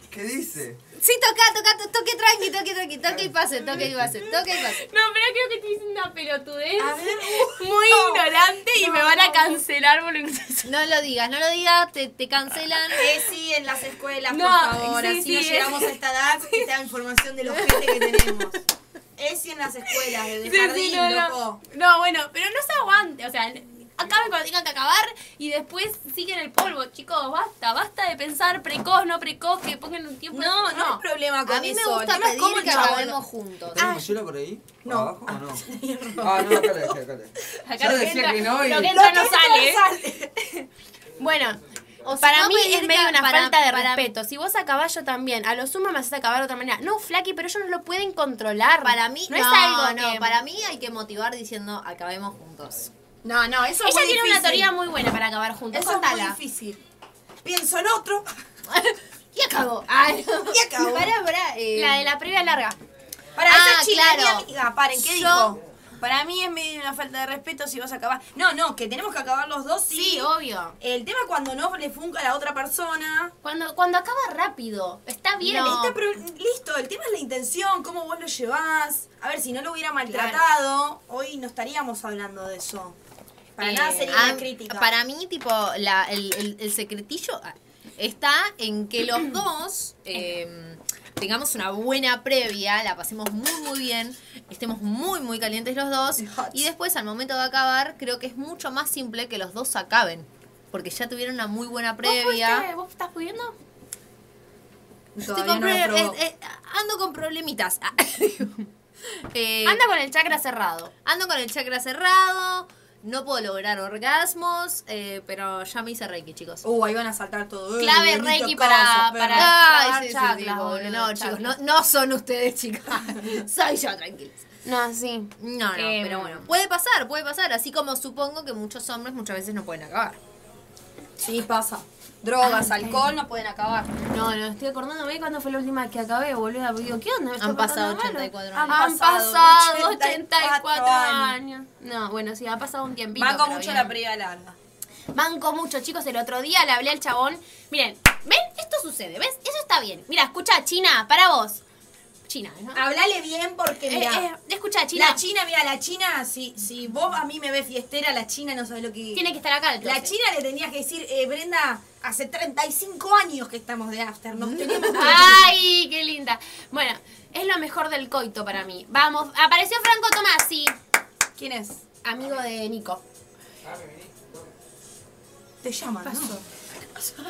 D: ¿Qué dice?
C: Sí, toca, toca, toque tranqui, toque tranqui, toque y pase, toque y pase, toque y pase.
A: No, pero creo que estoy diciendo una pelotudez
B: A ver,
A: muy ignorante y me van a cancelar por lo que estoy
C: No lo digas, no lo digas, te, te cancelan.
B: Ceci Eh, en las escuelas,
A: No,
B: por favor.
A: sí,
B: así
A: sí,
B: no
A: es-
B: llegamos a esta edad y te dan información de los gente que tenemos. Ceci en las escuelas, desde
A: Sí, sí,
B: jardín,
A: no, no.
B: loco.
A: No, bueno, pero no se aguante, o sea, acaben cuando tengan que acabar y después siguen el polvo, chicos, basta, basta de pensar precoz, no precoz, que pongan un tiempo.
B: No, no, hay problema con
C: A mí me
B: eso.
C: gusta
B: ni
C: más
B: pedir
C: cómo que
B: chabón.
C: acabemos juntos.
D: ¿Tenés mochila por ahí?
B: No.
D: ¿Abajo o no? Ah, no, acá la dejé, acá la dejé.
A: Acá
D: Yo
A: lo que
D: decía
A: entra-
D: que no y...
A: lo que
B: Lo
A: entra no
B: que
A: sale.
B: sale.
A: Bueno,
C: O si
A: para
C: no,
A: mí es
C: pedir
A: medio
C: ca-
A: una
C: para-
A: falta de
C: para-
A: respeto. Si vos acabás yo también, a lo sumo me haces acabar de otra manera. No, Flaky, pero ellos no lo pueden controlar.
C: Para mí, no,
A: no, es algo
C: no,
A: que-
C: para mí hay que motivar diciendo acabemos juntos.
B: No, no, eso es
A: Ella
B: muy
A: tiene
B: difícil.
A: una teoría muy buena para acabar juntos.
B: Eso es muy
A: contala.
B: difícil. Pienso en otro
C: Y acabó. Ay, no.
B: y acabo.
C: Pará, pará. eh,
A: La de la previa larga.
B: Para
C: Ah,
B: ese chile,
C: claro.
B: mi amiga, paren, ¿qué
C: Yo-
B: dijo? Para mí es medio una falta de respeto si vas a acabar. No, no, que tenemos que acabar los dos, sí.
A: Sí, obvio.
B: El tema es cuando no le funca a la otra persona.
A: Cuando, cuando acaba rápido, está bien.
B: Bien, está pro- listo, el tema es la intención, cómo vos lo llevás. A ver, si no lo hubiera maltratado, hoy no estaríamos hablando de eso. Para
A: Eh,
B: nada sería
C: Ah,
B: una crítica.
C: Para mí, tipo, la- el, el- el secretillo ah, está en que los dos eh, tengamos una buena previa, la pasemos muy, muy bien, estemos muy, muy calientes los dos.
B: Hot.
C: Y después, al momento de acabar, creo que es mucho más simple que los dos acaben. Porque ya tuvieron una muy buena previa.
A: ¿Vos estás pudiendo?
C: Estoy
B: Todavía
C: con
B: no lo
C: pro-
B: probó.
C: eh, eh, ando con problemitas. Ah, eh,
A: Anda con el chakra cerrado.
C: Ando con el chakra cerrado, no puedo lograr orgasmos, eh, pero ya me hice Reiki, chicos.
B: Uh, ahí van a saltar todo. Eh,
A: Clave
B: bonito
A: Reiki
B: caso,
A: para-
B: perra.
A: para-
C: Ay, sí, sí,
A: chakras,
C: sí, boludo,
A: boludo,
C: no,
A: chakras.
C: chicos, no, no son ustedes, chicas. Soy yo, tranquilos.
A: No, sí.
C: No, no,
B: Eh,
A: Em.
B: mm.
C: pero bueno. Puede pasar, puede pasar. Así como supongo que muchos hombres muchas veces no pueden acabar.
B: Sí, pasa.
A: Ah,
B: Drogas, alcohol, no pueden acabar.
A: No, no, estoy acordándome de cuándo fue la última que acabé, boluda. porque digo, ¿qué onda? ¿Me
C: Han
A: está pasando
C: pasado
A: malo?
C: 84
A: Han,
B: años.
A: pasado,
B: pasado
A: 84
B: años.
A: años. No, bueno, sí, ha pasado un tiempito.
B: Banco
A: pero
B: mucho
A: bien.
B: la previa larga.
A: Banco mucho, chicos. El otro día le hablé al chabón. Miren, ven, esto sucede, ¿ves? Eso está bien. Mira, escucha, China, para vos. China, ¿no?
B: Hablale bien porque,
A: Eh,
B: Ah, mira.
A: eh, escucha, China.
B: la China, mira, la China, si, si vos a mí me ves fiestera, la China no sabe lo que.
A: Tiene que estar acá. entonces.
B: La China le tenías que decir, eh, Brenda, hace 35 años que estamos de after, nos tenemos que-
A: ¡Ay, qué linda! Bueno, es lo mejor del coito para mí. Vamos, apareció Franco Tomasi,
B: ¿Quién es?
A: amigo de Nico.
B: Te llaman, ¿no?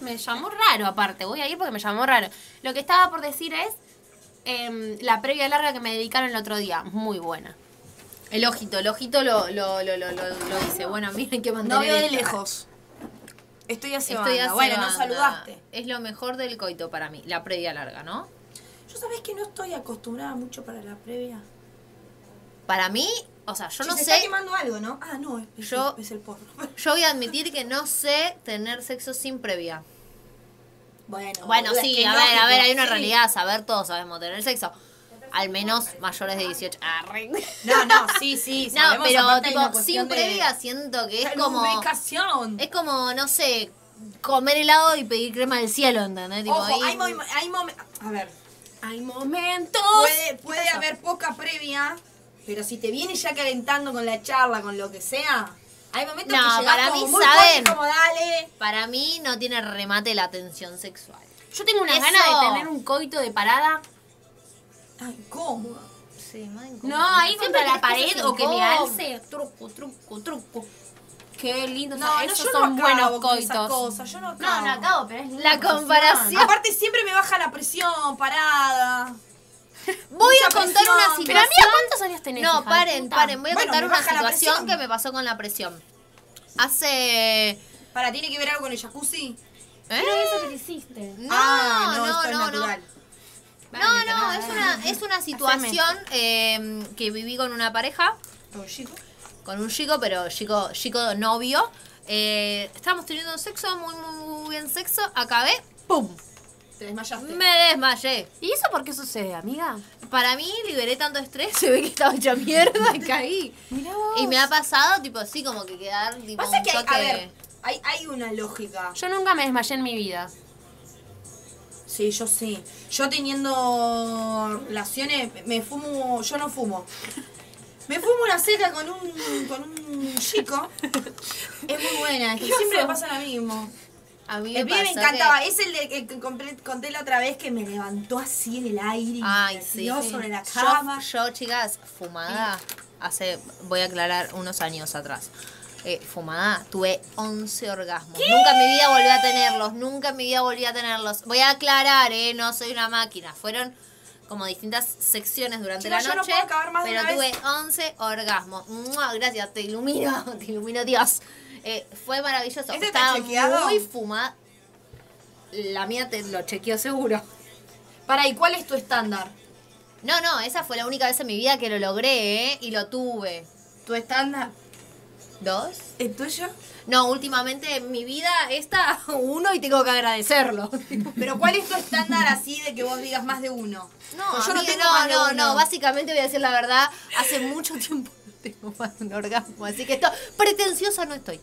A: Me llamó raro, aparte. Voy a ir porque me llamó raro. Lo que estaba por decir es em, la previa larga que me dedicaron el otro día. Muy buena.
C: El ojito, el ojito lo, lo, lo, lo, lo- lo dice. Bueno, mira, hay que mantener
B: No veo de
C: esta.
B: lejos. Estoy hace
C: Estoy
B: banda.
C: hace
B: Bueno, no
C: banda.
B: saludaste.
C: Es lo mejor del coito para mí, la previa larga, ¿no?
B: Yo sabés que no estoy acostumbrada mucho para la previa.
C: Para mí, o sea, yo
B: Che,
C: no
B: se
C: sé.
B: está quemando algo, ¿no? Ah, no, es, es-
C: Yo-
B: es el porro.
C: Yo voy a admitir que no sé tener sexo sin previa.
B: Bueno,
C: Bueno,
B: boluda, es
C: sí,
B: que
C: a
B: no,
C: ver, a ver, hay una
B: sí.
C: realidad, saber todos sabemos tener sexo. al menos mayores de 18. Ah, re-
B: No, no, sí, sí.
C: No,
B: sabemos,
C: pero
B: aparte hay una
C: tipo,
B: cuestión
C: sin
B: de-
C: previa siento que es
B: de
C: como.
B: lubricación.
C: Es como, no sé, comer helado y pedir crema del cielo, ¿entendés? Tipo,
B: Ojo,
C: ahí-
B: hay, mom- hay mom- A ver,
A: Hay momentos.
B: puede, puede haber poca previa, pero si te viene ya calentando con la charla, con lo que sea, hay momentos
C: No,
B: que llegás
C: para
B: como
C: mí
B: muy
C: saben.
B: fuerte, como dale.
C: Para mí no tiene remate la tensión sexual.
A: Yo tengo unas
C: Eso.
A: ganas de tener un coito de parada.
B: Ay, ¿cómo?
A: No, ahí
L: Siempre
A: contra la
L: querés
A: pared
L: cosas
A: o que me
L: incómodas.
A: alce. Truco, truco, truco. Qué lindo. o sea,
B: No, no,
A: esos
B: yo
A: son
B: no
A: buenos
B: acabo con
A: coitos.
B: esas cosas, yo no acabo.
L: No, no acabo, pero es
C: La comparación.
B: Aparte siempre me baja la presión, parada.
C: Voy a
B: Mucha
C: contar una
B: presión.
A: Pero
C: situación.
A: amiga, ¿cuántos años tenés? hija
C: No,
A: de
C: paren,
A: puta?
C: paren. Voy a
B: Bueno,
C: contar
B: me
C: una
B: baja la
C: situación
B: presión.
C: que me pasó con la presión. Hace.
B: Para, ¿tiene que ver algo con el jacuzzi?
C: ¿Eh?
L: eso que te hiciste.
C: No,
B: ah, no,
C: no,
B: esto es
C: no, no.
B: natural.
C: No, no, es una, es una situación eh, que viví con una pareja,
B: Con chico.
C: con un chico, pero chico, chico novio. Eh, estábamos teniendo sexo, muy, muy, muy bien sexo. Acabé, ¡pum!
B: Te desmayaste.
C: Me desmayé.
A: ¿Y eso por qué sucede, amiga?
C: Para mí liberé tanto estrés, se ve que estaba hecha mierda y caí. Y me ha pasado, tipo, así como que quedar, tipo,
B: Pasa
C: un
B: que hay, a
C: toque-
B: ver, hay, hay una lógica.
A: Yo nunca me desmayé en mi vida.
B: Sí, yo sí. Yo teniendo relaciones, me fumo, yo no fumo. Me fumo una seca con un, con un chico. Es muy buena, es que siempre me pasa lo mismo.
C: A mí me,
B: El pibe me
C: pasó
B: encantaba,
C: que-
B: es el de que compré- conté la otra vez que me levantó así en el aire y
C: Ay,
B: me
C: sí.
B: tiró sobre la
C: Yo-
B: cama.
C: Yo, chicas, fumada, hace, voy a aclarar, unos años atrás. Eh, fumada, tuve 11 orgasmos. Nunca en mi vida volví a tenerlos, nunca en mi vida volví a tenerlos. Voy a aclarar, eh, no soy una máquina. Fueron como distintas secciones durante
B: Chicas,
C: la
B: yo no
C: noche,
B: puedo acabar más de
C: pero
B: una
C: tuve
B: vez.
C: 11 orgasmos. ¡Mua! Gracias, te ilumino, te ilumino Dios. Eh, fue maravilloso.
B: ¿Este está
C: Estaba
B: chequeado?
C: muy fumada. La mía te lo chequeó seguro.
B: Para, ¿y cuál es tu estándar?
C: No, no, esa fue la única vez en mi vida que lo logré, ¿eh? Y lo tuve.
B: ¿Tu estándar?
C: ¿Dos?
B: ¿El tuyo?
C: No, últimamente en mi vida esta uno y tengo que agradecerlo.
B: Pero ¿cuál es tu estándar así de que vos digas más de uno?
C: No,
B: Pues
C: yo no, tengo
B: más
C: no,
B: de
C: no,
B: uno.
C: no, básicamente voy a decir la verdad, hace mucho tiempo no tengo más un orgasmo, así que esto, pretenciosa no estoy.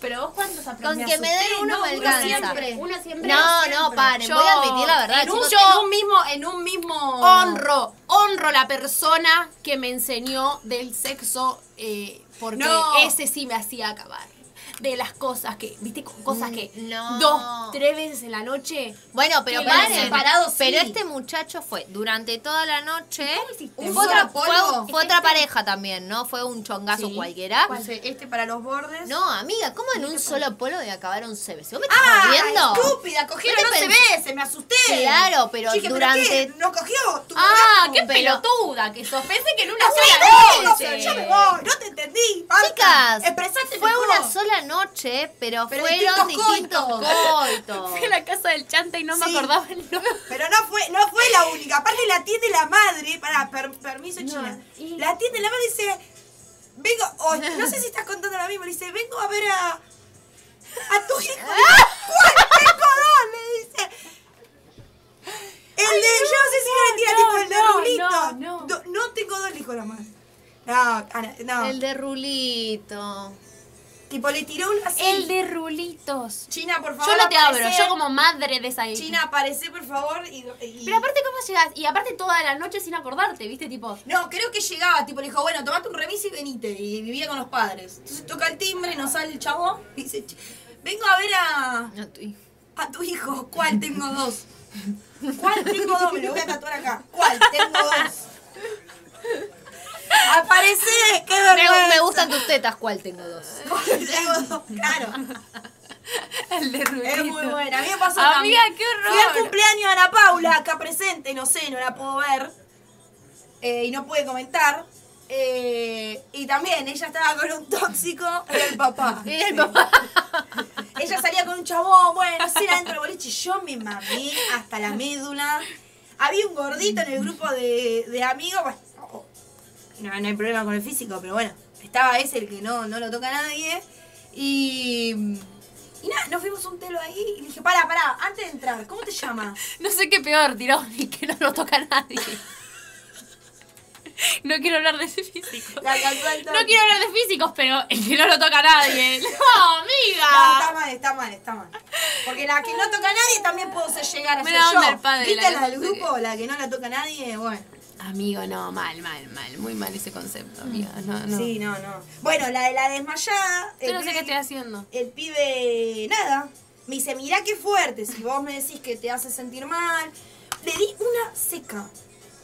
L: Pero vos cuántos
C: Con que me den uno me alcanza.
L: siempre. Uno siempre.
C: No,
L: siempre.
C: no, paren, voy a admitir la verdad,
A: En un,
C: chicos,
A: yo
C: tengo-
A: en un mismo, en un mismo honro, honro la persona que me enseñó del sexo, eh, porque
B: No.
A: ese sí me hacía acabar. De las cosas que, viste, Con cosas que
C: no.
A: dos, tres veces en la noche.
C: Bueno, pero
A: Que lo
C: paren,
B: separado, sí.
C: pero este muchacho fue durante toda la noche,
B: ¿Un
C: fue otra,
B: solo polvo?
C: fue- fue otra pareja también, ¿no? Fue un chongazo
A: Sí.
C: cualquiera.
B: Puse este para los bordes.
C: No, amiga, ¿cómo en un solo polo de acabar 11 veces? ¿Vos me estás
B: ¡Ah!
C: jodiendo?
B: ¡Estúpida! ¡Cogieron
C: ¿No
B: 11
C: te pens-
B: veces! ¡Me asusté!
C: Claro, pero
B: Chique,
C: durante-
B: qué? ¿No cogió? ¿Tu
A: Ah, qué
C: pero-
A: pelotuda que sos. Pensé que en una
B: ¡No,
A: sola
B: pero
A: noche.
B: yo me voy! ¡No te entendí! basta.
C: Chicas,
B: ¡Expresate
C: Fue
B: mejor.
C: una sola noche, pero,
B: Pero
C: fueron
B: distintos
C: distintos
B: coitos.
C: coitos.
A: Fui a la casa del chanta y no me
B: Sí.
A: acordaba el nombre.
B: Pero no fue, no fue la única. Aparte la atiende la madre. Para, permiso, China.
L: y-
B: La atiende la madre y dice. Vengo. o no sé si estás contando la misma. Le dice, vengo a ver a. A tu hijo. ¿Cuál? Tengo dos, le dice. El de yo sé si no le tira tipo el de
A: no,
B: Rulito.
A: no, no.
B: Do- no tengo dos, le dijo la madre. No, Ana, no.
C: El de Rulito.
B: Tipo le tiró una así.
A: El de rulitos.
B: China, por favor.
A: Yo no te abro,
B: aparece.
A: yo como madre de esa hija.
B: China, aparece, por favor. Y, y-
L: Pero aparte, ¿cómo llegas? Y aparte, toda la noche sin acordarte, ¿viste? Tipo,
B: No, creo que llegaba, tipo, le dijo, bueno, tomate un remis y venite. Y vivía con los padres. Entonces toca el timbre, nos sale el chabón y dice, "Che, vengo a ver a,
C: No, tu-
B: a tu hijo. ¿Cuál tengo dos? ¿Cuál tengo dos? Me lo voy a tatuar acá. ¿Cuál tengo dos? Aparece, qué vergüenza.
C: Me, me gustan tus tetas, ¿cuál tengo dos?
B: ¿Cuál tengo dos? Claro,
A: El de rulitos.
B: es muy buena. A mí me pasó
A: Amiga,
B: también.
A: qué
B: Fui al
A: horror.
B: cumpleaños de Ana Paula, acá presente, no sé, no la puedo ver. eh, y no pude comentar. eh, y también ella estaba con un tóxico, era el papá.
C: Era el
B: Sí.
C: papá.
B: Ella salía con un chabón, bueno, así era dentro del boliche. y Yo me mamé hasta la médula. Había un gordito en el grupo de, de amigos. bueno, oh, no, no hay problema con el físico, pero bueno, estaba ese el que no, no lo toca a nadie. Y. Y nada, nos fuimos a un telo ahí y le dije, pará, pará, antes de entrar, ¿cómo te llamas?
A: No sé qué peor, tiró, ni que no lo toca a nadie. No quiero hablar de ese físico.
B: La alcanzó el
A: No
B: toque.
A: quiero hablar de físicos, pero el que no lo toca a nadie. No,
B: No,
A: amiga.
B: está mal, está mal, está mal. Porque la que no toca a nadie también puedo ser llegar a ser
A: Buena onda
B: yo.
A: el padre,
B: ¿Viste
A: la
B: la, del
A: que-
B: grupo? La que no la toca a nadie, bueno.
N: Amigo, no, mal, mal, mal. Muy mal ese concepto, amiga. No, no.
B: Sí, no, no. Bueno, la de la desmayada.
N: Yo
B: el
N: no sé
B: pibe-
N: qué estoy haciendo.
B: El pibe, nada. Me dice, mirá qué fuerte. Si vos me decís que te hace sentir mal. Le di una seca.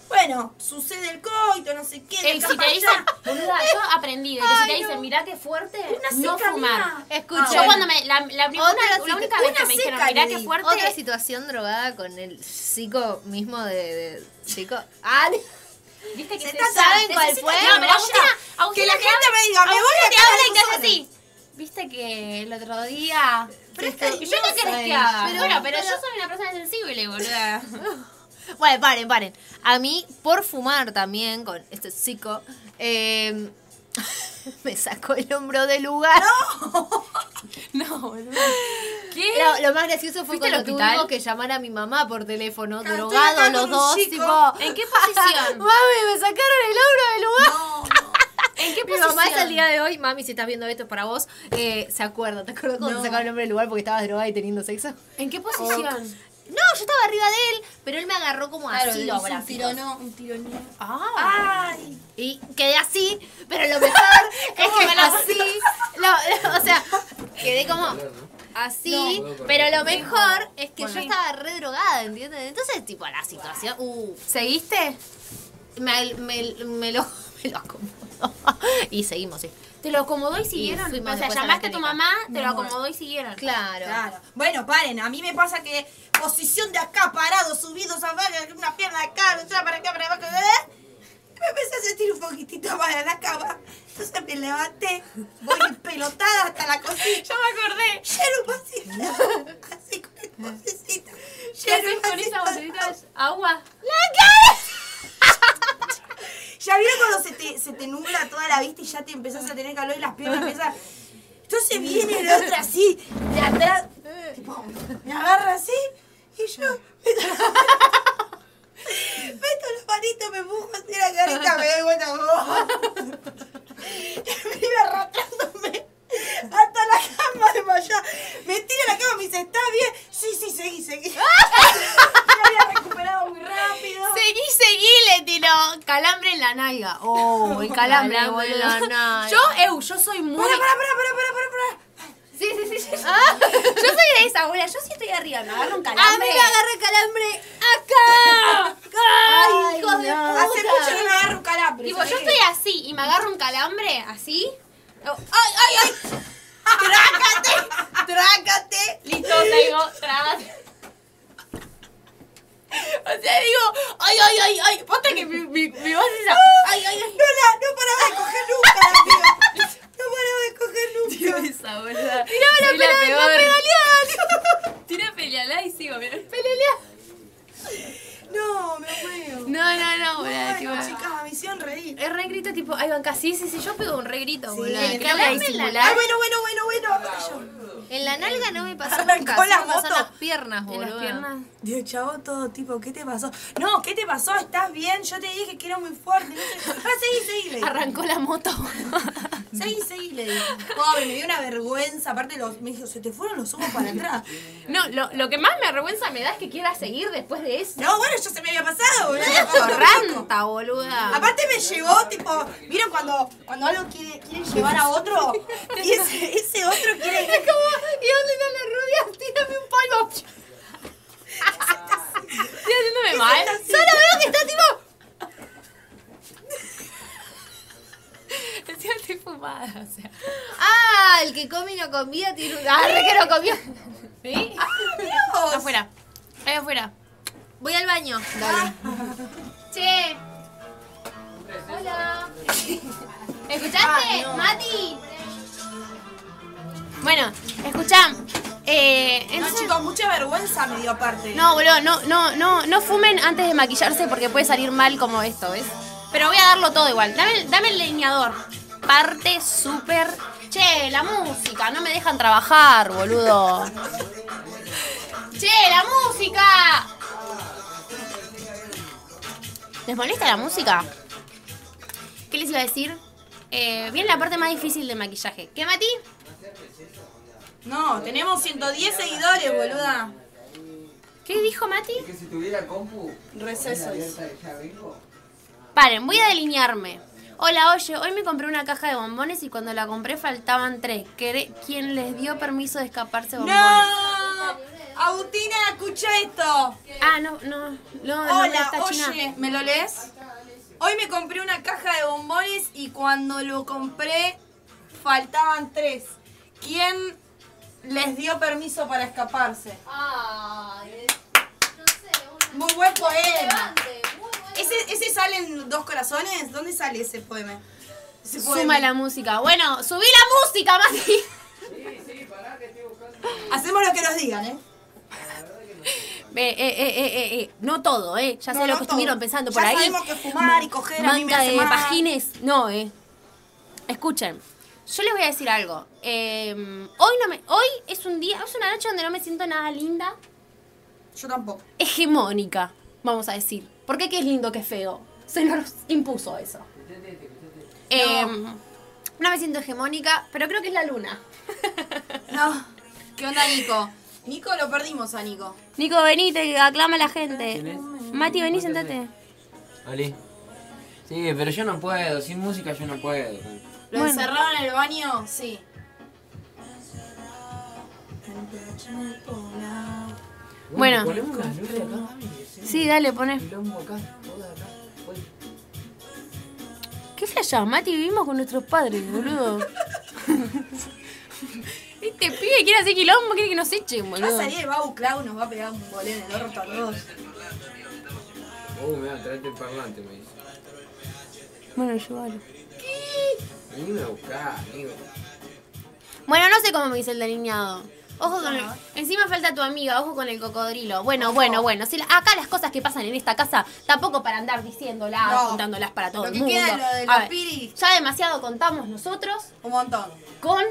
B: Bueno, sucede el coito, no sé qué. de
A: Ey,
B: acá
A: si te
B: para
A: dicen,
B: allá.
A: boluda, yo aprendí de que si te dicen, mirá qué fuerte, no
B: seca,
A: fumar.
B: mirá.
A: Escucha. Yo
B: Ah,
A: cuando me, la, la, primera-
B: Otra
A: la única
B: situ-
A: vez
B: una
A: que me dijeron,
B: seca
A: mirá
B: le
A: qué
B: di.
A: fuerte,
C: Otra situación drogada con el psico mismo de, de chico. Ah,
A: viste que
B: Se
A: se
B: está-
A: saben cuál
B: necesita
A: fue.
B: que
A: No, pero
B: vaya.
A: Agustina, Agustina
B: Que la
A: te
B: gente
A: habla-
B: me diga, me voy
A: Agustina
B: a
A: te
B: cagar
A: habla y
B: en
A: te hace
B: sola.
A: así. Viste que el otro día...
B: Pero es
A: Y yo
B: cariñosa
A: no querés que
B: ella.
A: haga. Bueno, pero yo soy una persona sensible, boluda.
C: Bueno, paren, paren. A mí, por fumar también con este chico, eh, me sacó el hombro del lugar.
A: No, boluda. ¿Qué?
C: Era- lo más gracioso fue
A: ¿Fuiste al
C: cuando
A: hospital?
C: tuvimos que llamar a mi mamá por teléfono,
B: Claro, estoy
C: drogados
B: acá
C: los
B: con un
C: dos,
B: chico.
C: tipo.
A: ¿En qué posición?
C: Mami, me sacaron el hombro del lugar.
B: No, no.
A: ¿En qué
C: Mi
A: posición?
C: mamá es al día de hoy, mami, si estás viendo esto es para vos, eh, se acuerda, ¿te acuerdas cuando
B: No.
C: te sacaron el hombre del lugar porque estabas drogada y teniendo sexo?
A: ¿En qué posición?
C: No, yo estaba arriba de él, pero él me agarró como así los
B: un
C: brazos.
B: tironeo, un tironeo.
A: Ah,
B: Ay,
C: Y quedé así, pero lo mejor es que así, lo- lo- o sea, quedé como así, pero lo mejor es que yo estaba re drogada, ¿entiendes? Entonces, tipo, la situación, uh,
A: ¿seguiste?
C: me, me, me lo, me lo acomodó. Y seguimos, sí.
A: Te lo acomodó y siguieron.
C: fuimos
A: o sea,
C: después a la
A: llamaste a tu
C: clínica.
A: mamá, te lo acomodó y siguieron.
C: Claro.
B: claro. Bueno, paren, a mí me pasa que posición de acá, parado, subido, zafaga, una pierna acá, otra para acá, para abajo, ¿eh? me empecé a sentir un poquitito mal en la cama. Entonces me levanté, voy pelotada hasta la cosilla.
A: me acordé.
B: Lleno un vasito, así con el cosecita.
A: ¿Qué haces con esa botellita de agua?
B: Ya vieron cuando se te, se te nubla toda la vista y ya te empezás a tener calor y las piernas empiezan. Entonces viene el otro así, de atrás, tipo, me agarra así y yo meto, meto los manitos, me empujo así la carita, me doy vuelta como. Y me iba arrastrándome hasta la cama de allá. Me tira a la cama y me dice, ¿estás bien? Sí, sí, seguí, seguí. Me había recuperado muy rápido.
C: Seguí, seguí, le tiró calambre en la nalga. Oh, el calambre,
A: Calambre en la
C: boludo, no.
A: Yo, eu, yo soy muy.
B: Para, para, para, para, para, para, para.
A: Sí, sí, sí. Ah, sí.
C: yo soy de esa, abuela. Yo sí estoy arriba, me agarro un calambre. A mí me agarra calambre acá. Ay, hijo de
B: Hace mucho que no agarro un calambre.
A: Digo,
B: ¿sabés
A: yo
B: qué?
A: estoy así y me agarro un calambre, así. Oh,
B: ¡Ay, ay, ay! ¡Trácate! ¡Trácate!
A: Listo, tengo tras. O sea, digo, ay, ay, ay, ay. Posta que mi, mi, mi voz es esa.
B: ¡Ay, ay, ay! No, la, no paraba de coger nunca, la piba. No paraba de coger nunca.
A: Esa, boluda. Tiraba la Tira pelealá y sigo, mira.
B: No, me muero.
A: No, no, no, boluda.
B: Ay,
A: tipo,
B: no, chicas, me hicieron reír.
A: es re grito, tipo, ay, banca, sí, sí, sí. Yo pego un re grito,
B: Sí,
A: boluda. Creo
B: el
A: que
C: calambre en la
A: disimular.
B: Ay, bueno, bueno, bueno, bueno.
C: En la nalga no me pasó
B: Arrancó
C: nunca,
B: la
C: solo me pasó en
B: moto.
C: las piernas,
A: En
C: boludo.
A: las piernas.
B: Dios, chavo, todo tipo, ¿qué te pasó? No, ¿qué te pasó? ¿Estás bien? Yo te dije que era muy fuerte. No sé. Ah, seguí, seguí, le dije.
A: Arrancó la moto.
B: Seguí, seguí, le dije. Pobre, me dio una vergüenza. Aparte, los, me dijo, se te fueron los ojos para atrás.
A: No, lo, lo que más me avergüenza me da es que quiera seguir después de eso.
B: No, bueno, yo se me había pasado, boludo.
C: Corranta, boluda.
B: Aparte me llegó, tipo, ¿vieron cuando, cuando algo quiere, quiere llevar a otro? Y ese, ese otro quiere...
A: ¿Y dónde están las rubias? Tírame un polvo. Estoy haciéndome mal. Solo veo que está tipo. Encima estoy fumada, o sea.
C: Ah, el que come y no comía tiene un. Ah, re que no comió.
A: ¿Sí?
B: Dios.
A: Afuera. Ahí afuera.
C: Voy al baño. Dale.
A: Che. Hola. ¿Escuchaste,
C: Ah,
A: Mati? Bueno, escuchá. Eh,
B: No,
A: entonces-
B: chicos, mucha vergüenza me dio aparte.
A: No, boludo, no, no, no, no fumen antes de maquillarse porque puede salir mal como esto, ¿ves? Pero voy a darlo todo igual. Dame, el- dame el leñador. Parte súper. Che, la música, no me dejan trabajar, boludo. Che, la música. ¿Les molesta la música? ¿Qué les iba a decir? Eh, viene la parte más difícil de maquillaje. ¿Qué, Mati?
B: No, tenemos 110 seguidores, boluda.
A: ¿Qué dijo Mati?
D: Es que si tuviera compu.
B: Recesos.
D: abierta de ya vengo.
A: Paren, voy a delinearme. Hola, oye, hoy me compré una caja de bombones y cuando la compré faltaban tres. ¿Quere- ¿Quién les dio permiso de escaparse
B: ¡No!
A: bombones?
B: Agustina, escucha esto.
A: Ah, no, no, no, no,
B: Hola,
A: está China.
B: oye, ¿me lo lees? Hoy me compré una caja de bombones y cuando lo compré faltaban tres. ¿Quién les dio permiso para escaparse?
C: Ay,
B: Muy buen poema. ¿Ese, ese sale en dos corazones? ¿Dónde sale ese poema? Ese
A: Suma la música. Bueno, subí la música, Mati.
B: Hacemos lo que nos digan, ¿eh?
A: Eh, eh, eh, eh, eh, eh, No todo, ¿eh? Ya
B: No,
A: sé
B: no
A: lo que estuvieron
B: todo.
A: pensando
B: Ya
A: por ahí.
B: sabemos que fumar y coger a mí me
A: Manta
B: hace
A: de
B: mal.
A: pajines. No, ¿eh? Escuchen. Yo les voy a decir algo. Eh, hoy no me, hoy es un día, es una noche donde no me siento nada linda.
B: Yo tampoco.
A: Hegemónica, vamos a decir. Porque qué es lindo, que es feo. Se nos impuso eso. Eh, no. me siento hegemónica, pero creo que es la luna.
B: No. ¿Qué onda, Nico? Nico lo perdimos a Nico.
A: Nico, venite, que aclama a la gente.
H: ¿Quién es?
A: Mati, vení, sentate.
H: Oli. Sí, pero yo no puedo, sin música yo no puedo.
B: ¿Lo encerraron en el baño? Sí.
A: Bueno.
H: Ponemos unas luces acá.
A: Sí, dale, poné.
H: Quilombo acá, joda acá. Uy.
A: ¿Qué flasha? Mati, vivimos con nuestros padres, boludo. este pibe quiere hacer quilombo, quiere que nos echen,
B: Va a
A: boludo.
B: salir el Babu Clau, nos va a pegar un bolé en el orto a todos.
H: Uh, me va a traerte el parlante, me dice.
A: Bueno, llévalo.
H: Venime a buscar, amigo.
A: Bueno, no sé cómo me hice el delineado. Ojo con el... Encima falta tu amiga, ojo con el cocodrilo. Bueno, bueno, bueno. Si la- Acá las cosas que pasan en esta casa, tampoco para andar diciéndolas,
B: No.
A: contándolas para todo
B: Lo
A: el
B: que
A: mundo.
B: queda es lo de
A: A
B: los
A: ver,
B: piris.
A: Ya demasiado contamos nosotros
B: Un montón.
A: con...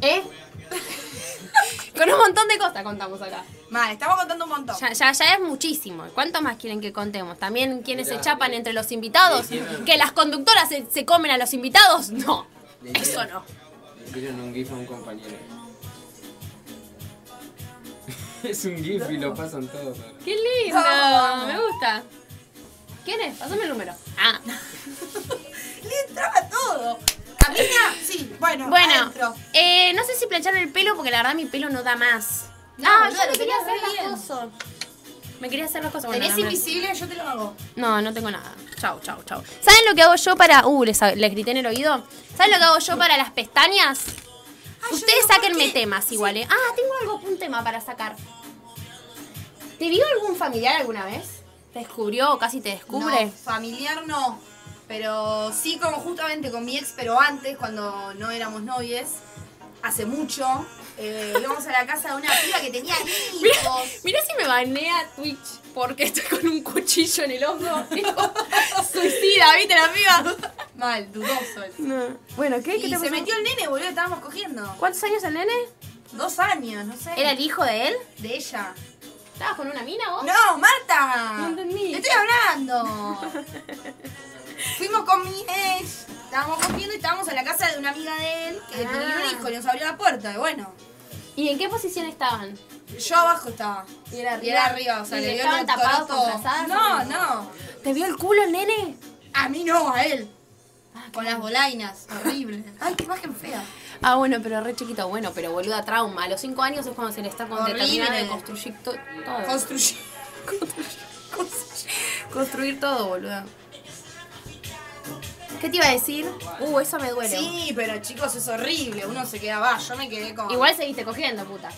A: ¿Eh? con un montón de cosas contamos acá.
B: Mal, estamos contando un montón.
A: Ya, ya, ya es muchísimo. ¿Cuánto más quieren que contemos? ¿También quienes se
H: Mirá,
A: chapan
H: eh.
A: entre los invitados?
H: Sí, sí, no.
A: ¿Que las conductoras se, se comen a los invitados? No.
H: Le
A: Eso
H: hicieron-
A: no.
H: Le hicieron un gif a un compañero. es un gif y lo pasan todos ahora.
A: ¡Qué lindo!
B: No.
A: Me gusta. ¿Quién es? Pásame el número. Ah.
B: Le entraba todo. ¿A Mina? Sí, bueno.
A: Bueno,
B: adentro.
A: eh, no sé si planchar el pelo porque la verdad mi pelo no da más.
B: No,
A: ah,
B: boluda,
A: yo
B: lo
A: me quería
B: tenías
A: hacer
B: re bien.
A: las cosas. Me quería hacer las cosas. Bueno,
B: ¿Tenés
A: no, no.
B: invisible? Yo te lo hago.
A: No, no tengo nada. Chau, chau, chau. ¿Saben lo que hago yo para.? Uh, les, les grité en el oído. ¿Saben lo que hago yo para las pestañas?
B: yo
A: Ustedes
B: digo, ¿por
A: sáquenme
B: qué?
A: temas igual, ¿eh? Ah, tengo algo, un tema para sacar. ¿Te vio algún familiar alguna vez? ¿Te descubrió o casi te descubre?
B: No, familiar no. Pero sí, como justamente con mi ex, pero antes, cuando no éramos novies, hace mucho, eh, íbamos a la casa de una piba que tenía hijos.
A: Mirá si me banea Twitch porque estoy con un cuchillo en el hombro. Tipo, Suicida, ¿viste la piba?
B: Mal, dudoso. eso.
A: Bueno, ¿qué?
B: Y se metió el nene, boludo, estábamos cogiendo.
A: ¿Cuántos años el nene?
B: Dos años, no sé.
A: ¿Era el hijo de él?
B: de ella.
A: ¿Estabas con una mina vos?
B: No, Marta.
A: No entendí.
B: Te estoy hablando. Fuimos con mi ex. Estábamos cogiendo y estábamos en la casa de una amiga de él que
A: Ah.
B: tenía un hijo y nos abrió la puerta. Y bueno,
A: ¿Y en qué posición estaban?
B: yo abajo estaba. Y era arriba. o sea,
A: ¿Y
B: le dio
A: estaban
B: el
A: tapados
B: doctorato.
A: con frazadas?
B: No, no.
A: ¿Te vio el culo el nene?
B: A mí no, a él. Con las bolainas, horrible. Ay, qué imagen fea.
A: Ah, bueno, pero re chiquito. Bueno, pero boluda, trauma. A los 5 años es cuando se le está con
B: Horrible.
A: determinada de construir to- todo.
B: Construyó.
A: construir todo, boluda. ¿Qué te iba a decir? Uh, eso me duele.
B: Sí, pero chicos, es horrible. Uno se queda, va, yo me quedé con.
A: Igual seguiste cogiendo, puta.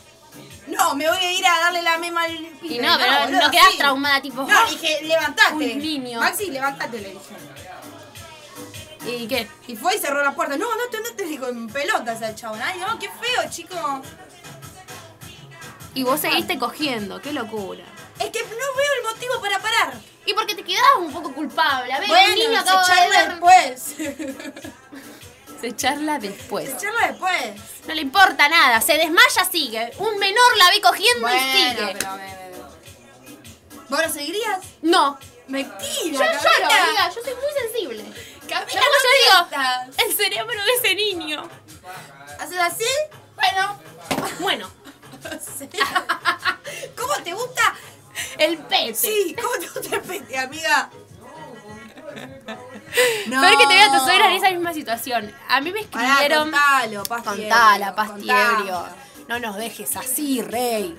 B: No, me voy a ir a darle la mema al pibe.
A: Y no, pero no,
B: boludo,
A: quedás
B: sí.
A: traumada, tipo.
B: No, dije, levantate.
A: Un niño.
B: Maxi, levantate, le dije.
A: ¿Y qué?
B: Y fue y cerró la puerta. No, no te andaste, dijo, en pelotas al chabón. Ay, no, qué feo, chico.
A: Y vos seguiste cogiendo, qué locura.
B: Es que no veo el motivo para parar.
A: Y porque te quedabas un poco culpable. A ver, el niño
B: se
A: acaba de
B: charla
A: ver-
B: después.
A: Se charla después.
B: se charla después.
A: No le importa nada, se desmaya, sigue. Un menor la ve cogiendo y sigue.
B: pero... me- me- ¿Vos lo seguirías?
A: No,
B: Mentira.
L: Yo lloro,
B: Camila.
L: amiga, yo soy muy sensible.
B: Camila,
A: No, yo
B: no mientas.
A: El cerebro de ese niño.
B: ¿Haces así? Bueno.
A: Bueno,
B: ¿Cómo te gusta?
A: el pez.
B: Sí, ¿cómo te gusta el pete, amiga? No.
A: Peor que te vea tu suegra en esa misma situación. A mí me
B: Pará,
A: escribieron.
B: contalo, paz
A: Contala,
B: tierno,
A: pastiebrio.
B: contalo.
A: No nos dejes así, rey.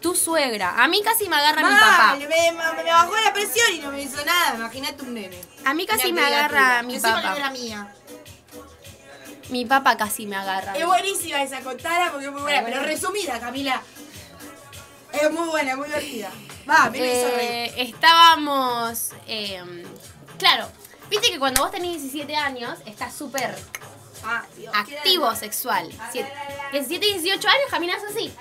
A: Tu suegra. A mí casi me agarra mi papá.
B: Mal, me, me- me bajó la presión y no me hizo nada. Imagínate un nene.
A: A mí casi me
B: Una criatura.
A: agarra mi
B: Encima no
A: papá.
B: era mía.
A: Mi papá casi me agarra.
B: Es buenísima esa contala porque es muy
A: Ah,
B: buena, pero resumida, Camila. Es muy buena, muy divertida. Va, a mí me hizo reír.
A: Eh, estábamos. eh, claro, viste que cuando vos tenés 17 años estás súper
B: Ah, Dios, qué
A: activo sexual. Siete- 17, 18 años caminas así.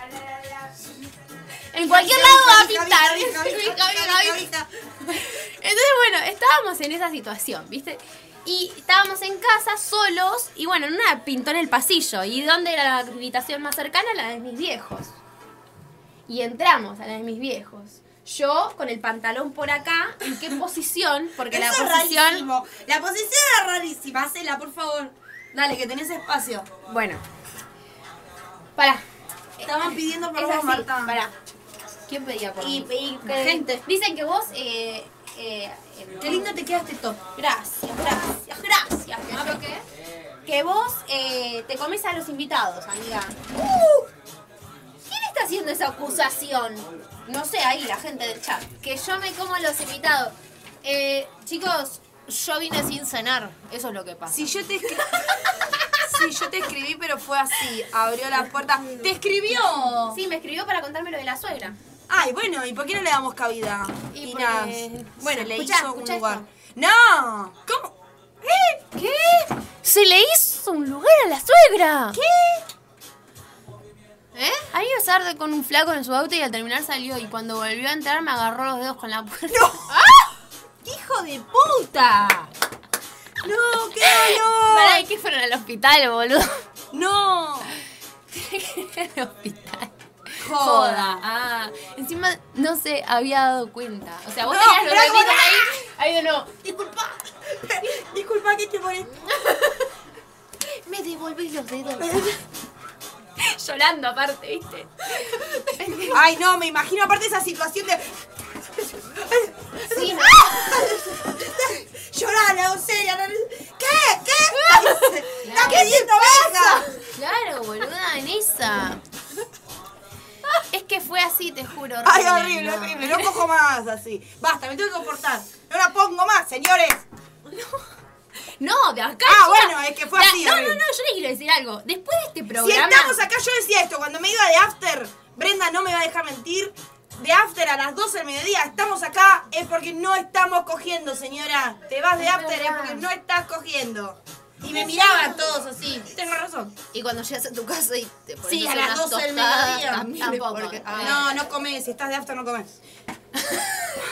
A: En cualquier lado va a
B: Gaby, Gaby,
A: pintar.
B: Gaby, Gaby,
A: Sí,
B: Gaby,
A: Gaby,
B: Gaby,
A: Gaby.
B: Gaby.
A: Entonces, bueno, estábamos en esa situación, ¿viste? Y estábamos en casa solos y bueno, una pintó en el pasillo. ¿Y dónde era la habitación más cercana? La de mis viejos. Y entramos a la de mis viejos. Yo con el pantalón por acá, ¿en qué posición? Porque
B: Eso
A: la
B: es
A: posición...
B: rarísimo. La posición era rarísima. Hacela, por favor. Dale, que tenés espacio.
A: Bueno. Pará.
B: Estaban pidiendo por
A: Es
B: vos,
A: así.
B: Marta.
A: Pará.
C: ¿Quién pedía por
A: Y,
C: mí?
A: y-
B: La gente.
A: Dicen que vos... eh, eh, eh,
B: Qué lindo te quedaste
C: este
B: top.
A: Gracias, gracias, gracias. mamá. Que vos eh, te comes a los invitados, amiga.
C: Uh. ¿Quién está haciendo esa acusación? No sé, ahí la gente del chat. Que yo me como a los invitados. Eh, chicos, yo vine sin cenar. Eso es lo que pasa.
B: Si yo te escribí. si yo te escribí, pero fue así. Abrió las puertas. ¡Te escribió!
A: Sí, me escribió para contarme lo de la suegra.
B: Ay, bueno, ¿y por qué no le damos cabida?
A: Y
B: Y
A: porque-
B: nada,
A: bueno,
B: se le
A: escuchá,
B: hizo
A: escuchá
B: un lugar. ¡No! ¿Cómo? ¿Eh? ¿Qué?
E: Se le hizo un lugar a la suegra.
A: ¿Eh? A mí se arde con un flaco en su auto y al terminar salió y cuando volvió a entrar me agarró los dedos con la puerta.
B: ¡Ah! ¡Hijo de puta! ¡No, qué dolor!
A: Pará, ¿y qué fueron al hospital, boludo?
B: ¡No!
A: al hospital.
B: Joda.
A: Ah, encima no se había dado cuenta. O sea, vos
B: No,
A: tenías los
B: pero
A: deditos
B: pará.
A: ahí. Ahí de nuevo.
B: Disculpa. Disculpa que te molesté.
A: Me devolvés los dedos. Llorando aparte, ¿viste?
B: Ay, no, me imagino aparte esa situación de.
A: Sí,
B: Llorar, la doncella. la- ¿Qué? ¿Qué? ¡Está pidiendo venga!
A: Claro, boluda, en esa. Es que fue así, te juro.
B: Ay,
A: Rubén,
B: horrible,
A: no.
B: horrible. No cojo más así. Basta, me tengo que comportar. No la pongo más, señores.
A: No, de acá.
B: Ah,
A: chica.
B: bueno, es que fue
A: La-
B: así,
A: No, no, no,
B: horrible.
A: yo les quiero decir algo. Después de este
B: Si
A: programa.
B: estamos acá, yo decía esto. Cuando me iba de after, Brenda no me va a dejar mentir. De after a las 12 del mediodía, estamos acá, es porque no estamos cogiendo, señora. Te vas de after, es porque no estás cogiendo. Y me miraban todos así. Tengo razón.
C: Y cuando llegas a tu casa y te pones
B: Sí, a
C: unas
B: las 12 del
C: tostadas,
B: mediodía.
C: tam-
B: Miles,
C: Tampoco.
B: porque-
C: Ah,
B: No, no comés. Si estás de after, no comés.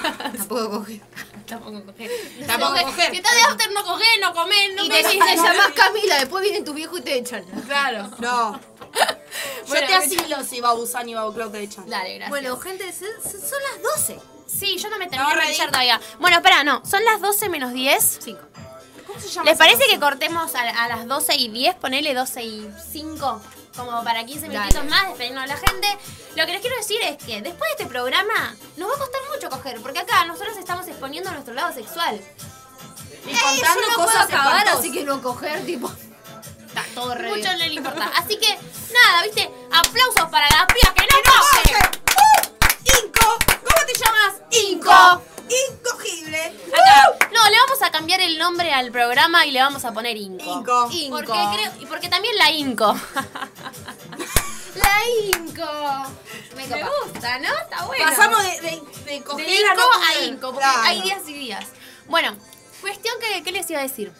C: Tampoco coge.
A: Tampoco cogé.
B: Tampoco coger.
A: Si estás de after, no cogé, no comé, no
C: Y
A: me
C: te, y te llamas Camila, después viene tu viejo y te echan.
B: Claro. No. Yo
A: Bueno,
B: te asilo si Babusán y Babuclau te echan.
A: Dale, gracias.
C: Bueno, gente, se- se- son las 12.
A: sí, yo no me terminé
B: No,
A: de echar
B: Rey.
A: todavía. Bueno, espera, no. Son las 12 menos 10.
C: Cinco.
B: ¿Cómo se llama?
A: ¿Les parece que cortemos a, a las 12 y 10? Ponele 12 y 5, como para 15 minutitos
C: Dale.
A: más, dependiendo de la gente. Lo que les quiero decir es que después de este programa nos va a costar mucho coger, porque acá nosotros estamos exponiendo nuestro lado sexual. Eh,
B: Y contando
C: yo no
B: cosas
C: puedo acabar,
B: espantosas.
C: así que no coger, tipo.
A: Está todo re Mucho no le importa. Así que, nada, viste, aplausos para las pibas que no cogen.
B: Inco. ¿Cómo te llamas? Inco. Incogible.
A: Acá. No, le vamos a cambiar el nombre al programa y le vamos a poner Inco.
B: Inco.
C: Inco.
A: Porque, creo, y porque también la Inco.
C: La Inco. Me, gusta, ¿no? Está bueno.
B: Pasamos de, de, de coger
A: De Inco
B: no
A: a
B: coger.
A: Inco, porque
B: Claro.
A: hay días y días. Bueno, cuestión que, ¿qué les iba a decir?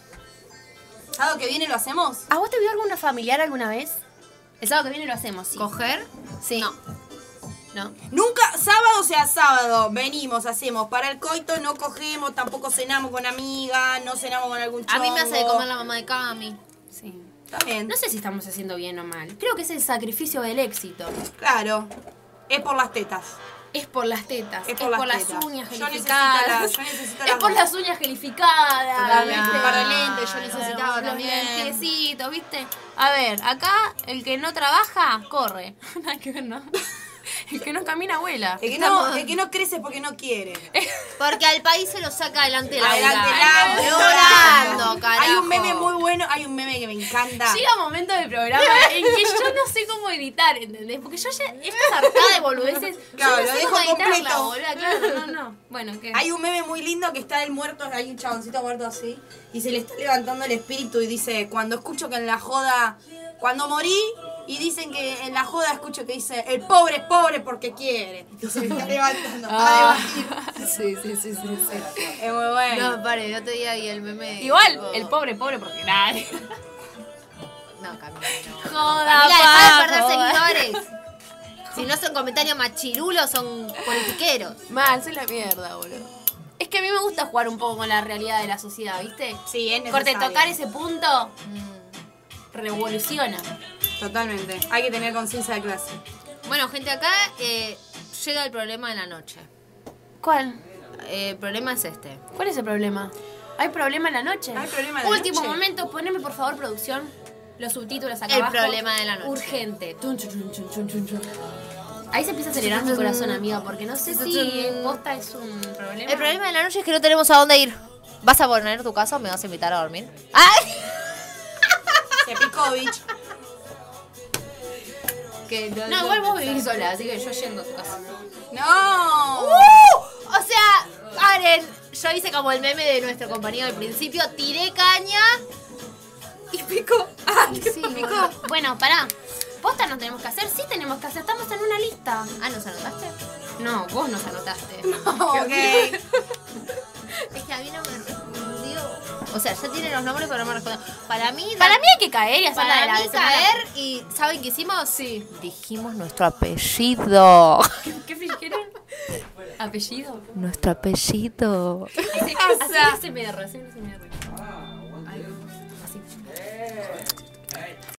B: ¿Sábado que viene lo hacemos?
A: ¿A vos te vio alguna familiar alguna vez? El sábado que viene lo hacemos, sí.
C: ¿Coger?
A: Sí. No. No.
B: Nunca, sábado sea sábado, venimos, hacemos. Para el coito no cogemos, tampoco cenamos con amigas, no cenamos con algún
C: A
B: chongo.
C: mí me hace de comer la mamá de Cami.
A: Sí.
B: También,
A: No sé si estamos haciendo bien o mal. Creo que es el sacrificio del éxito.
B: claro. Es por las tetas.
A: Es por las tetas.
B: Es por las tetas.
A: uñas
B: Yo necesito
A: gelificadas.
B: la- yo necesito
A: es
B: las
A: por
B: uñas.
A: las uñas gelificadas.
B: Totalmente.
A: Un par de lentes yo necesitaba
B: Los
A: también.
B: lentes.
A: Piecitos, ¿viste? A ver, acá el que no trabaja, corre. Nada que ver, ¿no? El que no camina, vuela.
B: El que, no, el que no crece porque no quiere.
C: Porque al país se lo saca adelante la
B: Adelante,
C: adelante,
B: Laura.
C: Llorando, carajo.
B: Hay un meme muy bueno, hay un meme que me encanta.
A: Llega un momento del programa en que yo no sé cómo editar, ¿entendés? Porque yo ya estas arcadas de boludeces,
B: Claro,
A: yo
B: lo
A: no sé
B: dejo
A: cómo editarla,
B: completo.
A: boluda, claro, no, no. Bueno, ¿qué?
B: Hay un meme muy lindo que está el muerto, hay un chaboncito muerto así, y se le está levantando el espíritu y dice, cuando escucho que en la joda, cuando morí, y dicen que en la joda escucho que dice, el pobre es pobre porque quiere. Y se le está levantando. para
A: Ah. sí, sí, sí, sí, sí.
B: debatir. Es muy bueno.
C: No, pare, yo te día y el meme.
A: Igual,
C: tipo-
A: el pobre, pobre, porque nada.
C: No, Camila, no.
A: Joda,
C: Camila, dejá de perder
A: pa, joda.
C: seguidores. Si no son comentarios machirulos, son politiqueros.
A: Mal, soy la mierda, boludo. Es que a mí me gusta jugar un poco con la realidad de la sociedad, ¿viste?
B: Sí, es
A: Corte,
B: necesario.
A: tocar ese punto Mm. revoluciona.
B: Totalmente. Hay que tener conciencia de clase.
C: Bueno, gente, acá eh, llega el problema de la noche.
A: ¿Cuál?
C: Eh, el problema es este.
A: ¿Cuál es el problema? ¿Hay problema en la noche?
B: Hay problema de
A: Último
B: noche.
A: momento, poneme por favor, producción, los subtítulos acá
C: El
A: abajo.
C: problema de la noche.
A: Urgente. Tun, chun, chun, chun, chun, chun, chun. Ahí se empieza a acelerar mi corazón, amiga, porque no sé si eh, posta es un problema.
C: El problema de la noche es que no tenemos a dónde ir. ¿Vas a poner tu casa o me vas a invitar a dormir? ¡Ay!
B: Sepikovich.
A: No, igual vos vivís sola, así que yo yendo a tu casa.
B: ¡No!
C: ¡Uh! O sea, Aren, yo hice como el meme de nuestro compañero al principio, tiré caña.
B: Y pico. Ah,
A: Sí, bueno. bueno, pará. Posta no tenemos que hacer, sí tenemos que hacer, estamos en una lista.
C: Ah, ¿nos anotaste?
A: No, vos nos anotaste.
B: ok.
C: Es que a mí no me respondió. O sea, ya tienen los nombres, pero no me respondió. Para mí,
A: Para mí hay que caer y hacer la de
C: para
A: la
C: mí
A: de semana.
C: caer y ¿saben qué hicimos? Sí. Dijimos nuestro apellido.
A: ¿Qué fijeron? ¿Apellido?
C: Nuestro apellido.
A: Hacer ese mierda, hacer ese mierda.